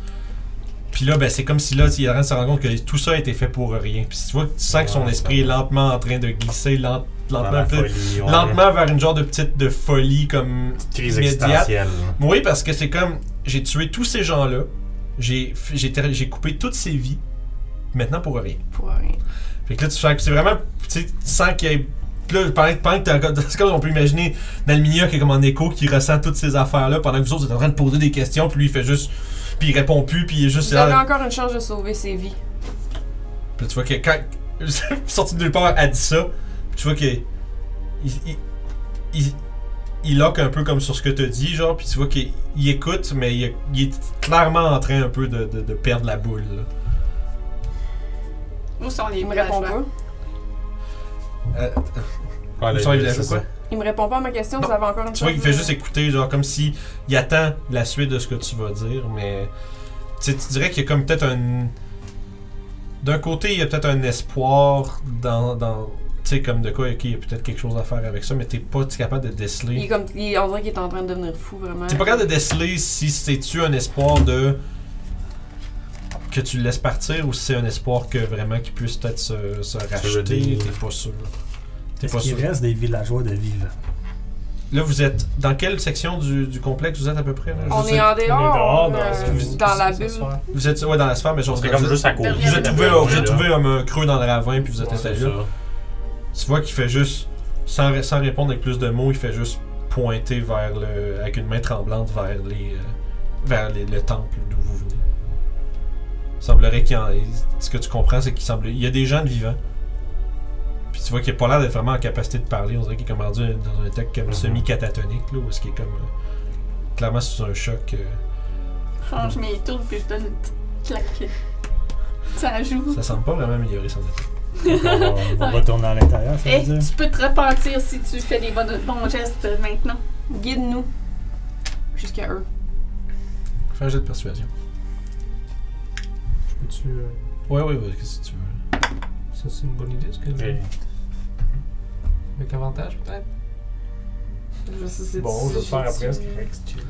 puis là, ben, c'est comme si là, il est en train de se rendre compte que tout ça a été fait pour rien. Puis tu vois, que tu sens que son
Ouais,
esprit est
ouais.
lentement en train de glisser, lent-
Dans
lentement,
la
peut-
folie, ouais.
lentement vers une genre de petite de folie comme
Crise
immédiate.
existentielle.
Oui, parce que c'est comme j'ai tué tous ces gens-là, j'ai f- j'ai ter- j'ai coupé toutes ces vies, maintenant pour rien.
Pour rien.
Fait que là, tu sens que c'est vraiment. Tu sais, tu sens qu'il y a. puis Là, pendant, pendant que t'es encore- c'est comme on peut imaginer Nalminia qui est comme en écho, qui ressent toutes ces affaires-là, pendant que vous autres vous êtes en train de poser des questions, puis lui il fait juste. Puis il répond plus, puis il est juste ah,
Vous
là.
avez encore une chance de sauver ses vies.
Puis tu vois que quand. sorti de nulle part, a dit ça. Puis tu vois que. Il. Il. Il, il lock un peu comme sur ce que t'as dit, genre. Puis tu vois qu'il il écoute, mais il, il est clairement en train un peu de, de- de perdre la boule, là.
Où sont les
Il me répond
villageois?
pas.
Euh,
Ouais,
Ils sont
là,
villageaux,
c'est
quoi.
ça.
Il me répond pas à ma question,
Non.
vous avez encore une
tu vois
chance.
qu'il fait
de-
juste écouter, genre, comme si il attend la suite de ce que tu vas dire, mais. Tu sais, tu dirais qu'il y a comme peut-être un. D'un côté, il y a peut-être un espoir dans. dans tu sais, comme de quoi, ok, il y a peut-être quelque chose à faire avec ça, mais t'es pas t'es capable de déceler.
Il est comme, il- on dirait qu'il est en train de devenir fou, vraiment.
T'es pas capable de déceler si c'est-tu un espoir de. que tu le laisses partir ou si c'est un espoir que vraiment qu'il puisse peut-être se, se
veux
racheter.
dire-
T'es pas sûr. T'es
Est-ce
pas
qu'il
sûr.
reste des villageois de vivants?
Là, vous êtes. Dans quelle section du, du complexe vous êtes à peu près là?
On
vous,
est
êtes,
en dehors,
dehors, dans-
euh,
vous-
dans
Ça
la bulle.
se fait.
vous êtes ouais, dans la sphère, mais genre.
On serait
vous
comme
êtes-
juste à côté.
Vous êtes trouvé, vous êtes trouvé comme un creux dans le ravin, puis vous êtes
Ouais, c'est
installé là.
ça.
Tu vois qu'il fait juste. Sans, ré- sans répondre avec plus de mots, il fait juste pointer vers le. avec une main tremblante vers les. euh, vers les- le temple d'où vous venez. Il semblerait qu'il y en. Ce que tu comprends, c'est qu'il semble. Il y a des gens de vivants. Puis tu vois qu'il n'a pas l'air d'être vraiment en capacité de parler. On dirait qu'il est comme rendu dans un état comme
Mhm.
semi-catatonique, là, où est-ce qu'il est comme. euh, clairement sous un choc. euh,
Change mes tours puis je donne une petite claque. Ça joue.
ça semble pas vraiment améliorer son état.
Donc, on va, on va retourner à l'intérieur, ça
Eh,
veut dire?
tu peux te repentir si tu fais des bons, bons gestes euh, maintenant.
Guide-nous jusqu'à eux.
Fais un jet de persuasion.
Je peux-tu. euh,
Ouais, ouais, ouais, qu'est-ce que tu veux.
Ça, c'est une bonne idée, ce que.
Ouais.
Avec avantage, peut-être
Je sais, c'est
Bon, je vais le faire après, c'est
correct.
correct, c'est chill.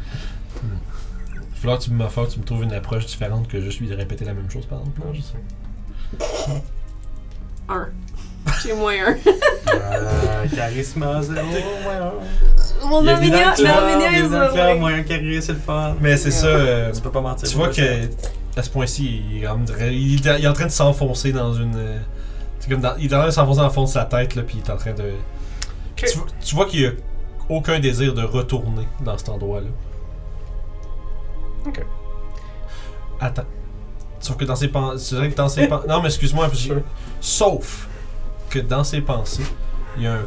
Il va falloir que tu me fasses- tu me trouves une approche différente que juste lui de répéter la même chose, par exemple.
Non, je sais.
Un. J'ai moins un.
Euh, Charisme à zéro,
Oh,
ouais, hein.
Mon
Il y a des
Arminia,
dents,
l'Arminia
des
est
dents,
zéro.
moyen carré, c'est le fun.
Mais c'est ça. euh,
Tu peux pas mentir.
tu vois
c'est
que à ce point-ci, il, est en- il est- il est en train de s'enfoncer dans une. euh, C'est comme dans- il est en train de s'enfoncer dans le fond de sa tête, là, puis il est en train de. Puis Tu, vois- tu vois qu'il n'y a aucun désir de retourner dans cet endroit-là.
Ok.
Attends. Sauf que dans ses pensées. C'est vrai que dans ses pensées. Non, mais excuse-moi. parce que-
Sure.
Sauf que dans ses pensées, il y a un.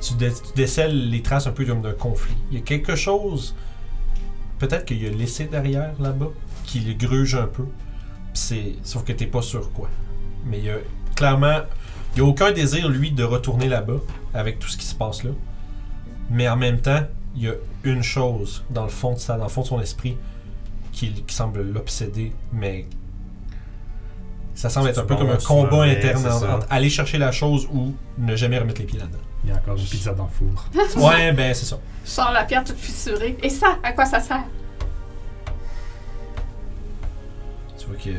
Tu, dé- tu décèles les traces un peu comme d'un conflit. Il y a quelque chose. Peut-être qu'il a laissé derrière là-bas, qui le gruge un peu. Puis c'est sauf que t'es pas sûr quoi. Mais il y a clairement, il y a aucun désir lui de retourner là-bas avec tout ce qui se passe là. Mais en même temps, il y a une chose dans le fond de ça, dans le fond de son esprit, qui, qui semble l'obséder, mais ça semble être un peu
Bon,
comme un
c'est
combat
mauvais,
interne
c'est
en-
ça.
entre aller chercher la chose ou ne jamais remettre les pieds là-dedans.
Il y a encore une pizza dans le four.
Ouais, ben c'est ça.
Je sors la pierre toute fissurée. Et ça, à quoi ça sert?
Tu vois que.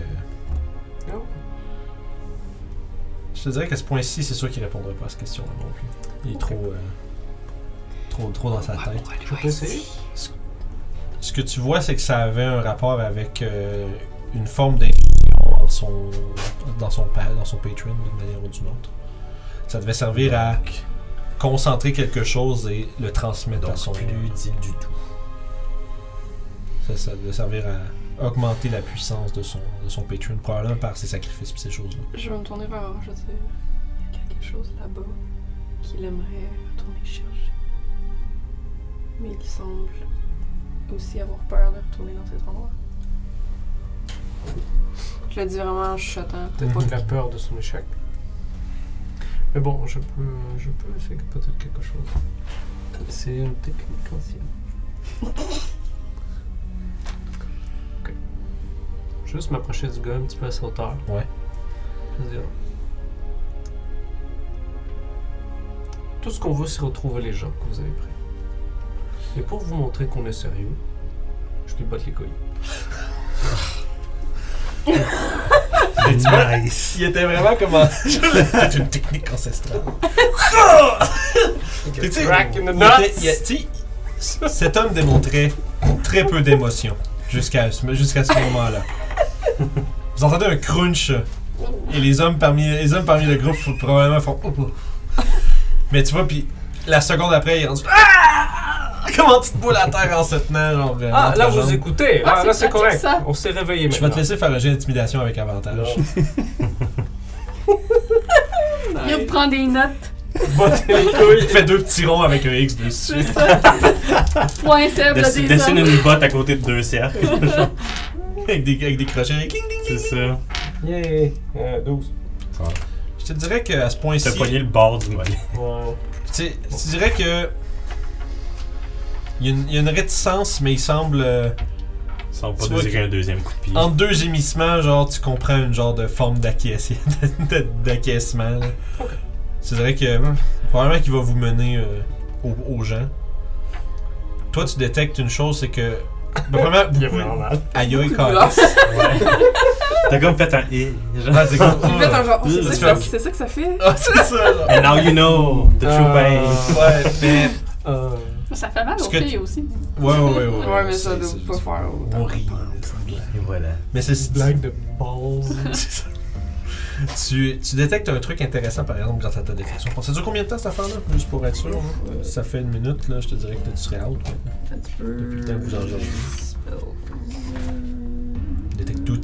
Je te dirais qu'à ce point-ci, c'est sûr qu'il répondra pas à cette question-là non plus. Il est trop, euh, trop, trop dans sa tête.
Je peux essayer.
Ce que tu vois, c'est que ça avait un rapport avec euh, une forme d'infusion dans son, dans, son, pa- dans son patron d'une manière ou d'une autre. Ça devait servir à concentrer quelque chose et le transmettre à
Donc,
euh,
son
plus utile du tout.
Ça, ça devait servir à augmenter la puissance de son, de son patron, probablement par ses sacrifices et ces choses-là.
Je vais me tourner vers Roche, je sais. Il y a quelque chose là-bas qu'il aimerait retourner chercher. Mais il semble aussi avoir peur de retourner dans cet endroit. Je le dis vraiment en chuchotant.
Mhm.
Peut-être qu'il a peur de son échec. Mais bon, je peux, je peux essayer peut-être quelque chose. C'est une technique ancienne. ok. Je vais Juste m'approcher du gars un petit peu à sa hauteur.
Ouais.
Je veux dire. Tout ce qu'on veut, c'est retrouver les gens que vous avez pris. Et pour vous montrer qu'on est sérieux, je lui botte les couilles.
Nice.
Il était vraiment comme. C'est une technique ancestrale. Tu sais,
Crack in
il
the nuts!
était- il a- tu sais, cet homme démontrait très peu d'émotion jusqu'à ce, jusqu'à ce moment-là. Vous entendez un crunch et les hommes parmi, les hommes parmi le groupe font- probablement font. Mais tu vois, puis la seconde après, il est rendu. Ah! Comment tu te boules à terre en se tenant, genre. euh,
Ah,
entre
là
les
vous
jambes.
écoutez!
Ah,
Ah,
c'est
là c'est
pratique,
correct!
ça.
On s'est réveillé
Je vais
maintenant.
te laisser faire un jet d'intimidation avec avantage. Ah,
Il prend des notes.
Botter les
Il
couilles!
fait deux petits ronds avec un X dessus.
C'est ça. Point faible
Dess-
des
Dessine
hommes.
une botte à côté de deux cercles.
avec, des, avec des crochets.
C'est ça.
Yay! Euh, 12.
Je te dirais qu'à ce point-ci.
T'as pogné le bord du mollet.
Wow.
Tu sais, tu dirais que. Il y, a une, il y a une réticence, mais il semble. euh,
Sans pas
Tu vois
désirer un deuxième coup de pied.
entre deux gémissements, genre, tu comprends une genre de forme d'acquiesce- d'a- d'acquiescement. là. Tu dirais que. hum, probablement qu'il va vous mener euh, aux, aux gens. Toi, tu détectes une chose, c'est que. ben, vraiment,
Il est
beaucoup-
vraiment mal.
Aïe, aïe,
Beaucoup de
câlisse.
Ouais. T'as comme fait un i. genre.
Ah, c'est comme-
Il fait un genre, oh, c'est
Ça
ça, que
fait
ça-
ok.
c'est ça que ça fait?
Ah, c'est ça, genre.
And now you know the true pain.
Ouais, mais.
Euh,
Ça fait mal
Parce
aux
que-
filles aussi.
Ouais, ouais, ouais.
Ouais, mais ça
c'est-
doit
c'est-
pas faire
On
autant.
rit.
Et voilà.
Mais c'est
blague de balls.
tu, tu détectes un truc intéressant, par exemple, grâce à ta détection. Ça dure combien de temps cette affaire-là, juste pour être sûr? hein? Ça fait une minute, là, je te dirais que tu serais out. ouais.
Un petit peu.
Depuis le temps que vous en jouez. Détecte tout.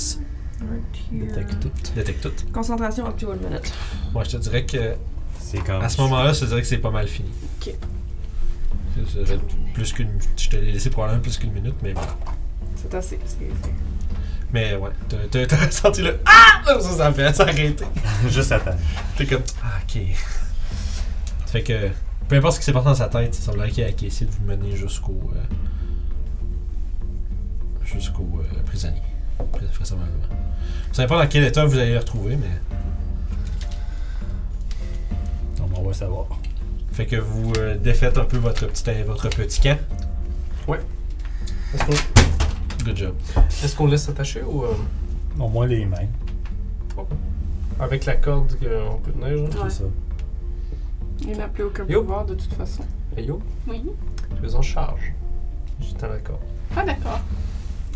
Right
tout. Détecte tout.
Concentration up to one minute.
Moi, je te dirais que
C'est comme.
à ce moment-là, je te dirais que c'est pas mal fini.
Ok.
Je te dirais Plus qu'une, je te l'ai laissé probablement plus qu'une minute, mais voilà.
C'est assez. c'est-
Mais ouais, t'as- t'as t'as ressenti le Ah! Ça, ça fait s'arrêter.
Juste attends.
T'es comme Ah, ok. Ça fait que peu importe ce qui s'est passé dans sa tête, ça semblerait qu'il a qu'il a essayé de vous mener jusqu'au euh, jusqu'au euh, prisonnier. Pris- vraisemblablement. Vous savez pas dans quel état vous allez le retrouver, mais
On va savoir.
fait que vous euh, défaites un peu votre petit votre petit camp.
Est-ce qu'on-
Good job.
Est-ce qu'on laisse attacher ou euh,
Au moins les mains.
avec la corde qu'on peut tenir? genre?
Ouais.
ça.
Il n'a plus aucun
Yo.
pouvoir de toute façon.
Hey yo,
Oui.
je suis en charge. J'étais la corde.
Ah, d'accord.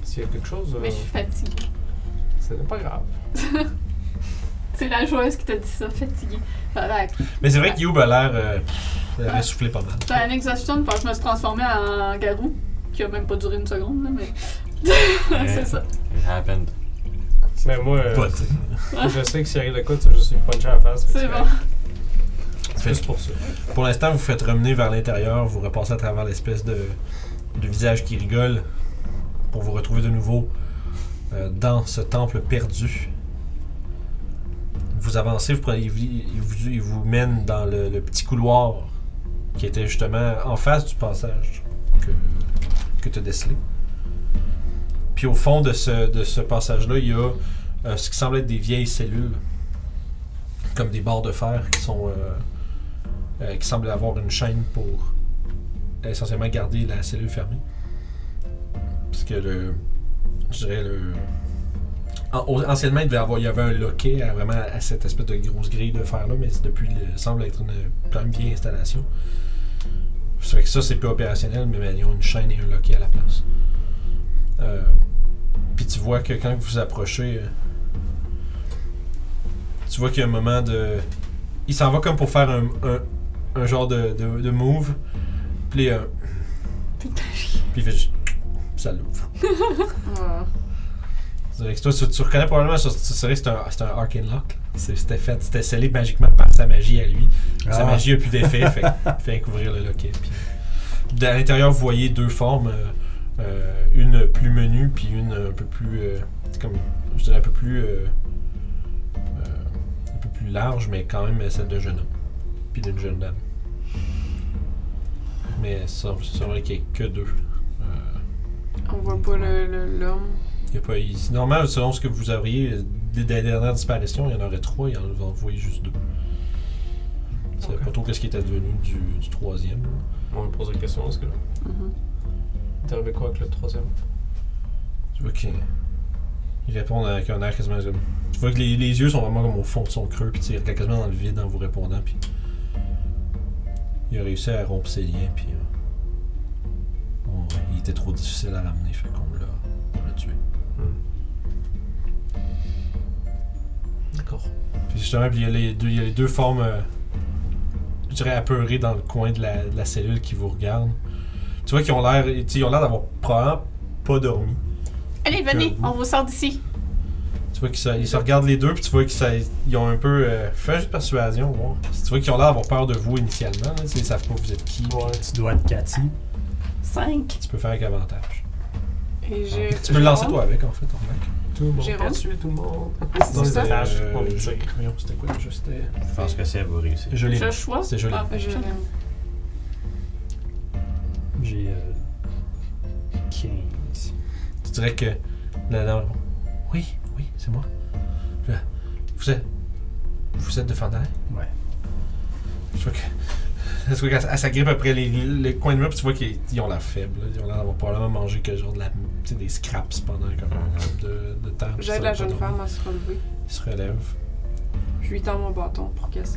S'il y a quelque chose, euh,
Mais je suis fatiguée.
ce n'est pas grave.
C'est la joueuse qui t'a dit ça, fatiguée. Voilà.
Mais c'est vrai que Youb a l'air euh, il a ressoufflé pas mal.
Dans un exhaustion, quand je me suis transformée en garou, qui a même pas duré une seconde, là, mais. c'est ça.
It happened.
Mais moi, euh,
Pas, tu sais.
je sais que s'il arrive le coup, je suis punché à la face.
C'est bon.
Fait
C'est juste pour ça.
Pour l'instant, vous faites ramener vers l'intérieur, vous repassez à travers l'espèce de, de visage qui rigole pour vous retrouver de nouveau euh, dans ce temple perdu. Vous avancez, vous prenez, il, vous, il vous- il vous mène dans le, le petit couloir qui était justement en face du passage que, que tu as décelé. Puis au fond de ce, de ce passage-là, il y a euh, ce qui semble être des vieilles cellules, comme des barres de fer qui sont... euh, euh, qui semble avoir une chaîne pour euh, essentiellement garder la cellule fermée. Puisque le. Je dirais le. an- au- anciennement, il, devait avoir, il y avait un loquet à, vraiment à cette espèce de grosse grille de fer-là, mais c'est depuis, le, semble être une, quand même vieille installation. Ça fait que ça, c'est plus opérationnel, mais ben, ils ont une chaîne et un loquet à la place. Euh, Puis tu vois que quand vous vous approchez, euh, tu vois qu'il y a un moment de. Il s'en va comme pour faire un, un- un genre de, de- de move. Puis euh,
Putain,
puis il fait juste. Ça l'ouvre.
Ah,
C'est vrai que toi, tu, tu reconnais probablement ça. C'est vrai que c'est un, c'est un Arcane Lock. là. C'est- C'était fait, c'était scellé magiquement par sa magie à lui. Sa
Ah.
magie a plus d'effet, fait, que- fait couvrir le loquet. Puis, à l'intérieur, vous voyez deux formes. euh, euh, une plus menue, puis une un peu plus. euh, c'est comme, je dirais un peu plus. euh, euh, un peu plus large, mais quand même euh, celle d'un jeune homme. Puis d'une jeune dame. Mais ça, c'est vrai qu'il n'y a que deux. Euh,
On voit pas le- le- l'homme.
il y a pas, il- c'est normal, selon ce que vous auriez, euh, des, des dernières disparitions, il y en aurait trois, il y en a envoyé juste deux. Je savais
Ok.
pas trop qu'est-ce qui était devenu du, du troisième.
On lui pose la question, est-ce que là.
Mhm.
T'es arrivé quoi avec le troisième
Tu vois qu'il il répond avec un air quasiment. comme- Tu vois que les, les yeux sont vraiment comme au fond de son creux, puis tu sais, il regarde quasiment dans le vide en vous répondant, puis. Il a réussi à rompre ses liens, puis. euh, on- il était trop difficile à ramener, fait qu'on l'a, on l'a tué.
D'accord.
Puis justement, puis il y a les deux, il y a les deux formes, euh, je dirais, apeurées dans le coin de la, de la cellule qui vous regardent. Tu vois qu'ils ont l'air, tu sais, ils ont l'air d'avoir probablement pas dormi.
Allez, venez, on vous sort d'ici.
Tu vois qu'ils se, ils se regardent les deux, puis tu vois qu'ils se- ils ont un peu euh, fait un jeu de persuasion. voir. Tu vois qu'ils ont l'air d'avoir peur de vous initialement. Là, tu sais, ils savent pas vous êtes qui.
Ouais.
Tu dois être Cathy.
5.
Tu peux faire avec avantage.
Et
Euh,
j'ai.
Ah, Tu peux le lancer toi avec en fait. En fait.
Tout le monde.
Jérôme?
Persuade tout le monde.
C'est ça?
Euh,
Avantage, on le
je-
tire.
voyons, c'était quoi déjà? C'était.
Je pense que c'est elle va réussir.
Je l'ai.
Joshua.
C'est joli.
Ah, ben,
Je-
je-
J'ai euh, 15.
Tu dirais que la dame répond Oui, oui, c'est moi. Je- vous êtes. Vous êtes de Fandai?
Ouais.
Je vois que. Je vois qu'elle elle s'agrippe après les, les coins de mur, puis tu vois qu'ils ils ont l'air faibles. là. Ils ont l'air d'avoir probablement mangé quelque genre de la, tu sais, des scraps pendant comme un groupe de, de temps.
J'aide la jeune femme à se relever.
Ils se relèvent.
Je lui tends mon bâton pour qu'elle se...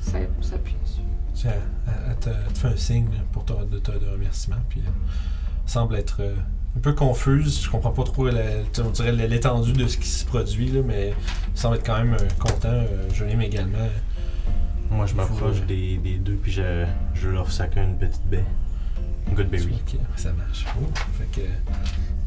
s'a- s'appuie dessus.
Tu sais, elle, elle- elle te, elle te fait un signe là, pour te, de, te- de remerciement, puis elle semble être euh, un peu confuse. Je comprends pas trop la- tu sais, on dirait l'étendue de ce qui se produit, là, mais elle semble être quand même euh, content. Euh, je l'aime également. euh,
Moi, je m'approche
Faut-
des, des deux, puis je, je leur chacun une petite baie. Good
Ben
Tu vois
baby.
que ça marche. Oh, fait que,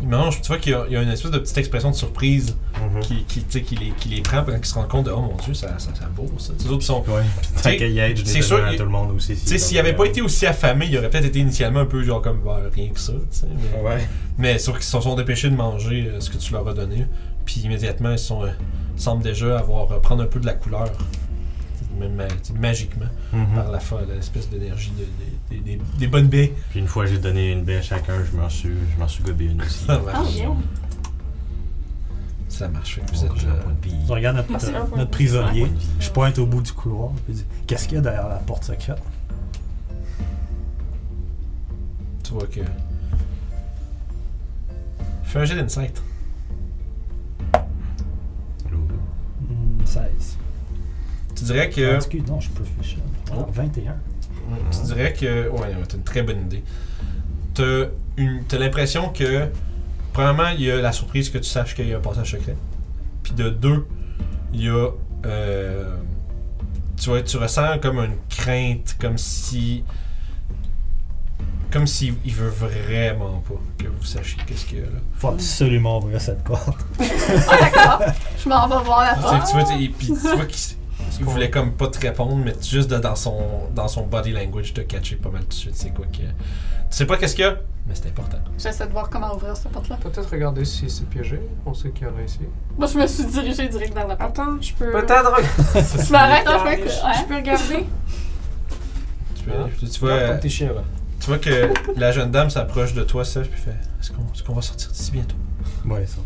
il mange, tu vois qu'il y a- il y, a une espèce de petite expression de surprise qui, qui, tu sais, qui les, qui les prend pendant qu'ils se rendent compte de Oh mon dieu, ça, ça, ça vaut ça. Les autres ils sont.
Ouais.
sais,
Tant qu'à y être, je
c'est
l'ai
sûr,
donné à
il-
tout le monde aussi.
Tu sais, s'il avait pas été aussi affamé, il aurait peut-être été initialement un peu genre comme bah, rien que ça. tu sais, Mais,
Ouais.
mais sauf qu'ils se sont dépêchés de manger euh, ce que tu leur as donné. Puis immédiatement, ils sont, euh, semblent déjà avoir euh, prendre un peu de la couleur. Même euh, tu sais, magiquement,
Mm.
par la folle, l'espèce d'énergie de- de- de- des- des bonnes baies.
Puis une fois j'ai donné une baie à chacun, je m'en suis, je m'en suis gobé une aussi.
Ça marche.
Ah, bien.
Ça marche. Fait que vous
Vous
êtes euh,
êtes
là.
un point de bille.
Je regarde notre,
Merci, Ah, un point.
notre prisonnier. Je pointe au bout du couloir. Puis je dis Qu'est-ce qu'il y a derrière la porte secrète
Tu vois que. Fais un jet d'insight.
Hmm, 16.
Tu dirais
Ah,
que.
excuse, non, je peux ficher. Ah, Voilà, 21.
Tu dirais que. Ouais, ouais, t'as une très bonne idée. T'as, une, t'as l'impression que. Premièrement, il y a la surprise que tu saches qu'il y a un passage secret. Puis de deux, il y a. euh, tu, vois, tu ressens comme une crainte, comme si. Comme s'il il veut vraiment pas que vous sachiez qu'est-ce qu'il y a là.
Faut absolument ouvrir cette porte.
Ah, d'accord. Je m'en vais voir la
Tu
porte.
sais, tu vois, tu- et puis tu vois qu'il s- qu'il voulait comme pas te répondre, mais juste de- dans son dans son body language te catcher pas mal tout de suite. C'est quoi que tu sais pas qu'est-ce qu'il y a, mais c'est important.
J'essaie de voir comment ouvrir cette porte-là.
Peut-être regarder si c'est piégé. On sait qu'il y en a ici.
Moi, je me suis dirigée direct vers la porte.
Attends, je peux.
Je m'arrête
Ah,
en fait.
Je
Ouais.
peux regarder.
Tu, peux-
Hein?
tu- tu vois,
Regarde
euh,
comme tes chiens là.
tu vois que la jeune dame s'approche de toi, Seth, puis fait Est-ce qu'on est-ce qu'on va sortir d'ici bientôt
Ouais, ça.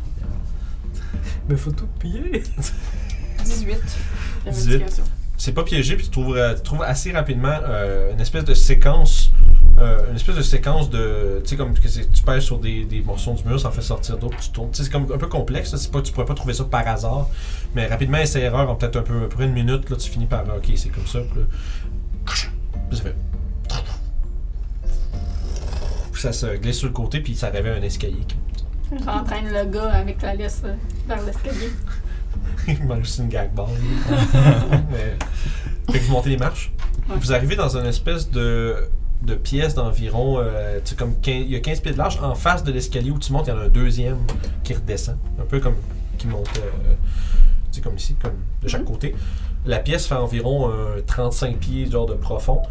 Mais faut tout piller.
18. Investigation.
C'est pas piégé, puis tu trouves, euh, tu trouves assez rapidement euh, une espèce de séquence euh, une espèce de séquence de. Tu sais, comme que c'est- tu pèses sur des, des morceaux du mur, ça en fait sortir d'autres, tu tournes. Tu sais, c'est comme un peu complexe, là, c'est pas, tu pourrais pas trouver ça par hasard. Mais rapidement, essai erreur, en peut-être un peu, à peu près une minute, là, tu finis par. ah, Ok, c'est comme ça. Puis là, puis ça fait. Puis ça se glisse sur le côté, puis ça révèle un escalier qui
J'entraîne le gars avec la laisse euh, vers l'escalier.
Il m'a juste une gag ball. Mais... Fait que vous montez les marches. Vous arrivez dans une espèce de, de pièce d'environ. euh, tu sais, comme 15 il y a 15 pieds de large. En face de l'escalier où tu montes, il y en a un deuxième qui redescend. Un peu comme qui monte. euh, tu sais, comme ici, comme de chaque
Mhm.
côté. La pièce fait environ euh, 35 pieds, genre de profond.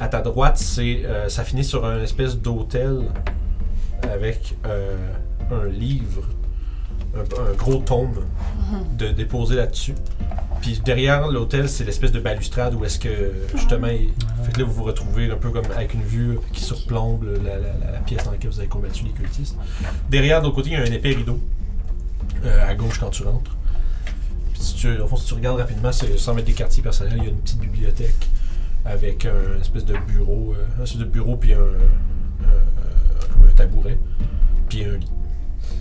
À ta droite, c'est euh, ça finit sur un espèce d'autel avec euh, un livre, un- un gros tome de déposer là-dessus. Puis derrière l'hôtel, c'est l'espèce de balustrade où est-ce que justement, il- fait que là vous vous retrouvez un peu comme avec une vue qui surplombe la, la- la- la pièce dans laquelle vous avez combattu les cultistes. Derrière, de l'autre côté, il y a un épais rideau euh, à gauche quand tu rentres. Puis si tu, au fond, si tu regardes rapidement, c'est sans mettre des quartiers personnels, il y a une petite bibliothèque avec un espèce de bureau, euh, un espèce de bureau puis un, un- comme un tabouret, puis un lit.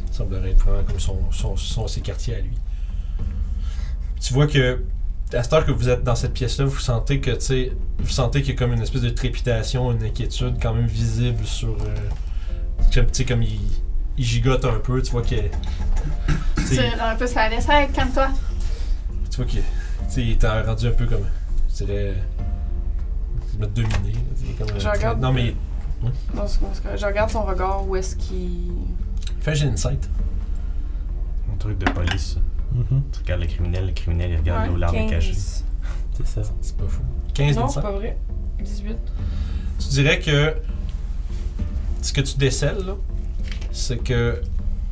Ça semblerait être vraiment comme son, son, son- ses quartiers à lui tu vois que à cette heure que vous êtes dans cette pièce-là, vous sentez que tu sais, vous sentez qu'il y a comme une espèce de trépidation, une inquiétude quand même visible sur, euh, tu sais comme il, il gigote un peu, tu vois que tu
Tu
sais,
tires un peu sur la laisse. Hey, calme-toi.
tu vois qu'il tu sais, il est rendu un peu comme, je dirais, il m'a dominé, là, tu sais, comme,
Je
euh,
regarde.
non mais
Non, c'est- c'est correct. je regarde son regard où est-ce qu'il.
fais un insight.
Un truc de police. ça.
Mm-hmm.
Tu regardes le criminel, le criminel il regarde nos larmes cachées.
15.
C'est ça.
C'est pas fou. 15
Non,
d'insight.
c'est pas vrai. 18.
tu dirais que ce que tu décèles, là, c'est que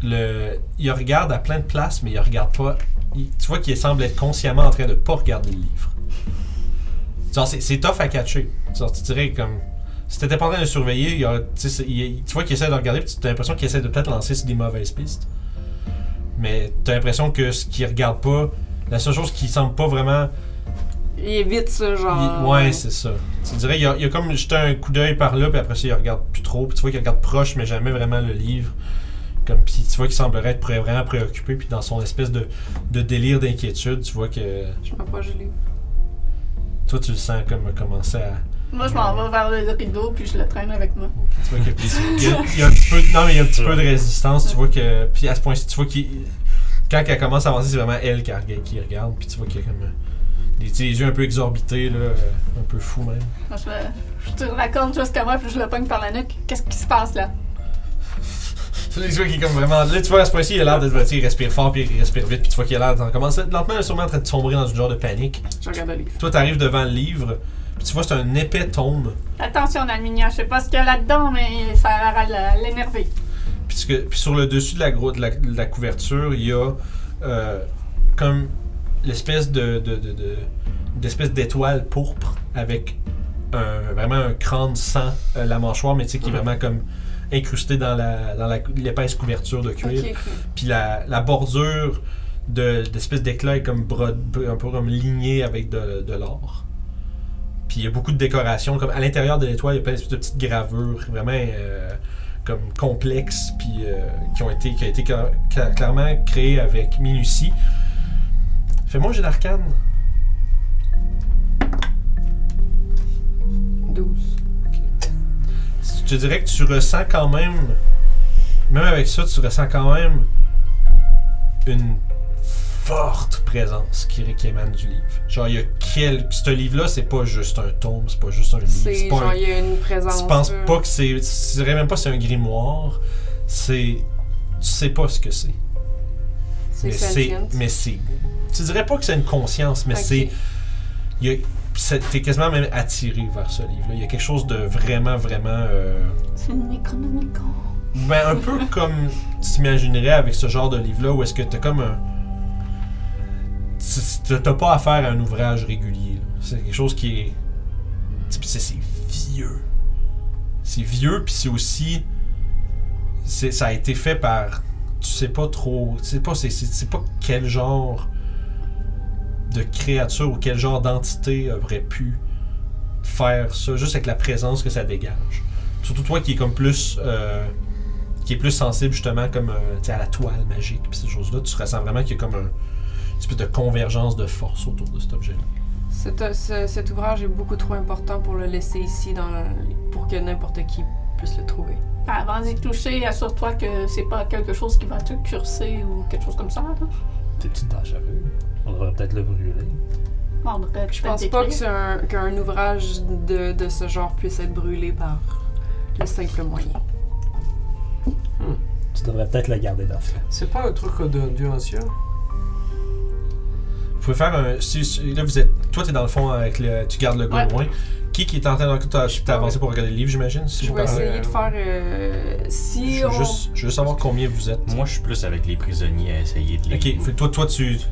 le, il regarde à plein de places, mais il regarde pas. il- tu vois qu'il semble être consciemment en train de pas regarder le livre. Genre, c'est, c'est tough à catcher. Genre, tu dirais comme. Si t'étais pas en train de le surveiller, il y a- tu sais, c'est- il- tu vois qu'il essaie de regarder, puis tu as l'impression qu'il essaie de peut-être lancer sur des mauvaises pistes. Mais t'as l'impression que ce qu'il regarde pas, la seule chose qui semble pas vraiment
Il évite ce genre.
il- ouais, c'est ça. Tu dirais, il y a, il y a comme jeté un coup d'œil par là, puis après ça, il regarde plus trop. Puis tu vois qu'il regarde proche, mais jamais vraiment le livre. Comme, puis tu vois qu'il semblerait être pré- vraiment préoccupé. Puis dans son espèce de, de délire d'inquiétude, tu vois que
Je m'en pas gelé.
toi, tu le sens comme commencer à.
Moi, je m'en vais vers le rideau puis je le traîne avec moi.
Tu vois que- il y a- il y a un petit peu de- non, mais il y a un petit peu de résistance. Tu vois que. Puis à ce point-ci, tu vois qu'il. Quand elle commence à avancer, c'est vraiment elle qui regarde. Qui regarde puis tu vois qu'il y a comme. euh, Des, tu sais, les yeux un peu exorbités, là, euh, un peu fou même.
Moi, je, le- je te raconte jusqu'à moi puis je le pogne par la nuque. Qu'est-ce qui se passe là?
C'est les yeux qui est comme vraiment. Là, tu vois, à ce point-ci, il a l'air d'être. tu sais, Il respire fort, puis il respire vite, puis tu vois qu'il a l'air d'en commencer. Lentement, il est sûrement en train de sombrer dans une genre de panique.
Je regarde le livre.
Toi, t'arrives devant le livre, puis tu vois, c'est un épais tome.
Attention, Alminia, je sais pas ce qu'il y a là-dedans, mais ça a l'air à la- l'énerver.
Puis, tu- puis sur le dessus de la, gro- de la, de la couverture, il y a euh, comme l'espèce de. de- de- de- d'espèce d'étoile pourpre avec un- vraiment un crâne sans euh, la mâchoire, mais tu sais, qui est vraiment comme incrusté dans la dans la- l'épaisse couverture de cuir.
Ok, ok.
puis la, la bordure de d'espèce d'éclat est comme brode, un peu comme lignée avec de, de l'or. Puis il y a beaucoup de décorations. Comme à l'intérieur de l'étoile, il y a plein de petites gravures vraiment euh, comme complexes, puis euh, qui ont été, qui a été cla- cla- clairement créées avec minutie. Fais-moi j'ai d'arcane.
12.
Je te dirais que tu ressens quand même, même avec ça, tu ressens quand même une forte présence qui, qui émane du livre. Genre, il y a quel... Ce livre-là, c'est pas juste un tome, c'est pas juste un livre.
C'est
c'est pas
genre,
un-
il y a une présence. euh,
Tu penses
là.
pas que c'est... Tu dirais même pas que c'est un grimoire. C'est... Tu sais pas ce que c'est.
C'est
Mais c'est...
sentient.
Mais c'est... Tu dirais pas que c'est une conscience, mais
Ok.
c'est... il y a- c'est- T'es quasiment même attiré vers ce livre-là. Il y a quelque chose de vraiment, vraiment... euh,
C'est une Necronomicon.
ben, un peu comme tu t'imaginerais avec ce genre de livre-là, où est-ce que t'as comme un. tu- tu- T'as pas affaire à un ouvrage régulier. là. C'est quelque chose qui est. tu sais, pis c'est- c'est vieux. C'est vieux, puis c'est aussi. c'est- Ça a été fait par. Tu sais pas trop. Tu sais pas, c'est- c'est c'est pas quel genre de créature ou quel genre d'entité aurait pu faire ça, juste avec la présence que ça dégage. Surtout toi qui est comme plus. euh, qui est plus sensible justement comme euh, tu sais, à la toile magique puis ces choses-là, tu ressens vraiment qu'il y a comme un, une espèce de convergence de force autour de cet objet-là.
Cet, euh, ce- cet ouvrage est beaucoup trop important pour le laisser ici dans le- pour que n'importe qui puisse le trouver.
Avant d'y toucher, assure-toi que c'est pas quelque chose qui va te curser ou quelque chose comme ça. Là.
T'es-tu dangereux? On devrait peut-être le brûler.
On devrait
Je
peut-être
pense pas
décrire.
que c'est un- qu'un ouvrage de, de ce genre puisse être brûlé par le simple moyen.
Tu devrais peut-être le garder dans ce
C'est pas un truc de dieu ancien.
Vous pouvez faire un. Si, si- là, vous êtes. Toi, t'es dans le fond avec le. Tu gardes le gars
Ouais.
loin. Qui qui est en train de. T'as t'as avancé pour regarder le livre, j'imagine si
Je
vous
vais
parlez.
essayer de faire. euh, si
Je veux
on.
juste, je veux juste savoir combien vous êtes.
Moi, je suis plus avec les prisonniers à essayer de les.
Ok, fait que toi, toi, tu. tu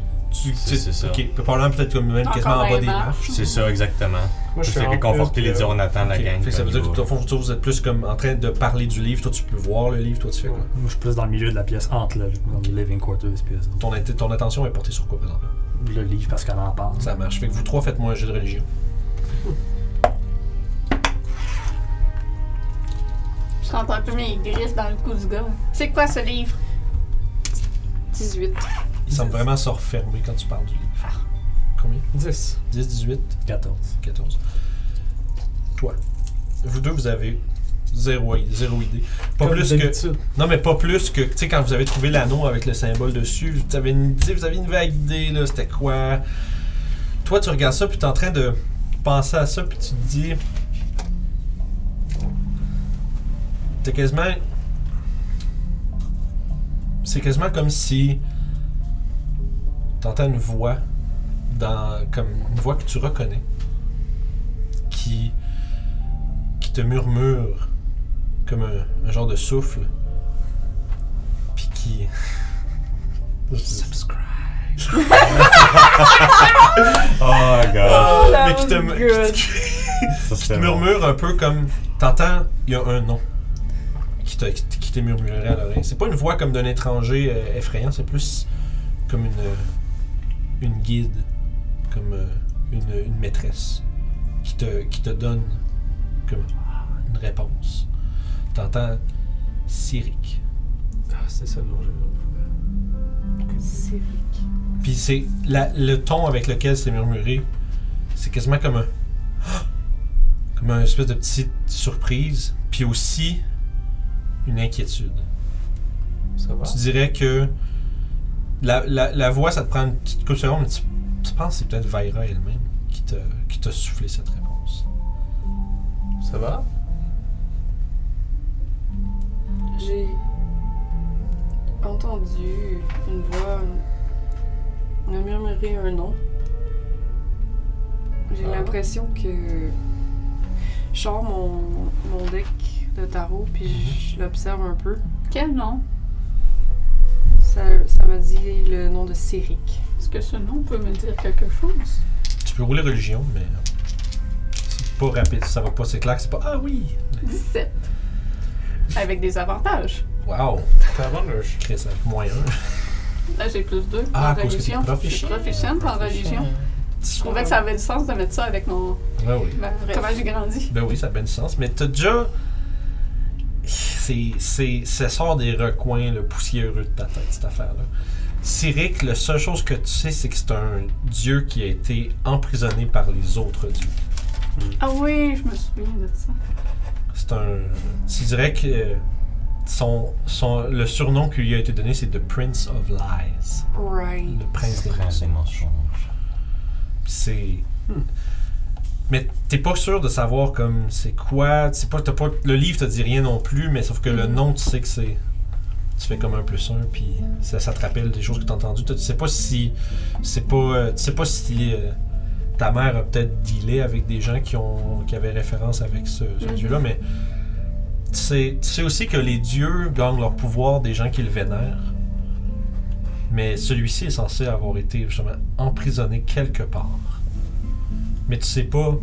C'est-
tu-
c'est ça.
Ok, probablement peut-être comme même
Encore
quasiment en bas
vingt
des
marches.
marches.
C'est ça, exactement.
Moi,
Je
suis
fais
en
que conforter
plus,
les
euh,
dire, on attend la
Ok,
gang.
fait que ça veut
comme
dire
il
que
va.
au fond, toi, vous êtes plus comme en train de parler du livre. Toi, tu peux voir le livre. Toi, tu fais quoi
Ouais.
Moi, je suis plus dans le milieu de la pièce entre le, dans le living quarters puis
ton, int- ton attention est portée sur quoi, par exemple
le livre parce qu'on en parle.
Ça marche. Fait que vous trois, faites-moi un jeu de religion.
Je sens un peu mes grises dans le cou du gars. C'est quoi ce livre?
18.
Il semble vraiment se refermer quand tu parles du livre.
Ah.
Combien
10.
10, 18
14.
14. Toi. Vous deux, vous avez zéro, i- zéro idée. Pas
Comme
plus que.
d'habitude.
Non, mais pas plus que. Tu sais, quand vous avez trouvé l'anneau avec le symbole dessus, vous avez une, idée- vous avez une vague idée, là, c'était quoi. Toi, tu regardes ça, puis t'es en train de penser à ça, puis tu te dis. T'es quasiment. C'est quasiment comme si. T'entends une voix. Dans, comme une voix que tu reconnais. Qui. Qui te murmure comme un, un genre de souffle. Puis qui. Subscribe.
Oh, God.
Mais qui te, mu-
good.
qui te
Ça, c'était
murmure un peu comme. T'entends, il y a un nom qui te, qui te- qui te murmurerait à l'oreille. C'est pas une voix comme d'un étranger euh, effrayant, c'est plus comme une. euh, une guide, comme euh, une, une maîtresse qui te, qui te donne comme une réponse. T'entends Cyric.
Ah, c'est ça le nom, j'ai
Puis c'est la- le ton avec lequel c'est murmuré, c'est quasiment comme un comme une espèce de petite surprise, puis aussi une inquiétude.
Ça va.
Tu dirais que la, la- la voix, ça te prend une petite couple de secondes, mais tu, tu penses que c'est peut-être Vaira elle-même qui t'a qui t'a soufflé cette réponse.
Ça va.
J'ai entendu une voix me murmurer un nom. J'ai
Ah.
l'impression que je sors mon, mon deck de tarot puis je l'observe un peu.
Quel nom?
Ça, ça m'a dit le nom de Céric.
Est-ce que ce nom peut me dire quelque chose?
Tu peux rouler religion, mais c'est pas rapide, ça va pas, c'est clair que c'est pas Ah oui!
17. Avec des avantages.
Wow!
T'as avant le ch-
Chris, avec moins un.
Là, j'ai plus 2
Ah, à
en
cause que t'es
religion. Je suis
proficient.
proficiente en religion. Je trouvais que ça avait du sens de mettre ça avec mon...
Ah oui.
ma-
Bref.
comment j'ai grandi.
Ben oui, ça a bien du sens. Mais t'as déjà. C'est, c'est, ça sort des recoins le poussiéreux de ta tête, cette affaire-là. Cyric, la seule chose que tu sais, c'est que c'est un dieu qui a été emprisonné par les autres dieux.
Ah oui, je me souviens de ça.
C'est un. Tu dirais que euh, son, son, le surnom qui lui a été donné, c'est The Prince of Lies.
Right.
Le prince des mensonges.
Prince des mensonges.
C'est. Mais t'es pas sûr de savoir comme c'est quoi. C'est pas, t'as pas, le livre te dit rien non plus, mais sauf que le nom, tu sais que c'est. Tu fais comme un plus un, puis ça, ça te rappelle des choses que t'as entendues. Tu sais pas si. C'est pas. euh, tu sais pas si. euh, ta mère a peut-être dealé avec des gens qui, ont, qui avaient référence avec ce, ce
Mhm.
dieu-là, mais tu sais, tu sais aussi que les dieux gagnent leur pouvoir des gens qui le vénèrent. Mais celui-ci est censé avoir été justement emprisonné quelque part. Mais tu sais pas.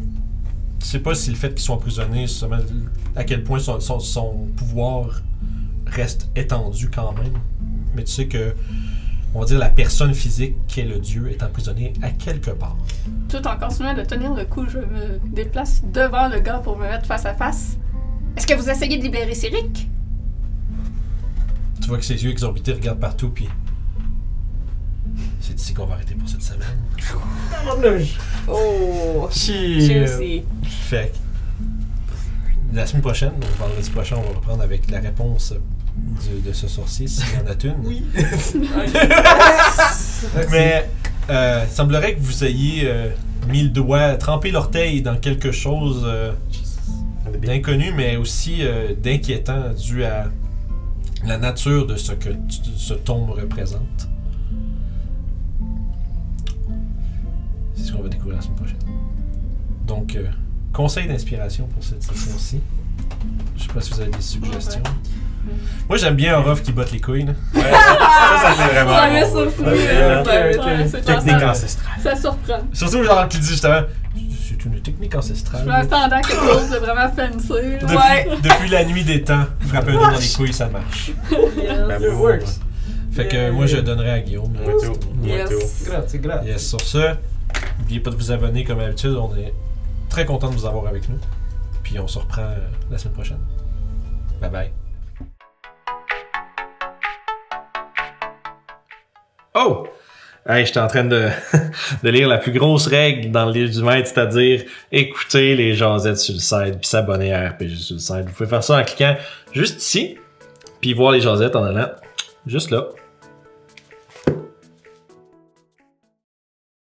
Tu sais pas si le fait qu'ils soient emprisonnés, justement, à quel point son, son- son pouvoir reste étendu quand même. Mais tu sais que, on va dire, la personne physique qui est le dieu est emprisonnée à quelque part.
Tout en continuant de tenir le coup, je me déplace devant le gars pour me mettre face à face. Est-ce que vous essayez de libérer Cyric?
Tu vois que ses yeux exorbités regardent partout, puis. C'est ici qu'on va arrêter pour cette semaine.
Oh!
Cheers.
Juicy.
Fait que La semaine prochaine, donc vendredi prochain, on va reprendre avec la réponse du- de ce sorcier, s'il y en a une. Oui. Mais euh, il semblerait que vous ayez euh, mis le doigt, trempé l'orteil dans quelque chose euh, d'inconnu, mais aussi euh, d'inquiétant dû à la nature de ce que t- ce tombe représente. C'est ce qu'on va découvrir la semaine prochaine. Donc, euh, conseil d'inspiration pour cette session-ci. Je sais pas si vous avez des suggestions. Moi, j'aime bien Orof qui botte les couilles. là.
Ça, ça fait vraiment.
Ça m'a
bon.
surpris.
Ouais,
ouais.
Ouais, c'est
Technique
ça.
ancestrale.
Ça surprend.
Surtout genre qui dit justement, c'est une technique
Je
ancestrale.
m'attendais à quelque chose de vraiment fancy. là.
Ah, Depuis, depuis la nuit des temps, frapper un doigt dans les couilles, ça marche.
Bravo.
It works.
Fait que
Yay.
moi, je donnerai à Guillaume.
Moi tout. Moi
Yes.
tout.
Grazie, grazie.
Yes, sur ce, n'oubliez pas de vous abonner comme à l'habitude. On est très content de vous avoir avec nous. Puis on se reprend euh, la semaine prochaine. Bye bye. Oh! Hey, j'étais en train de, de lire la plus grosse règle dans le livre du maître, c'est-à-dire écouter les jasettes sur le site puis s'abonner à RPG sur le site. Vous pouvez faire ça en cliquant juste ici, puis voir les jasettes en allant juste là.